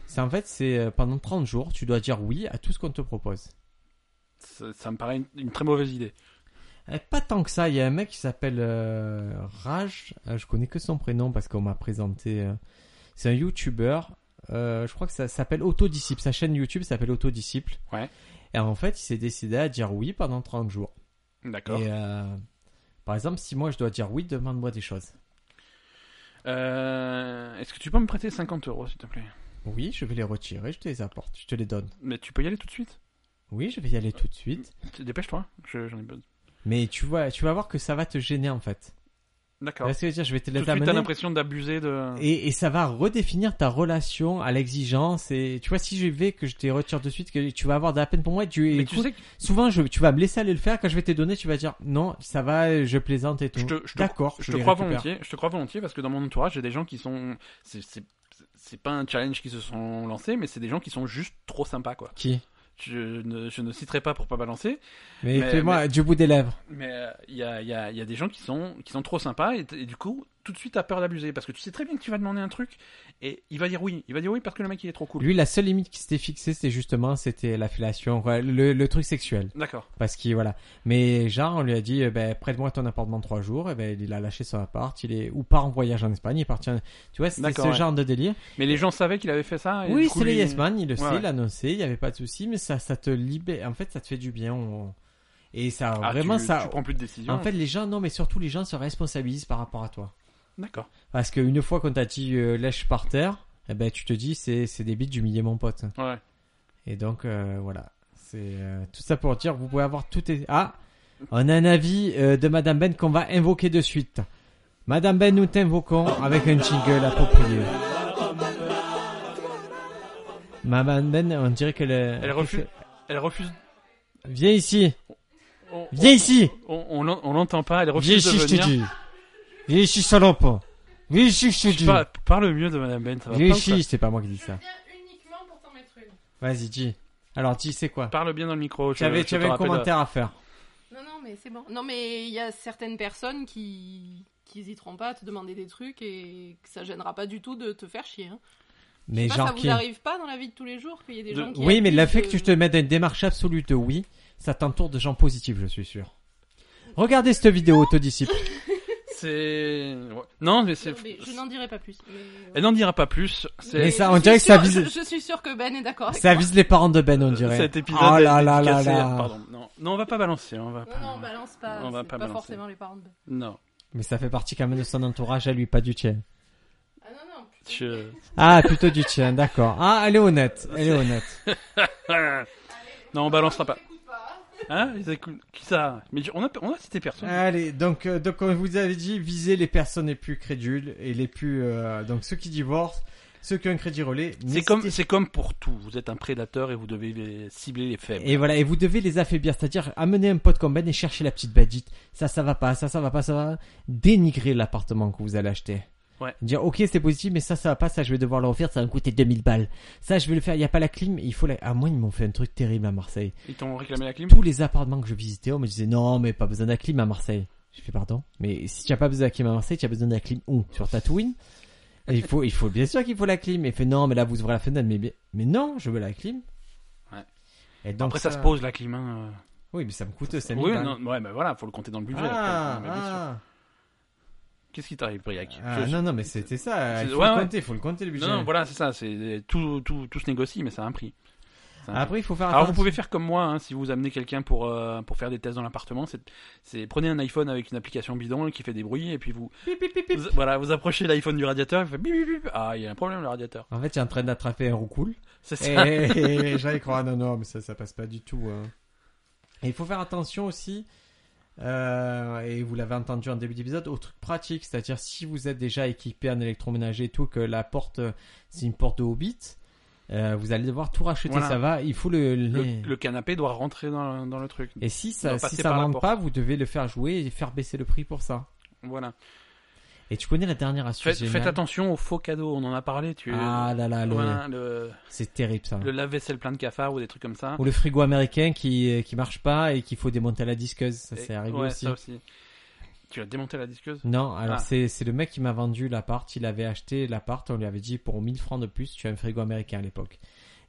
Speaker 2: C'est en fait, c'est euh, pendant 30 jours, tu dois dire oui à tout ce qu'on te propose.
Speaker 1: Ça, ça me paraît une, une très mauvaise idée.
Speaker 2: Eh, Pas tant que ça, il y a un mec qui s'appelle euh, Raj, euh, je connais que son prénom parce qu'on m'a présenté. euh, c'est un YouTuber, euh, je crois que ça s'appelle Autodisciple, sa chaîne YouTube s'appelle Autodisciple.
Speaker 1: Ouais.
Speaker 2: Et en fait, il s'est décidé à dire oui pendant 30 jours.
Speaker 1: D'accord.
Speaker 2: Et euh, par exemple, si moi je dois dire oui, demande-moi des choses.
Speaker 1: Euh, Est-ce que tu peux me prêter 50 euros, s'il te plaît
Speaker 2: Oui, je vais les retirer, je te les apporte, je te les donne.
Speaker 1: Mais tu peux y aller tout de suite.
Speaker 2: Oui, je vais y aller tout de suite.
Speaker 1: Tu- Dépêche-toi. Je- J'en ai besoin.
Speaker 2: Mais tu vois, tu vas voir que ça va te gêner en fait. Tu
Speaker 1: D'accord.
Speaker 2: vois ce que je veux dire Je vais te
Speaker 1: Tout de
Speaker 2: les
Speaker 1: suite, t'as
Speaker 2: amener.
Speaker 1: l'impression d'abuser de.
Speaker 2: Et, et ça va redéfinir ta relation à l'exigence. Et tu vois, si je vais que je te les retire de suite, que tu vas avoir de la peine pour moi, tu,
Speaker 1: Mais
Speaker 2: écoute,
Speaker 1: tu sais que
Speaker 2: souvent je, tu vas me laisser aller le faire. Quand je vais te les donner, tu vas dire non, ça va, je plaisante et tout.
Speaker 1: je te, je te-
Speaker 2: D'accord,
Speaker 1: je te
Speaker 2: les
Speaker 1: crois
Speaker 2: récupère.
Speaker 1: volontiers. Je te crois volontiers parce que dans mon entourage, j'ai des gens qui sont. c'est- C'est c'est pas un challenge qui se sont lancés, mais c'est des gens qui sont juste trop sympas, quoi.
Speaker 2: Qui
Speaker 1: Je ne, je ne citerai pas pour pas balancer,
Speaker 2: Mais,
Speaker 1: Mais-
Speaker 2: fais-moi du bout des lèvres.
Speaker 1: mais euh, il y, a, il y, a, il y a des gens qui sont, qui sont trop sympas et, t- et du coup, tout de suite, t'as peur d'abuser parce que tu sais très bien que tu vas demander un truc et il va dire oui. Il va dire oui parce que le mec il est trop cool.
Speaker 2: Lui, la seule limite qui s'était fixée, c'était justement, c'était la fellation, quoi, le, le truc sexuel.
Speaker 1: D'accord.
Speaker 2: Parce qu'il, voilà. Mais genre, on lui a dit, eh ben, prête-moi ton appartement trois jours, et ben, il a lâché son appart, il est, ou part en voyage en Espagne, il est parti en- tu vois, c'était
Speaker 1: D'accord,
Speaker 2: ce
Speaker 1: ouais.
Speaker 2: genre de délire.
Speaker 1: Mais les gens savaient qu'il avait fait ça. Et
Speaker 2: oui,
Speaker 1: du coup,
Speaker 2: c'est le
Speaker 1: lui-
Speaker 2: yes man, il le
Speaker 1: Ouais,
Speaker 2: sait,
Speaker 1: ouais.
Speaker 2: il l'a annoncé, il n'y avait pas de souci, mais ça, ça te libère, en fait, ça te fait du bien, on- et ça,
Speaker 1: Ah,
Speaker 2: vraiment,
Speaker 1: tu,
Speaker 2: ça,
Speaker 1: Tu prends plus de décision.
Speaker 2: en fait, les gens, non, mais surtout, les gens se responsabilisent par rapport à toi.
Speaker 1: D'accord.
Speaker 2: Parce qu'une fois qu'on t'a dit, euh, lèche par terre, eh ben, tu te dis, c'est, c'est des bites d'humilier mon pote.
Speaker 1: Ouais.
Speaker 2: Et donc euh, voilà, c'est euh, tout ça pour dire vous pouvez avoir tout est ah on a un avis euh, de Madame Ben qu'on va invoquer de suite. Madame Ben, nous t'invoquons avec un jingle approprié. Madame Ben, on dirait que le...
Speaker 1: Elle refuse. Elle refuse.
Speaker 2: Viens ici,
Speaker 1: on-
Speaker 2: viens ici,
Speaker 1: On, on, l'en- on l'entend pas, elle
Speaker 2: viens
Speaker 1: refuse
Speaker 2: ici,
Speaker 1: de
Speaker 2: je te
Speaker 1: venir.
Speaker 2: dis. Viens ici, salope. Viens ici, je te dis.
Speaker 1: Par- parle mieux de Madame Ben, ça va
Speaker 2: Viens
Speaker 1: pas ou quoi
Speaker 2: ici, c'est pas moi qui dis
Speaker 4: Je viens
Speaker 2: ça.
Speaker 4: uniquement pour t'en mettre une.
Speaker 2: Vas-y, dis. Alors, dis, c'est quoi
Speaker 1: Parle bien dans le micro. je-
Speaker 2: Tu avais,
Speaker 1: je
Speaker 2: tu
Speaker 1: te euh,
Speaker 2: avais un
Speaker 1: rappelle,
Speaker 2: commentaire à faire.
Speaker 4: Non, non, mais c'est bon. Non, mais il y a certaines personnes qui qui hésiteront pas à te demander des trucs et que ça gênera pas du tout de te faire chier. Hein. Je
Speaker 2: Mais
Speaker 4: sais pas,
Speaker 2: genre
Speaker 4: ça vous
Speaker 2: qui
Speaker 4: arrive pas dans la vie de tous les jours qu'il y ait des
Speaker 1: De-
Speaker 4: gens qui
Speaker 2: Oui, mais
Speaker 4: abusent
Speaker 2: le fait
Speaker 4: de-
Speaker 2: que tu te mettes dans une démarche absolue de oui, ça t'entoure de gens positifs, je suis sûr. Regardez cette vidéo autodisciple.
Speaker 1: C'est. ouais. Non, mais c'est.
Speaker 4: Non, mais je n'en dirai pas plus. Mais, euh,
Speaker 1: Elle n'en dira pas plus. C'est.
Speaker 2: Mais ça,
Speaker 4: je
Speaker 2: on
Speaker 4: suis
Speaker 2: dirait que ça
Speaker 4: sûre-
Speaker 2: vise-
Speaker 4: Je, je suis sûr que Ben est d'accord. avec
Speaker 2: Ça
Speaker 4: moi.
Speaker 2: vise les parents de Ben, on dirait.
Speaker 1: Cet épisode.
Speaker 2: Oh
Speaker 1: est
Speaker 2: là là là
Speaker 1: dédicacé-
Speaker 2: là.
Speaker 1: Pardon. Non. non, on va pas balancer. hein, On va pas.
Speaker 4: Non, non, on balance pas.
Speaker 1: On va pas
Speaker 4: c'est pas,
Speaker 1: balancer.
Speaker 4: forcément les parents de Ben.
Speaker 1: Non.
Speaker 2: Mais ça fait partie quand même de son entourage à lui, pas du tien.
Speaker 4: Ah non, non. putain.
Speaker 1: Je-
Speaker 2: Ah, plutôt du tien, d'accord. Ah, elle est honnête, elle est honnête.
Speaker 1: non, on balancera pas.
Speaker 4: Écoute pas.
Speaker 1: Hein ils écoutent- Qui ça Mais je- on a, on a cité personne.
Speaker 2: Allez, donc, euh, donc comme vous avez dit, visez les personnes les plus crédules et les plus... euh, donc ceux qui divorcent, ceux qui ont un crédit relais.
Speaker 1: c'est
Speaker 2: n'hésitez
Speaker 1: comme, c'est comme pour tout. Vous êtes un prédateur et vous devez les- cibler les faibles.
Speaker 2: Et voilà, et vous devez les affaiblir, c'est-à-dire amener un pote comme Ben et chercher la petite badite. Ça, ça va pas, ça, ça va pas, ça va. Dénigrer l'appartement que vous allez acheter.
Speaker 1: Ouais.
Speaker 2: Dire, ok, c'est positif, mais ça, ça va pas, ça, je vais devoir leur offrir, ça va me coûter 2000 balles. Ça, je vais le faire, il y a pas la clim, il faut la... À moi, ils m'ont fait un truc terrible à Marseille.
Speaker 1: Ils t'ont réclamé la clim
Speaker 2: Tous les appartements que je visitais, on me disait, non, mais pas besoin de la clim à Marseille. Je fais, pardon, mais si tu as pas besoin de la clim à Marseille, tu as besoin de la clim où Sur Tatooine Et il faut, il faut, bien sûr qu'il faut la clim. Et il fait, non, mais là, vous ouvrez la fenêtre, mais, bien- mais non, je veux la clim.
Speaker 1: Ouais.
Speaker 2: Et donc,
Speaker 1: Après, ça... se pose la clim. hein.
Speaker 2: oui, mais ça me coûte 5000
Speaker 1: Oui,
Speaker 2: balles.
Speaker 1: non, ouais, mais voilà, faut le compter dans le budget.
Speaker 2: ah,
Speaker 1: après. hein, Mais bien sûr.
Speaker 2: ah.
Speaker 1: Qu'est-ce qui t'arrive, Briac
Speaker 2: Ah,
Speaker 1: Je-
Speaker 2: non, non, mais c'était ça. Il
Speaker 1: je-
Speaker 2: faut
Speaker 1: ouais,
Speaker 2: le
Speaker 1: ouais.
Speaker 2: compter, il faut le compter le budget.
Speaker 1: Non, non, voilà, c'est ça. C'est tout, tout, tout se négocie, mais ça a un prix. Ça a un prix.
Speaker 2: Après, il faut faire
Speaker 1: Alors vous
Speaker 2: attention.
Speaker 1: pouvez faire comme moi, hein, si vous amenez quelqu'un pour euh, pour faire des tests dans l'appartement, c'est c'est- prenez un iPhone avec une application bidon qui fait des bruits et puis vous,
Speaker 4: Pip, pip, pip, pip.
Speaker 1: vous- voilà vous approchez l'iPhone du radiateur, il fait bip, bip, bip. ah il y a un problème le radiateur.
Speaker 2: En fait, tu es en train d'attraper un roucoule.
Speaker 1: C'est
Speaker 2: Eh,
Speaker 1: ça.
Speaker 2: Et j'allais croire, non, non, mais ça, ça passe pas du tout. hein. Et il faut faire attention aussi, euh, et vous l'avez entendu en début d'épisode, au truc pratique. C'est-à-dire, si vous êtes déjà équipé en électroménager et tout, que la porte, euh, c'est une porte de Hobbit, euh, vous allez devoir tout racheter,
Speaker 1: Voilà.
Speaker 2: ça va. Il faut le...
Speaker 1: Le,
Speaker 2: les-
Speaker 1: le canapé doit rentrer dans, dans le truc.
Speaker 2: Et si
Speaker 1: doit
Speaker 2: ça, si
Speaker 1: passer
Speaker 2: ça
Speaker 1: par la
Speaker 2: rentre
Speaker 1: porte.
Speaker 2: pas, vous devez le faire jouer et faire baisser le prix pour ça.
Speaker 1: Voilà.
Speaker 2: Et tu connais la dernière
Speaker 1: Faites,
Speaker 2: astuce
Speaker 1: faites
Speaker 2: géniale
Speaker 1: attention aux faux cadeaux, on en a parlé. Tu
Speaker 2: Ah là là, le-
Speaker 1: Voilà, le,
Speaker 2: c'est terrible ça.
Speaker 1: le lave-vaisselle plein de cafards ou des trucs comme ça.
Speaker 2: Ou le euh, frigo américain qui qui marche pas et qu'il faut démonter à la disqueuse, ça
Speaker 1: Et-
Speaker 2: c'est arrivé
Speaker 1: ouais,
Speaker 2: aussi.
Speaker 1: ça aussi. Tu as démonté la disqueuse
Speaker 2: Non, alors
Speaker 1: Ah.
Speaker 2: c'est c'est le mec qui m'a vendu l'appart. Il avait acheté l'appart, on lui avait dit pour 1000 francs de plus, tu as un frigo américain à l'époque.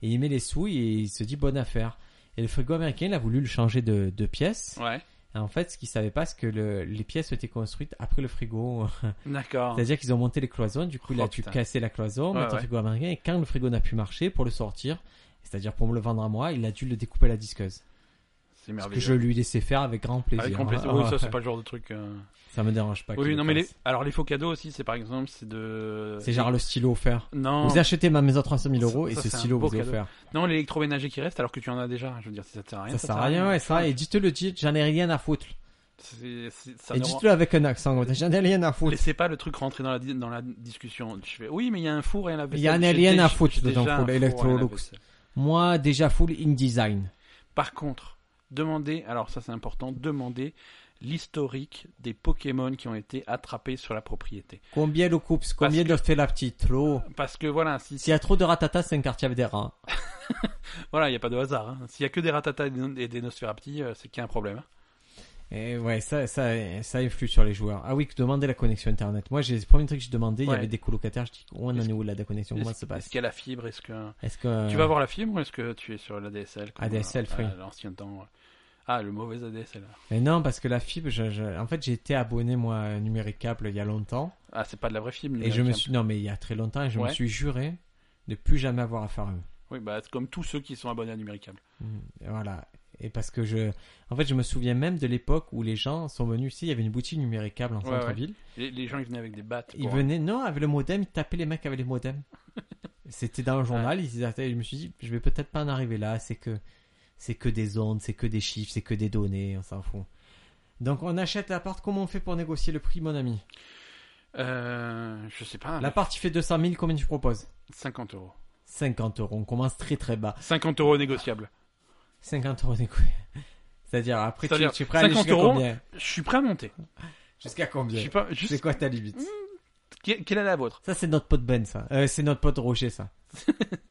Speaker 2: Et il met les sous et il se dit bonne affaire. Et le frigo américain, il a voulu le changer de, de pièce.
Speaker 1: Ouais.
Speaker 2: Et en fait, ce qu'il savait pas, c'est que le- les pièces étaient construites après le frigo.
Speaker 1: D'accord.
Speaker 2: C'est-à-dire qu'ils ont monté les cloisons, du coup, il
Speaker 1: Ah. Oh,
Speaker 2: a dû
Speaker 1: putain.
Speaker 2: casser la cloison,
Speaker 1: Ouais,
Speaker 2: mettre un
Speaker 1: ouais.
Speaker 2: frigo américain. Et quand le frigo n'a pu marcher pour le sortir, c'est-à-dire pour me le vendre à moi, il a dû le découper à la disqueuse.
Speaker 1: C'est
Speaker 2: Ce que
Speaker 1: merveilleux.
Speaker 2: je lui laissais faire avec grand plaisir.
Speaker 1: Avec grand plaisir.
Speaker 2: Ah,
Speaker 1: Oui,
Speaker 2: ouais.
Speaker 1: ça, c'est pas le genre de truc. euh,
Speaker 2: Ça me dérange pas.
Speaker 1: Oui,
Speaker 2: qu'il
Speaker 1: non,
Speaker 2: le
Speaker 1: mais les...
Speaker 2: fasse.
Speaker 1: alors les faux cadeaux aussi, c'est par exemple, c'est de.
Speaker 2: C'est genre le stylo offert.
Speaker 1: Non,
Speaker 2: Vous achetez ma maison 300 000 euros
Speaker 1: Ça,
Speaker 2: et
Speaker 1: ça,
Speaker 2: ce
Speaker 1: c'est un
Speaker 2: stylo
Speaker 1: beau
Speaker 2: vous est
Speaker 1: cadeau.
Speaker 2: offert.
Speaker 1: non l'électroménager qui reste alors que tu en as déjà. Je veux dire, si ça te sert à rien.
Speaker 2: Ça sert à rien, ouais, ça. Et dites-le, dites, j'en ai rien à foutre.
Speaker 1: C'est- c'est- ça
Speaker 2: Et
Speaker 1: ne rend-
Speaker 2: dites-le avec un accent, gros. j'en ai rien à foutre.
Speaker 1: Laissez pas le truc rentrer dans la, di- dans la discussion. Je fais, oui, mais il y a un four et un lave-vaisselle.
Speaker 2: Il y en a
Speaker 1: J'ai
Speaker 2: rien à
Speaker 1: déjà-
Speaker 2: foutre
Speaker 1: j'ai
Speaker 2: dedans
Speaker 1: déjà
Speaker 2: pour
Speaker 1: un four et un
Speaker 2: l'Electrolux.
Speaker 1: lave-vaisselle.
Speaker 2: Moi, déjà full InDesign.
Speaker 1: Par contre, demandez, alors ça c'est important, demandez l'historique des Pokémon qui ont été attrapés sur la propriété.
Speaker 2: Combien le coupe Combien le fait la petite L'eau
Speaker 1: Parce que voilà, si,
Speaker 2: S'il y a trop de ratata, c'est un quartier avec des rats.
Speaker 1: voilà, il n'y a pas de hasard. hein. S'il y a que des Ratata et des, et des Nosferapti, euh, c'est qu'il y a un problème. hein.
Speaker 2: Et ouais, ça, ça, ça influe sur les joueurs. Ah oui, que demander la connexion internet. Moi, j'ai, le premier truc que j'ai demandé, il y
Speaker 1: Ouais.
Speaker 2: avait des colocataires, je dis, on en
Speaker 1: Est-ce
Speaker 2: est où là, de la connexion? Comment ça
Speaker 1: Est-ce
Speaker 2: se
Speaker 1: est-ce
Speaker 2: passe?
Speaker 1: qu'il y a la fibre Est-ce que
Speaker 2: Est-ce que...
Speaker 1: tu vas voir la fibre ou est-ce que tu es sur l'ADSL
Speaker 2: ADSL, oui.
Speaker 1: euh, L'ancien temps. ouais. Ah, le mauvais ADSL. alors.
Speaker 2: Mais non, parce que la fibre, je, je- en fait, j'ai été abonné, moi, à Numérique Câble il y a longtemps.
Speaker 1: Ah, c'est pas de la vraie fibre.
Speaker 2: Et
Speaker 1: numérique,
Speaker 2: je me
Speaker 1: hein.
Speaker 2: suis, non, mais il y a très longtemps, et je me
Speaker 1: Ouais.
Speaker 2: suis juré de plus jamais avoir affaire à eux.
Speaker 1: Oui, bah, c'est comme tous ceux qui sont abonnés à Numéricable.
Speaker 2: Mm, Voilà. Et parce que je, en fait, je me souviens même de l'époque où les gens sont venus ici. Il y avait une boutique numéricable en
Speaker 1: Ouais, ouais.
Speaker 2: centre-ville.
Speaker 1: Les, les gens, ils venaient avec des battes.
Speaker 2: Ils
Speaker 1: pour-
Speaker 2: venaient, non, avec le modem, ils tapaient les mecs avec les modems. C'était dans le journal. Ils attaquaient. Je me suis dit, je vais peut-être pas en arriver là. C'est que, c'est que des ondes, c'est que des chiffres, c'est que des données. On s'en fout. Donc on achète l'appart. Comment on fait pour négocier le prix, mon ami
Speaker 1: Euh, je sais pas.
Speaker 2: L'appart, il fait 200 000. Combien tu proposes
Speaker 1: 50 euros.
Speaker 2: 50 euros. On commence très très bas.
Speaker 1: 50 euros négociables.
Speaker 2: 50 euros, écoute. C'est-à-dire après, tu,
Speaker 1: C'est-à-dire,
Speaker 2: tu es prêt à aller
Speaker 1: 50
Speaker 2: jusqu'à
Speaker 1: euros,
Speaker 2: combien
Speaker 1: Je suis prêt à monter.
Speaker 2: Jusqu'à
Speaker 1: Je
Speaker 2: combien
Speaker 1: suis pas.
Speaker 2: C'est
Speaker 1: Juste.
Speaker 2: quoi ta limite
Speaker 1: que- Quelle est la vôtre
Speaker 2: Ça, c'est notre pote Ben, ça. Euh, c'est notre pote Roger, ça.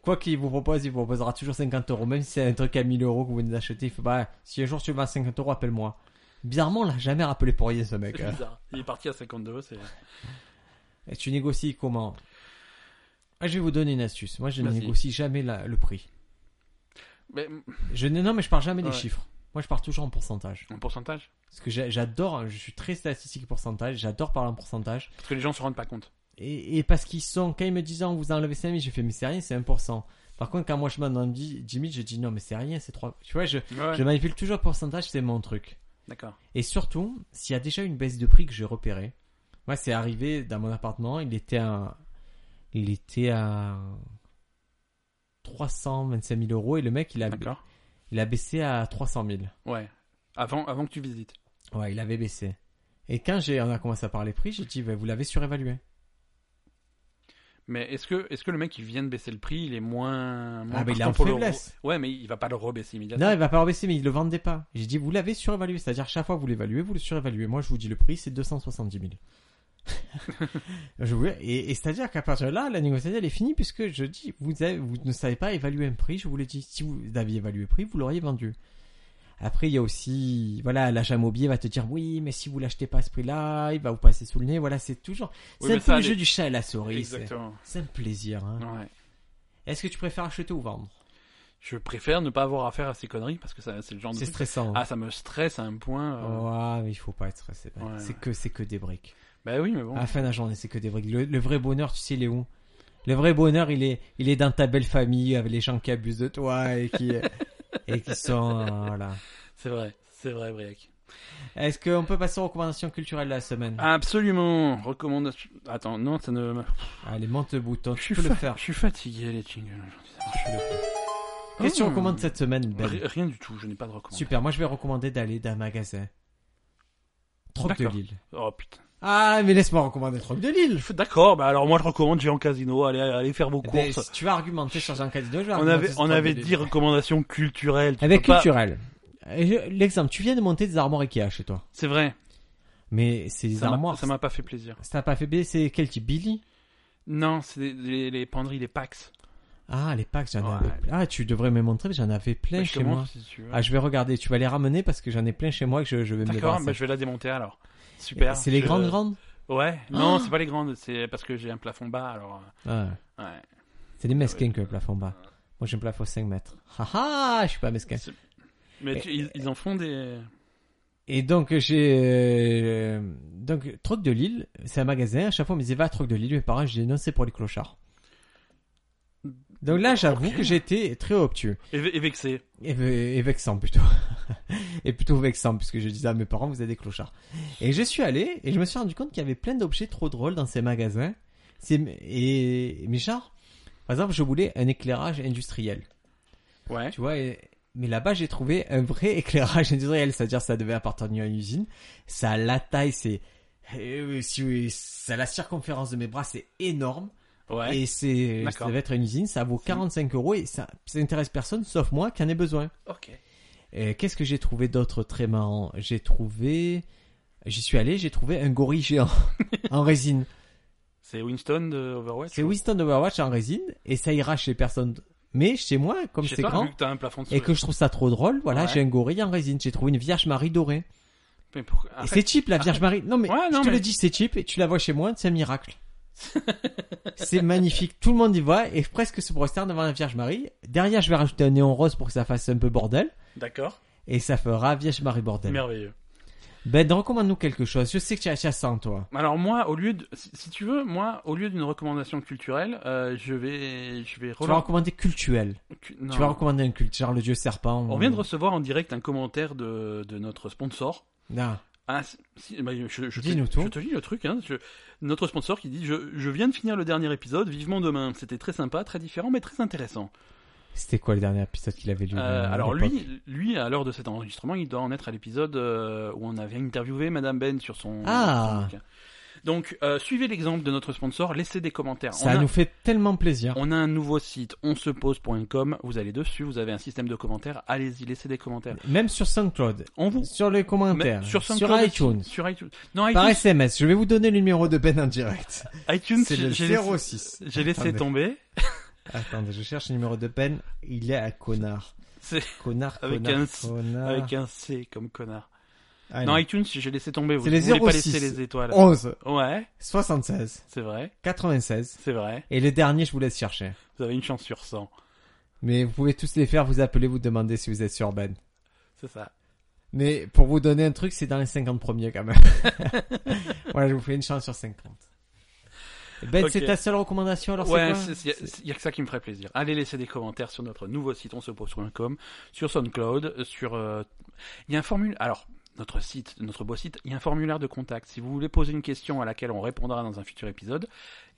Speaker 2: quoi qu'il vous propose, il vous proposera toujours 50 euros. Même si c'est un truc à 1000 euros que vous venez d'acheter, il fait bah, si un jour tu vas à 50 euros, appelle-moi. Bizarrement, on l'a jamais rappelé pour rien, ce
Speaker 1: C'est
Speaker 2: mec. hein.
Speaker 1: bizarre. Il est parti à 52. C'est.
Speaker 2: Et tu négocies comment Ah, Je vais vous donner une astuce. Moi, je ne
Speaker 1: Vas-y.
Speaker 2: négocie jamais la- le prix.
Speaker 1: Mais mm,
Speaker 2: Je ne- non, mais je parle jamais
Speaker 1: Ouais.
Speaker 2: des chiffres. Moi, je pars toujours en pourcentage.
Speaker 1: en pourcentage
Speaker 2: Parce que j'a- j'adore, hein, je suis très statistique et pourcentage, j'adore parler en pourcentage.
Speaker 1: Parce que les gens se rendent pas compte.
Speaker 2: Et, et parce qu'ils sont, quand ils me disent, on vous a enlevé 5 000, j'ai fait, mais c'est rien, c'est 1%. Par contre, quand moi je m'en donne 10 10 000, je dis, non, mais c'est rien, c'est 3. Tu vois, je,
Speaker 1: Ouais.
Speaker 2: je manipule toujours le pourcentage, c'est mon truc.
Speaker 1: D'accord.
Speaker 2: Et surtout, s'il y a déjà une baisse de prix que j'ai repérée, moi, c'est arrivé dans mon appartement, il était à, il était à 325 000 euros et le mec, il a,
Speaker 1: D'accord.
Speaker 2: il a baissé à 300 000.
Speaker 1: Ouais. Avant, avant que tu visites.
Speaker 2: Ouais, il avait baissé. Et quand j'ai, on a commencé à parler prix, j'ai dit, ben, vous l'avez surévalué.
Speaker 1: Mais est-ce que, est-ce que le mec qui vient de baisser le prix, il est moins. moins
Speaker 2: Ah, ben, il est
Speaker 1: partant
Speaker 2: en
Speaker 1: pour le
Speaker 2: faiblesse.
Speaker 1: re- Ouais, mais il va pas le rebaisser immédiatement.
Speaker 2: Non, il va pas baisser, mais il le vendait pas. J'ai dit, vous l'avez surévalué. C'est-à-dire, chaque fois que vous l'évaluez, vous le surévaluez. Moi, je vous dis le prix, c'est 270 000. je vous... Et, et c'est-à-dire qu'à partir de là, la négociation, elle est finie, puisque je dis, vous, avez- vous ne savez pas évaluer un prix. Je vous l'ai dit, si vous aviez évalué le prix, vous l'auriez vendu. Après, il y a aussi, voilà, l'agent immobilier va te dire, oui, mais si vous l'achetez pas à ce prix-là, il va vous passer sous le nez. Voilà, c'est toujours,
Speaker 1: Oui,
Speaker 2: c'est
Speaker 1: mais
Speaker 2: un
Speaker 1: ça,
Speaker 2: peu le
Speaker 1: les-
Speaker 2: jeu du chat et la souris. c'est-
Speaker 1: Exactement.
Speaker 2: C'est un plaisir, hein.
Speaker 1: Ouais.
Speaker 2: Est-ce que tu préfères acheter ou vendre?
Speaker 1: Je préfère ne pas avoir affaire à ces conneries parce que ça, c'est le genre de.
Speaker 2: C'est
Speaker 1: truc-
Speaker 2: stressant. hein.
Speaker 1: Ah, ça me stresse à un point. euh,
Speaker 2: Ouais, mais il faut pas être stressé.
Speaker 1: Ouais,
Speaker 2: c'est
Speaker 1: ouais.
Speaker 2: que c'est que des briques.
Speaker 1: Bah oui, mais bon.
Speaker 2: À la fin de la journée, c'est que des briques. Le, le vrai bonheur, tu sais, il est où Le vrai bonheur, il est il est dans ta belle famille avec les gens qui abusent de toi et qui et qui sont euh, voilà.
Speaker 1: C'est vrai, c'est vrai, Briac.
Speaker 2: Est-ce qu'on peut passer aux recommandations culturelles de la semaine
Speaker 1: Ah. Absolument. Recommandation. Attends, non, ça ne.
Speaker 2: Allez, monte le bouton,
Speaker 1: Je suis,
Speaker 2: tu peux le
Speaker 1: fa-
Speaker 2: faire.
Speaker 1: je suis fatigué, les jingles. aujourd'hui, ça marche.
Speaker 2: Qu'est-ce que tu
Speaker 1: Oh.
Speaker 2: recommandes cette semaine, Ben
Speaker 1: Ri- Rien du tout, je n'ai pas de recommandation.
Speaker 2: Super, moi je vais recommander d'aller d'un magasin. Troc de
Speaker 1: D'accord.
Speaker 2: Lille.
Speaker 1: Oh putain.
Speaker 2: Ah, mais laisse-moi recommander Troc de Lille.
Speaker 1: D'accord, bah alors moi je recommande Géant Casino, allez, allez faire vos
Speaker 2: Ben,
Speaker 1: courses.
Speaker 2: si tu vas argumenter sur Jean Cadino, je vais
Speaker 1: On
Speaker 2: argumenter
Speaker 1: avait,
Speaker 2: sur
Speaker 1: on
Speaker 2: Troc de
Speaker 1: avait
Speaker 2: Lille.
Speaker 1: dit recommandations culturelles. tu
Speaker 2: Avec
Speaker 1: peux pas-
Speaker 2: culturel. Euh, je- L'exemple, tu viens de monter des armoires Ikea chez toi.
Speaker 1: C'est vrai.
Speaker 2: Mais c'est des
Speaker 1: Ça m'a-
Speaker 2: armoires.
Speaker 1: ça m'a pas fait plaisir.
Speaker 2: Ça t'a pas fait baisser. C'est quel type Billy
Speaker 1: Non, c'est des- les, les penderies, les packs.
Speaker 2: Ah, les packs, j'en
Speaker 1: Ouais.
Speaker 2: avais plein. Ah, tu devrais me montrer, j'en avais plein
Speaker 1: Bah, je te
Speaker 2: chez moi.
Speaker 1: montre si tu veux.
Speaker 2: Ah, je vais regarder. Tu vas les ramener parce que j'en ai plein chez moi que je, je vais me
Speaker 1: D'accord,
Speaker 2: débarrasser.
Speaker 1: bah, je vais la démonter alors. Super.
Speaker 2: C'est les
Speaker 1: je-
Speaker 2: grandes grandes
Speaker 1: Ouais. Non, c'est pas les grandes. C'est parce que j'ai un plafond bas. Alors.
Speaker 2: Ah,
Speaker 1: euh, Ouais.
Speaker 2: C'est les mesquins que le plafond bas. Moi j'ai un plafond 5 mètres. Haha, je suis pas mesquin.
Speaker 1: C'est- Mais tu- ils, ils en font des.
Speaker 2: Et donc j'ai euh, donc Troc de Lille, c'est un magasin. À chaque fois, on me disait va à Troc de Lille. Mes parents, je dis non, c'est pour les clochards. Donc là, j'avoue que j'étais très obtus
Speaker 1: Et, ve- et vexés.
Speaker 2: et, ve- et vexant plutôt, et plutôt vexant puisque je disais à mes parents vous êtes des clochards. Et je suis allé et je me suis rendu compte qu'il y avait plein d'objets trop drôles dans ces magasins. C'est et mais genre, par exemple, je voulais un éclairage industriel.
Speaker 1: Ouais.
Speaker 2: Tu vois, et- mais là-bas, j'ai trouvé un vrai éclairage industriel, c'est-à-dire ça devait appartenir à une usine. Ça a la taille, c'est... euh, si- Ça a la circonférence de mes bras, c'est énorme.
Speaker 1: Ouais.
Speaker 2: Et c'est... Ça
Speaker 1: D'accord.
Speaker 2: devait être une usine, ça vaut 45 euros et ça, ça intéresse personne, sauf moi qui en ai besoin.
Speaker 1: Ok.
Speaker 2: Et Qu'est-ce que j'ai trouvé d'autre très marrant J'ai trouvé... J'y suis allé, j'ai trouvé un gorille géant en résine.
Speaker 1: C'est Winston de Overwatch.
Speaker 2: C'est Winston Overwatch en résine et ça ira chez personne. Mais chez moi, comme
Speaker 1: Chez
Speaker 2: c'est
Speaker 1: toi,
Speaker 2: grand...
Speaker 1: Vu que t'as un plafond. De
Speaker 2: et que je trouve ça trop drôle, voilà,
Speaker 1: Ouais.
Speaker 2: j'ai un gorille en résine, j'ai trouvé une Vierge Marie dorée.
Speaker 1: Mais pourquoi-
Speaker 2: et
Speaker 1: Arrête.
Speaker 2: c'est cheap la Vierge Marie. Non mais
Speaker 1: Ah, Ouais, non,
Speaker 2: je te
Speaker 1: mais-
Speaker 2: le dis, c'est cheap et tu la vois chez moi, c'est un miracle. c'est magnifique, tout le monde y voit et presque se prosterne devant la Vierge Marie. Derrière, je vais rajouter un néon rose pour que ça fasse un peu bordel
Speaker 1: D'accord.
Speaker 2: et ça fera Vierge Marie bordel.
Speaker 1: Merveilleux.
Speaker 2: Ben, recommande-nous quelque chose. Je sais que tu as ça en toi.
Speaker 1: Alors moi, au lieu de, si si tu veux, moi, au lieu d'une recommandation culturelle, euh, je vais, je vais.
Speaker 2: Tu vas recommander cultuel.
Speaker 1: Tu- non.
Speaker 2: Tu vas recommander un culte, genre le dieu serpent.
Speaker 1: On vient de recevoir en direct un commentaire de, de notre sponsor.
Speaker 2: Ah,
Speaker 1: Ah, si- si, bah, je, je, te,
Speaker 2: Dis-nous tout.
Speaker 1: je te lis le truc. Hein, je- notre sponsor qui dit je, je viens de finir le dernier épisode, vivement demain. C'était très sympa, très différent, mais très intéressant.
Speaker 2: C'était quoi le dernier épisode qu'il avait lu
Speaker 1: Euh,
Speaker 2: euh, à
Speaker 1: alors
Speaker 2: l'époque
Speaker 1: lui, lui, à l'heure de cet enregistrement, il doit en être à l'épisode euh, où on avait interviewé Madame Ben sur son.
Speaker 2: Ah.
Speaker 1: son bouquin. Donc euh, suivez l'exemple de notre sponsor, laissez des commentaires.
Speaker 2: Ça
Speaker 1: On a-
Speaker 2: nous fait tellement plaisir.
Speaker 1: On a un nouveau site, onsepose.com. Vous allez dessus, vous avez un système de commentaires. Allez-y, laissez des commentaires.
Speaker 2: Même sur SoundCloud,
Speaker 1: On vous.
Speaker 2: sur les commentaires,
Speaker 1: Mais-
Speaker 2: sur,
Speaker 1: SoundCloud aussi.
Speaker 2: iTunes,
Speaker 1: Sur iTunes. Non,
Speaker 2: par
Speaker 1: iTunes,
Speaker 2: SMS. Je vais vous donner le numéro de Ben en direct.
Speaker 1: iTunes,
Speaker 2: C'est le
Speaker 1: j'ai laissé,
Speaker 2: 06.
Speaker 1: j'ai laissé
Speaker 2: Attendez.
Speaker 1: tomber.
Speaker 2: Attendez, je cherche le numéro de Ben. Il est à connard.
Speaker 1: C'est
Speaker 2: Connard,
Speaker 1: Avec
Speaker 2: connard,
Speaker 1: un C-
Speaker 2: connard. Ah,
Speaker 1: avec un C comme connard.
Speaker 2: Allez.
Speaker 1: Non, iTunes, j'ai laissé tomber. Vous
Speaker 2: Ah. C'est
Speaker 1: ne
Speaker 2: les
Speaker 1: voulez pas
Speaker 2: 06.
Speaker 1: laisser les étoiles.
Speaker 2: 11,
Speaker 1: Ouais,
Speaker 2: 76,
Speaker 1: c'est vrai,
Speaker 2: 96.
Speaker 1: c'est vrai.
Speaker 2: Et le dernier, je vous laisse chercher.
Speaker 1: Vous avez une chance sur 100.
Speaker 2: Mais vous pouvez tous les faire, vous appelez, vous demandez si vous êtes sur Ben.
Speaker 1: C'est ça.
Speaker 2: Mais pour vous donner un truc, c'est dans les 50 premiers quand même. voilà, je vous fais une chance sur 50. Ben,
Speaker 1: Ok.
Speaker 2: c'est ta seule recommandation alors
Speaker 1: ouais,
Speaker 2: c'est quoi
Speaker 1: il y a que ça qui me ferait plaisir. Allez laisser des commentaires sur notre nouveau site onsepose.com, sur SoundCloud, euh, sur euh, il y a un formulaire. Alors notre site, notre beau site, il y a un formulaire de contact. Si vous voulez poser une question à laquelle on répondra dans un futur épisode,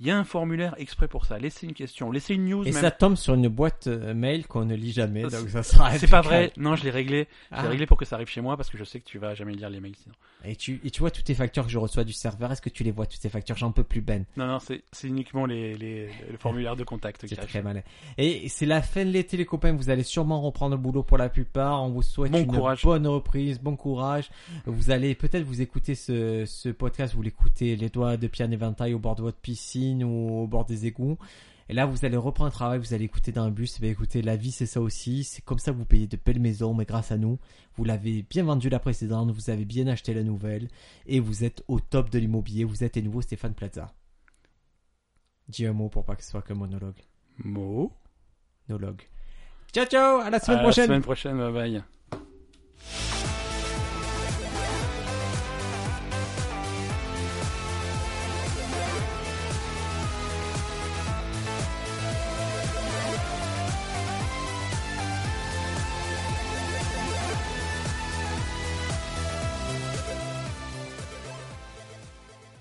Speaker 1: il y a un formulaire exprès pour ça. Laissez une question, laissez une news
Speaker 2: Et
Speaker 1: même.
Speaker 2: ça tombe sur une boîte euh, mail qu'on ne lit jamais,
Speaker 1: C'est-
Speaker 2: donc ça sera.
Speaker 1: C'est pas
Speaker 2: impeccable.
Speaker 1: vrai. Non, je l'ai réglé. Je l'ai
Speaker 2: Ah.
Speaker 1: réglé pour que ça arrive chez moi parce que je sais que tu vas jamais lire les mails sinon.
Speaker 2: Et tu, et tu vois toutes tes factures que je reçois du serveur, est-ce que tu les vois toutes tes factures J'en peux plus, Ben.
Speaker 1: Non, non, c'est c'est uniquement les, les, le formulaire de contact qui
Speaker 2: C'est
Speaker 1: arrive.
Speaker 2: très malin. Et c'est la fin de l'été, les copains. Vous allez sûrement reprendre le boulot pour la plupart. On vous souhaite
Speaker 1: Bon
Speaker 2: une
Speaker 1: courage.
Speaker 2: bonne reprise, bon courage. Vous allez peut-être vous écouter ce, ce podcast, vous l'écoutez les doigts de pied en éventail au bord de votre piscine ou au bord des égouts. Et là, vous allez reprendre le travail, vous allez écouter dans un bus. Eh bien, écoutez, la vie, c'est ça aussi. C'est comme ça que vous payez de belles maisons, mais grâce à nous, vous l'avez bien vendu la précédente, vous avez bien acheté la nouvelle, et vous êtes au top de l'immobilier. Vous êtes les nouveaux Stéphane Plaza. Dis un mot pour pas que ce soit que monologue
Speaker 1: Mo.
Speaker 2: nologue. Ciao, ciao, à la semaine
Speaker 1: À la
Speaker 2: prochaine.
Speaker 1: Euh, semaine prochaine. Bye bye.